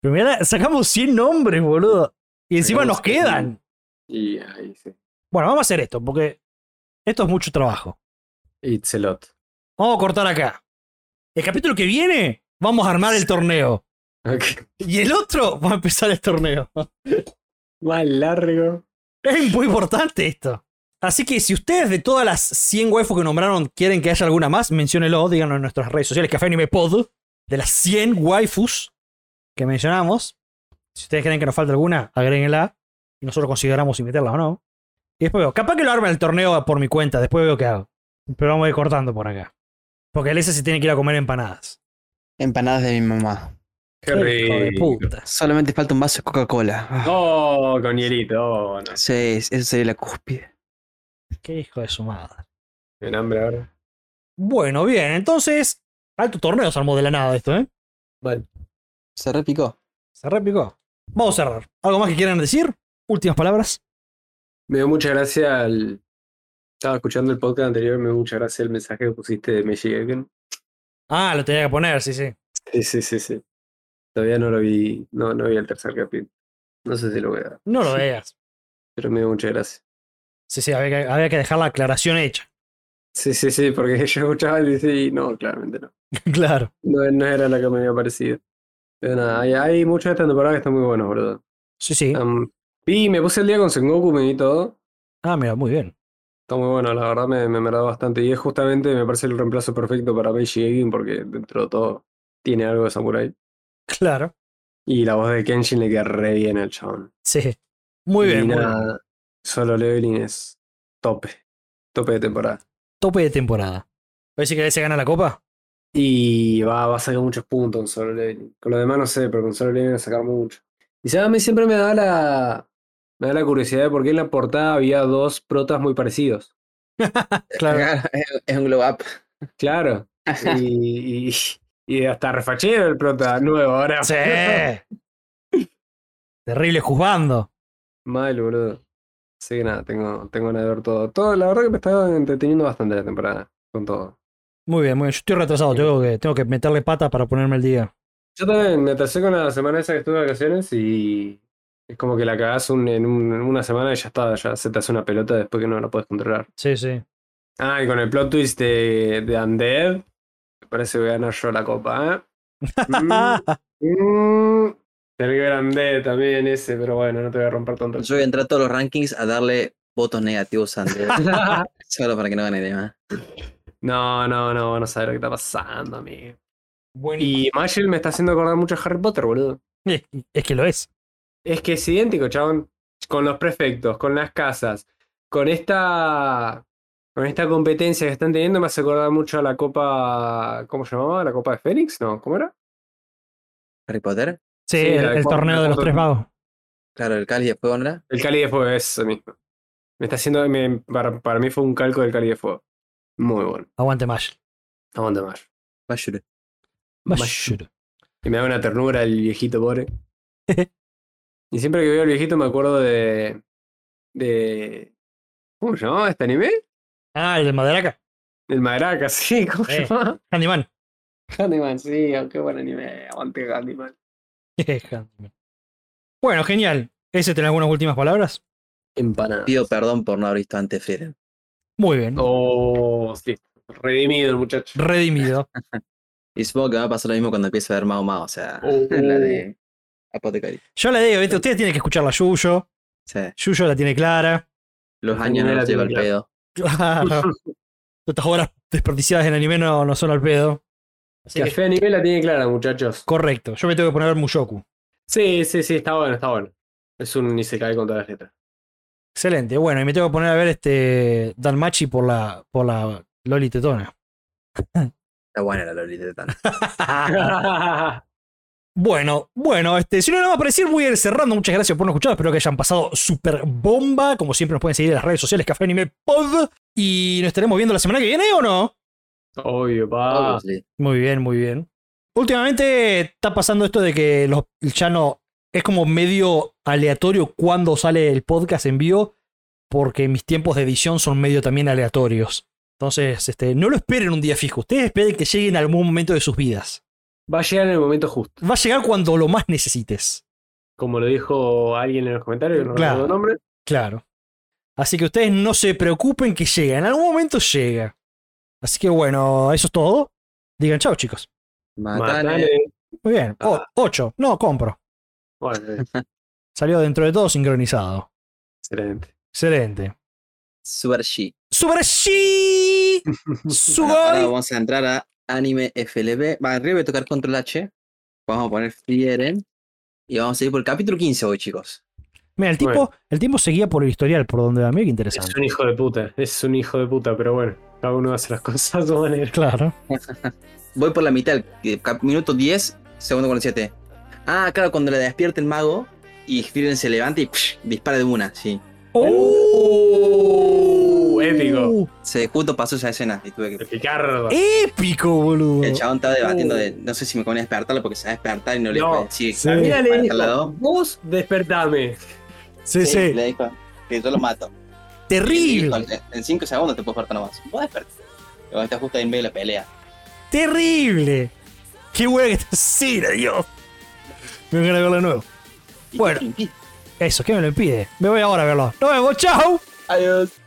[SPEAKER 1] Pero mirá, sacamos 100 nombres, boludo. Y encima
[SPEAKER 2] Sacamos
[SPEAKER 1] nos quedan.
[SPEAKER 2] Y ahí sí.
[SPEAKER 1] Bueno, vamos a hacer esto, porque esto es mucho trabajo.
[SPEAKER 2] It's a lot.
[SPEAKER 1] Vamos a cortar acá. El capítulo que viene, vamos a armar el torneo.
[SPEAKER 2] Ok.
[SPEAKER 1] Y el otro, va a empezar el torneo.
[SPEAKER 2] Más largo.
[SPEAKER 1] Es muy importante esto. Así que si ustedes de todas las 100 waifus que nombraron quieren que haya alguna más, menciónelo, díganlo en nuestras redes sociales, Café Anime Pod, de las 100 waifus que mencionamos. Si ustedes creen que nos falta alguna, agréguenla y nosotros consideramos si meterla o no. Y después veo, capaz que lo arma el torneo por mi cuenta, después veo qué hago. Pero vamos a ir cortando por acá. Porque el S se tiene que ir a comer empanadas.
[SPEAKER 5] Empanadas de mi mamá.
[SPEAKER 2] Qué
[SPEAKER 1] Hijo de
[SPEAKER 2] rico.
[SPEAKER 1] puta.
[SPEAKER 5] Solamente falta un vaso de Coca-Cola. Ah,
[SPEAKER 2] Oh, con hielito. Oh, no.
[SPEAKER 5] sí, eso sería la cúspide.
[SPEAKER 1] Qué hijo de su madre.
[SPEAKER 2] En hambre ahora.
[SPEAKER 1] Bueno, bien, entonces. Alto torneo se armó de la nada esto, ¿eh?
[SPEAKER 2] Vale.
[SPEAKER 5] Se repicó.
[SPEAKER 1] Se repicó. Vamos a cerrar. ¿Algo más que quieran decir? Últimas palabras.
[SPEAKER 2] Me dio mucha gracia al. Estaba escuchando el podcast anterior, me dio mucha gracia el mensaje que pusiste de Meiji Gaiden.
[SPEAKER 1] Ah, lo tenía que poner, sí, sí.
[SPEAKER 2] Sí, sí, sí, sí. Todavía no lo vi, no, no vi el tercer capítulo. No sé si lo voy a dar,
[SPEAKER 1] No lo veas.
[SPEAKER 2] pero me dio mucha gracia.
[SPEAKER 1] Sí, sí, había que, había que dejar la aclaración hecha.
[SPEAKER 2] Sí, sí, sí, porque yo escuchaba y decía, y no, claramente no.
[SPEAKER 1] claro.
[SPEAKER 2] No, no era la que me había parecido. Pero nada, hay, hay muchos de esta temporada que están muy buenos, ¿verdad?
[SPEAKER 1] Sí, sí.
[SPEAKER 2] Am, vi, me puse el día con Sengoku, me vi todo.
[SPEAKER 1] Ah, mira, muy bien.
[SPEAKER 2] Está muy bueno, la verdad me, me agradó bastante. Y es justamente, me parece el reemplazo perfecto para Meiji Gaiden, porque dentro de todo tiene algo de Samurai.
[SPEAKER 1] Claro.
[SPEAKER 2] Y la voz de Kenshin le queda re bien al chabón.
[SPEAKER 1] Sí. Muy bien.
[SPEAKER 2] Y
[SPEAKER 1] muy bien.
[SPEAKER 2] nada, solo leveling es tope. Tope de temporada.
[SPEAKER 1] Tope de temporada. ¿Ves si querés se gana la copa?
[SPEAKER 2] Y va, va a sacar muchos puntos con solo leveling. Con lo demás no sé, pero con solo leveling va a sacar mucho. Y sabes, a mí siempre me da la. Me da la curiosidad de por qué en la portada había dos protas muy parecidos.
[SPEAKER 1] Claro.
[SPEAKER 5] Ah.
[SPEAKER 3] Es- Es un glow up.
[SPEAKER 2] Claro. Y, y- y hasta refachero el prota nuevo ahora.
[SPEAKER 1] Sí. Terrible juzgando.
[SPEAKER 2] Mal, boludo. Así que nada, tengo, tengo ganas de ver todo. Todo, la verdad que me está entreteniendo bastante la temporada. Con todo.
[SPEAKER 1] Muy bien, muy bien. Yo estoy retrasado, tengo que, tengo que meterle patas para ponerme el día.
[SPEAKER 2] Yo también me atrasé con la semana esa que estuve de vacaciones y es como que la cagás un- en, un- en una semana y ya está, ya se te hace una pelota después que no la puedes controlar.
[SPEAKER 1] Sí, sí.
[SPEAKER 2] Ah, y con el plot twist de, de Undead, me parece que voy a ganar yo la copa, ¿eh? Mm, mm. Tenés que ver Undead también ese, pero bueno, no te voy a romper tanto. el-
[SPEAKER 3] Yo voy a entrar a todos los rankings a darle votos negativos a Andrés. Solo para que no gane de más.
[SPEAKER 2] No, no, no, no sabes lo que está pasando, amigo.
[SPEAKER 1] Bueno,
[SPEAKER 2] Y Magel me está haciendo acordar mucho a Harry Potter, boludo.
[SPEAKER 1] es, es que lo es.
[SPEAKER 2] Es que es idéntico, chabón. Con los prefectos, con las casas, con esta. Con esta competencia que están teniendo me hace acordar mucho a la Copa. ¿Cómo se llamaba? ¿La Copa de Fénix? No, ¿cómo era?
[SPEAKER 3] Harry Potter,
[SPEAKER 1] Sí,
[SPEAKER 2] Sí,
[SPEAKER 1] el,
[SPEAKER 2] la de
[SPEAKER 1] el
[SPEAKER 2] cuatro-
[SPEAKER 1] torneo de los
[SPEAKER 2] cuatro-
[SPEAKER 1] tres vagos.
[SPEAKER 3] claro, el Cali de Fuego, ¿no era?
[SPEAKER 2] El Cali de Fuego, eso mismo. Me está haciendo. me- para, para mí fue un calco del Cali de Fuego. Muy bueno.
[SPEAKER 1] Aguante Mash.
[SPEAKER 2] Aguanta más.
[SPEAKER 3] Bashure.
[SPEAKER 1] Mash.
[SPEAKER 2] Y me da una ternura el viejito pobre. y siempre que veo al viejito me acuerdo de. de. ¿Cómo se llamaba este anime?
[SPEAKER 1] Ah, el de Maderaca.
[SPEAKER 2] El Madraca, sí, ¿cómo se
[SPEAKER 1] Eh.
[SPEAKER 2] llamaba?
[SPEAKER 1] Handyman.
[SPEAKER 2] Handyman, sí, oh, qué buen anime. Aguante Handyman.
[SPEAKER 1] Handyman. Bueno, genial. ¿Ese tiene algunas últimas palabras?
[SPEAKER 2] Empanada.
[SPEAKER 3] Pido perdón por no haber visto antes Frieren.
[SPEAKER 1] Muy bien.
[SPEAKER 2] Oh, sí. Redimido el muchacho.
[SPEAKER 1] Redimido.
[SPEAKER 3] Y supongo que me va a pasar lo mismo cuando empiece a ver Mao Mao, o sea,
[SPEAKER 6] Uh.
[SPEAKER 2] Oh.
[SPEAKER 3] la de Apothecary.
[SPEAKER 1] Yo le digo, ¿viste? ustedes tienen que escuchar la Yuyo.
[SPEAKER 3] Sí,
[SPEAKER 1] Yuyo la tiene clara.
[SPEAKER 3] los
[SPEAKER 2] La
[SPEAKER 3] años no
[SPEAKER 2] primera
[SPEAKER 3] los llevo al
[SPEAKER 2] temporada.
[SPEAKER 3] pedo.
[SPEAKER 1] Claro. Estas horas desperdiciadas en anime no, no son al pedo. Así
[SPEAKER 2] La
[SPEAKER 1] que,
[SPEAKER 2] fe anime la tiene clara, muchachos.
[SPEAKER 1] correcto. Yo me tengo que poner a ver Mushoku.
[SPEAKER 2] Sí, sí, sí, está bueno, está bueno. Es un Isekai con todas las letras.
[SPEAKER 1] Excelente. Bueno, y me tengo que poner a ver este Danmachi por la, por la Loli Tetona.
[SPEAKER 3] Está buena la Lolita de Tana.
[SPEAKER 2] Ah.
[SPEAKER 1] Bueno, bueno, este, si no hay nada más para decir, voy a ir cerrando. Muchas gracias por no escuchar. Espero que hayan pasado super bomba. Como siempre, nos pueden seguir en las redes sociales Café Anime Pod. Y nos estaremos viendo la semana que viene, ¿o no?
[SPEAKER 2] Obvio, pa.
[SPEAKER 3] Obviously.
[SPEAKER 1] Muy bien, muy bien. Últimamente está pasando esto de que los, ya no. Es como medio aleatorio cuando sale el podcast en vivo, porque mis tiempos de edición son medio también aleatorios. Entonces, este, no lo esperen un día fijo. Ustedes esperen que lleguen en algún momento de sus vidas.
[SPEAKER 2] Va a llegar en el momento justo.
[SPEAKER 1] Va a llegar cuando lo más necesites.
[SPEAKER 2] Como lo dijo alguien en los comentarios, que no
[SPEAKER 1] Claro.
[SPEAKER 2] recuerdo el nombre.
[SPEAKER 1] Claro. Así que ustedes no se preocupen que llega. En algún momento llega. Así que bueno, eso es todo. Digan chao, chicos.
[SPEAKER 3] Matane.
[SPEAKER 2] Matane.
[SPEAKER 1] Muy bien.
[SPEAKER 2] Ah.
[SPEAKER 1] O- ocho. No, compro.
[SPEAKER 2] Bueno,
[SPEAKER 1] Salió dentro de todo sincronizado.
[SPEAKER 2] excelente.
[SPEAKER 1] Excelente.
[SPEAKER 3] Subarshi.
[SPEAKER 1] ¡Subarashi!
[SPEAKER 3] Bueno, ahora
[SPEAKER 1] ¡Sugoi!
[SPEAKER 3] vamos a entrar a Anime FLB. Va, arriba voy a tocar Control H. Vamos a poner Frieren. Y vamos a ir por el capítulo 15 hoy, chicos.
[SPEAKER 1] Mira, el tipo, el tipo seguía por el historial, por donde va. Mira qué interesante.
[SPEAKER 2] Es un hijo de puta, es un hijo de puta, pero bueno, cada uno hace las cosas a su manera.
[SPEAKER 1] Claro.
[SPEAKER 3] Voy por la mitad, el cap- minuto 10, segundo 47. Ah, claro, cuando le despierta el mago y Frieren se levanta y psh, dispara de una, sí.
[SPEAKER 2] ¡Oh! Épico.
[SPEAKER 3] Se justo pasó esa escena y tuve que.
[SPEAKER 2] El Picardo.
[SPEAKER 1] ¡Épico, boludo!
[SPEAKER 3] El chabón estaba debatiendo
[SPEAKER 2] Uh.
[SPEAKER 3] de. No sé si me conviene despertarlo porque se va a despertar y no le
[SPEAKER 2] No,
[SPEAKER 3] puede decir.
[SPEAKER 1] sí.
[SPEAKER 3] que
[SPEAKER 2] Mira,
[SPEAKER 3] para
[SPEAKER 2] le
[SPEAKER 3] el
[SPEAKER 2] dijo,
[SPEAKER 3] lado.
[SPEAKER 2] vos despertame.
[SPEAKER 1] Sí, sí.
[SPEAKER 3] Le dijo que yo lo mato.
[SPEAKER 1] Terrible.
[SPEAKER 3] Y dijo, En 5 segundos te puedo despertar nomás. Vos despertar. Luego está justo ahí en medio de la pelea.
[SPEAKER 1] Terrible. Qué buena que está. Sí, Dios. Me voy a verlo de nuevo.
[SPEAKER 3] Y
[SPEAKER 1] Bueno.
[SPEAKER 3] te-
[SPEAKER 1] Eso, ¿qué me lo impide? Me voy ahora a verlo. Nos vemos, chao.
[SPEAKER 3] Adiós.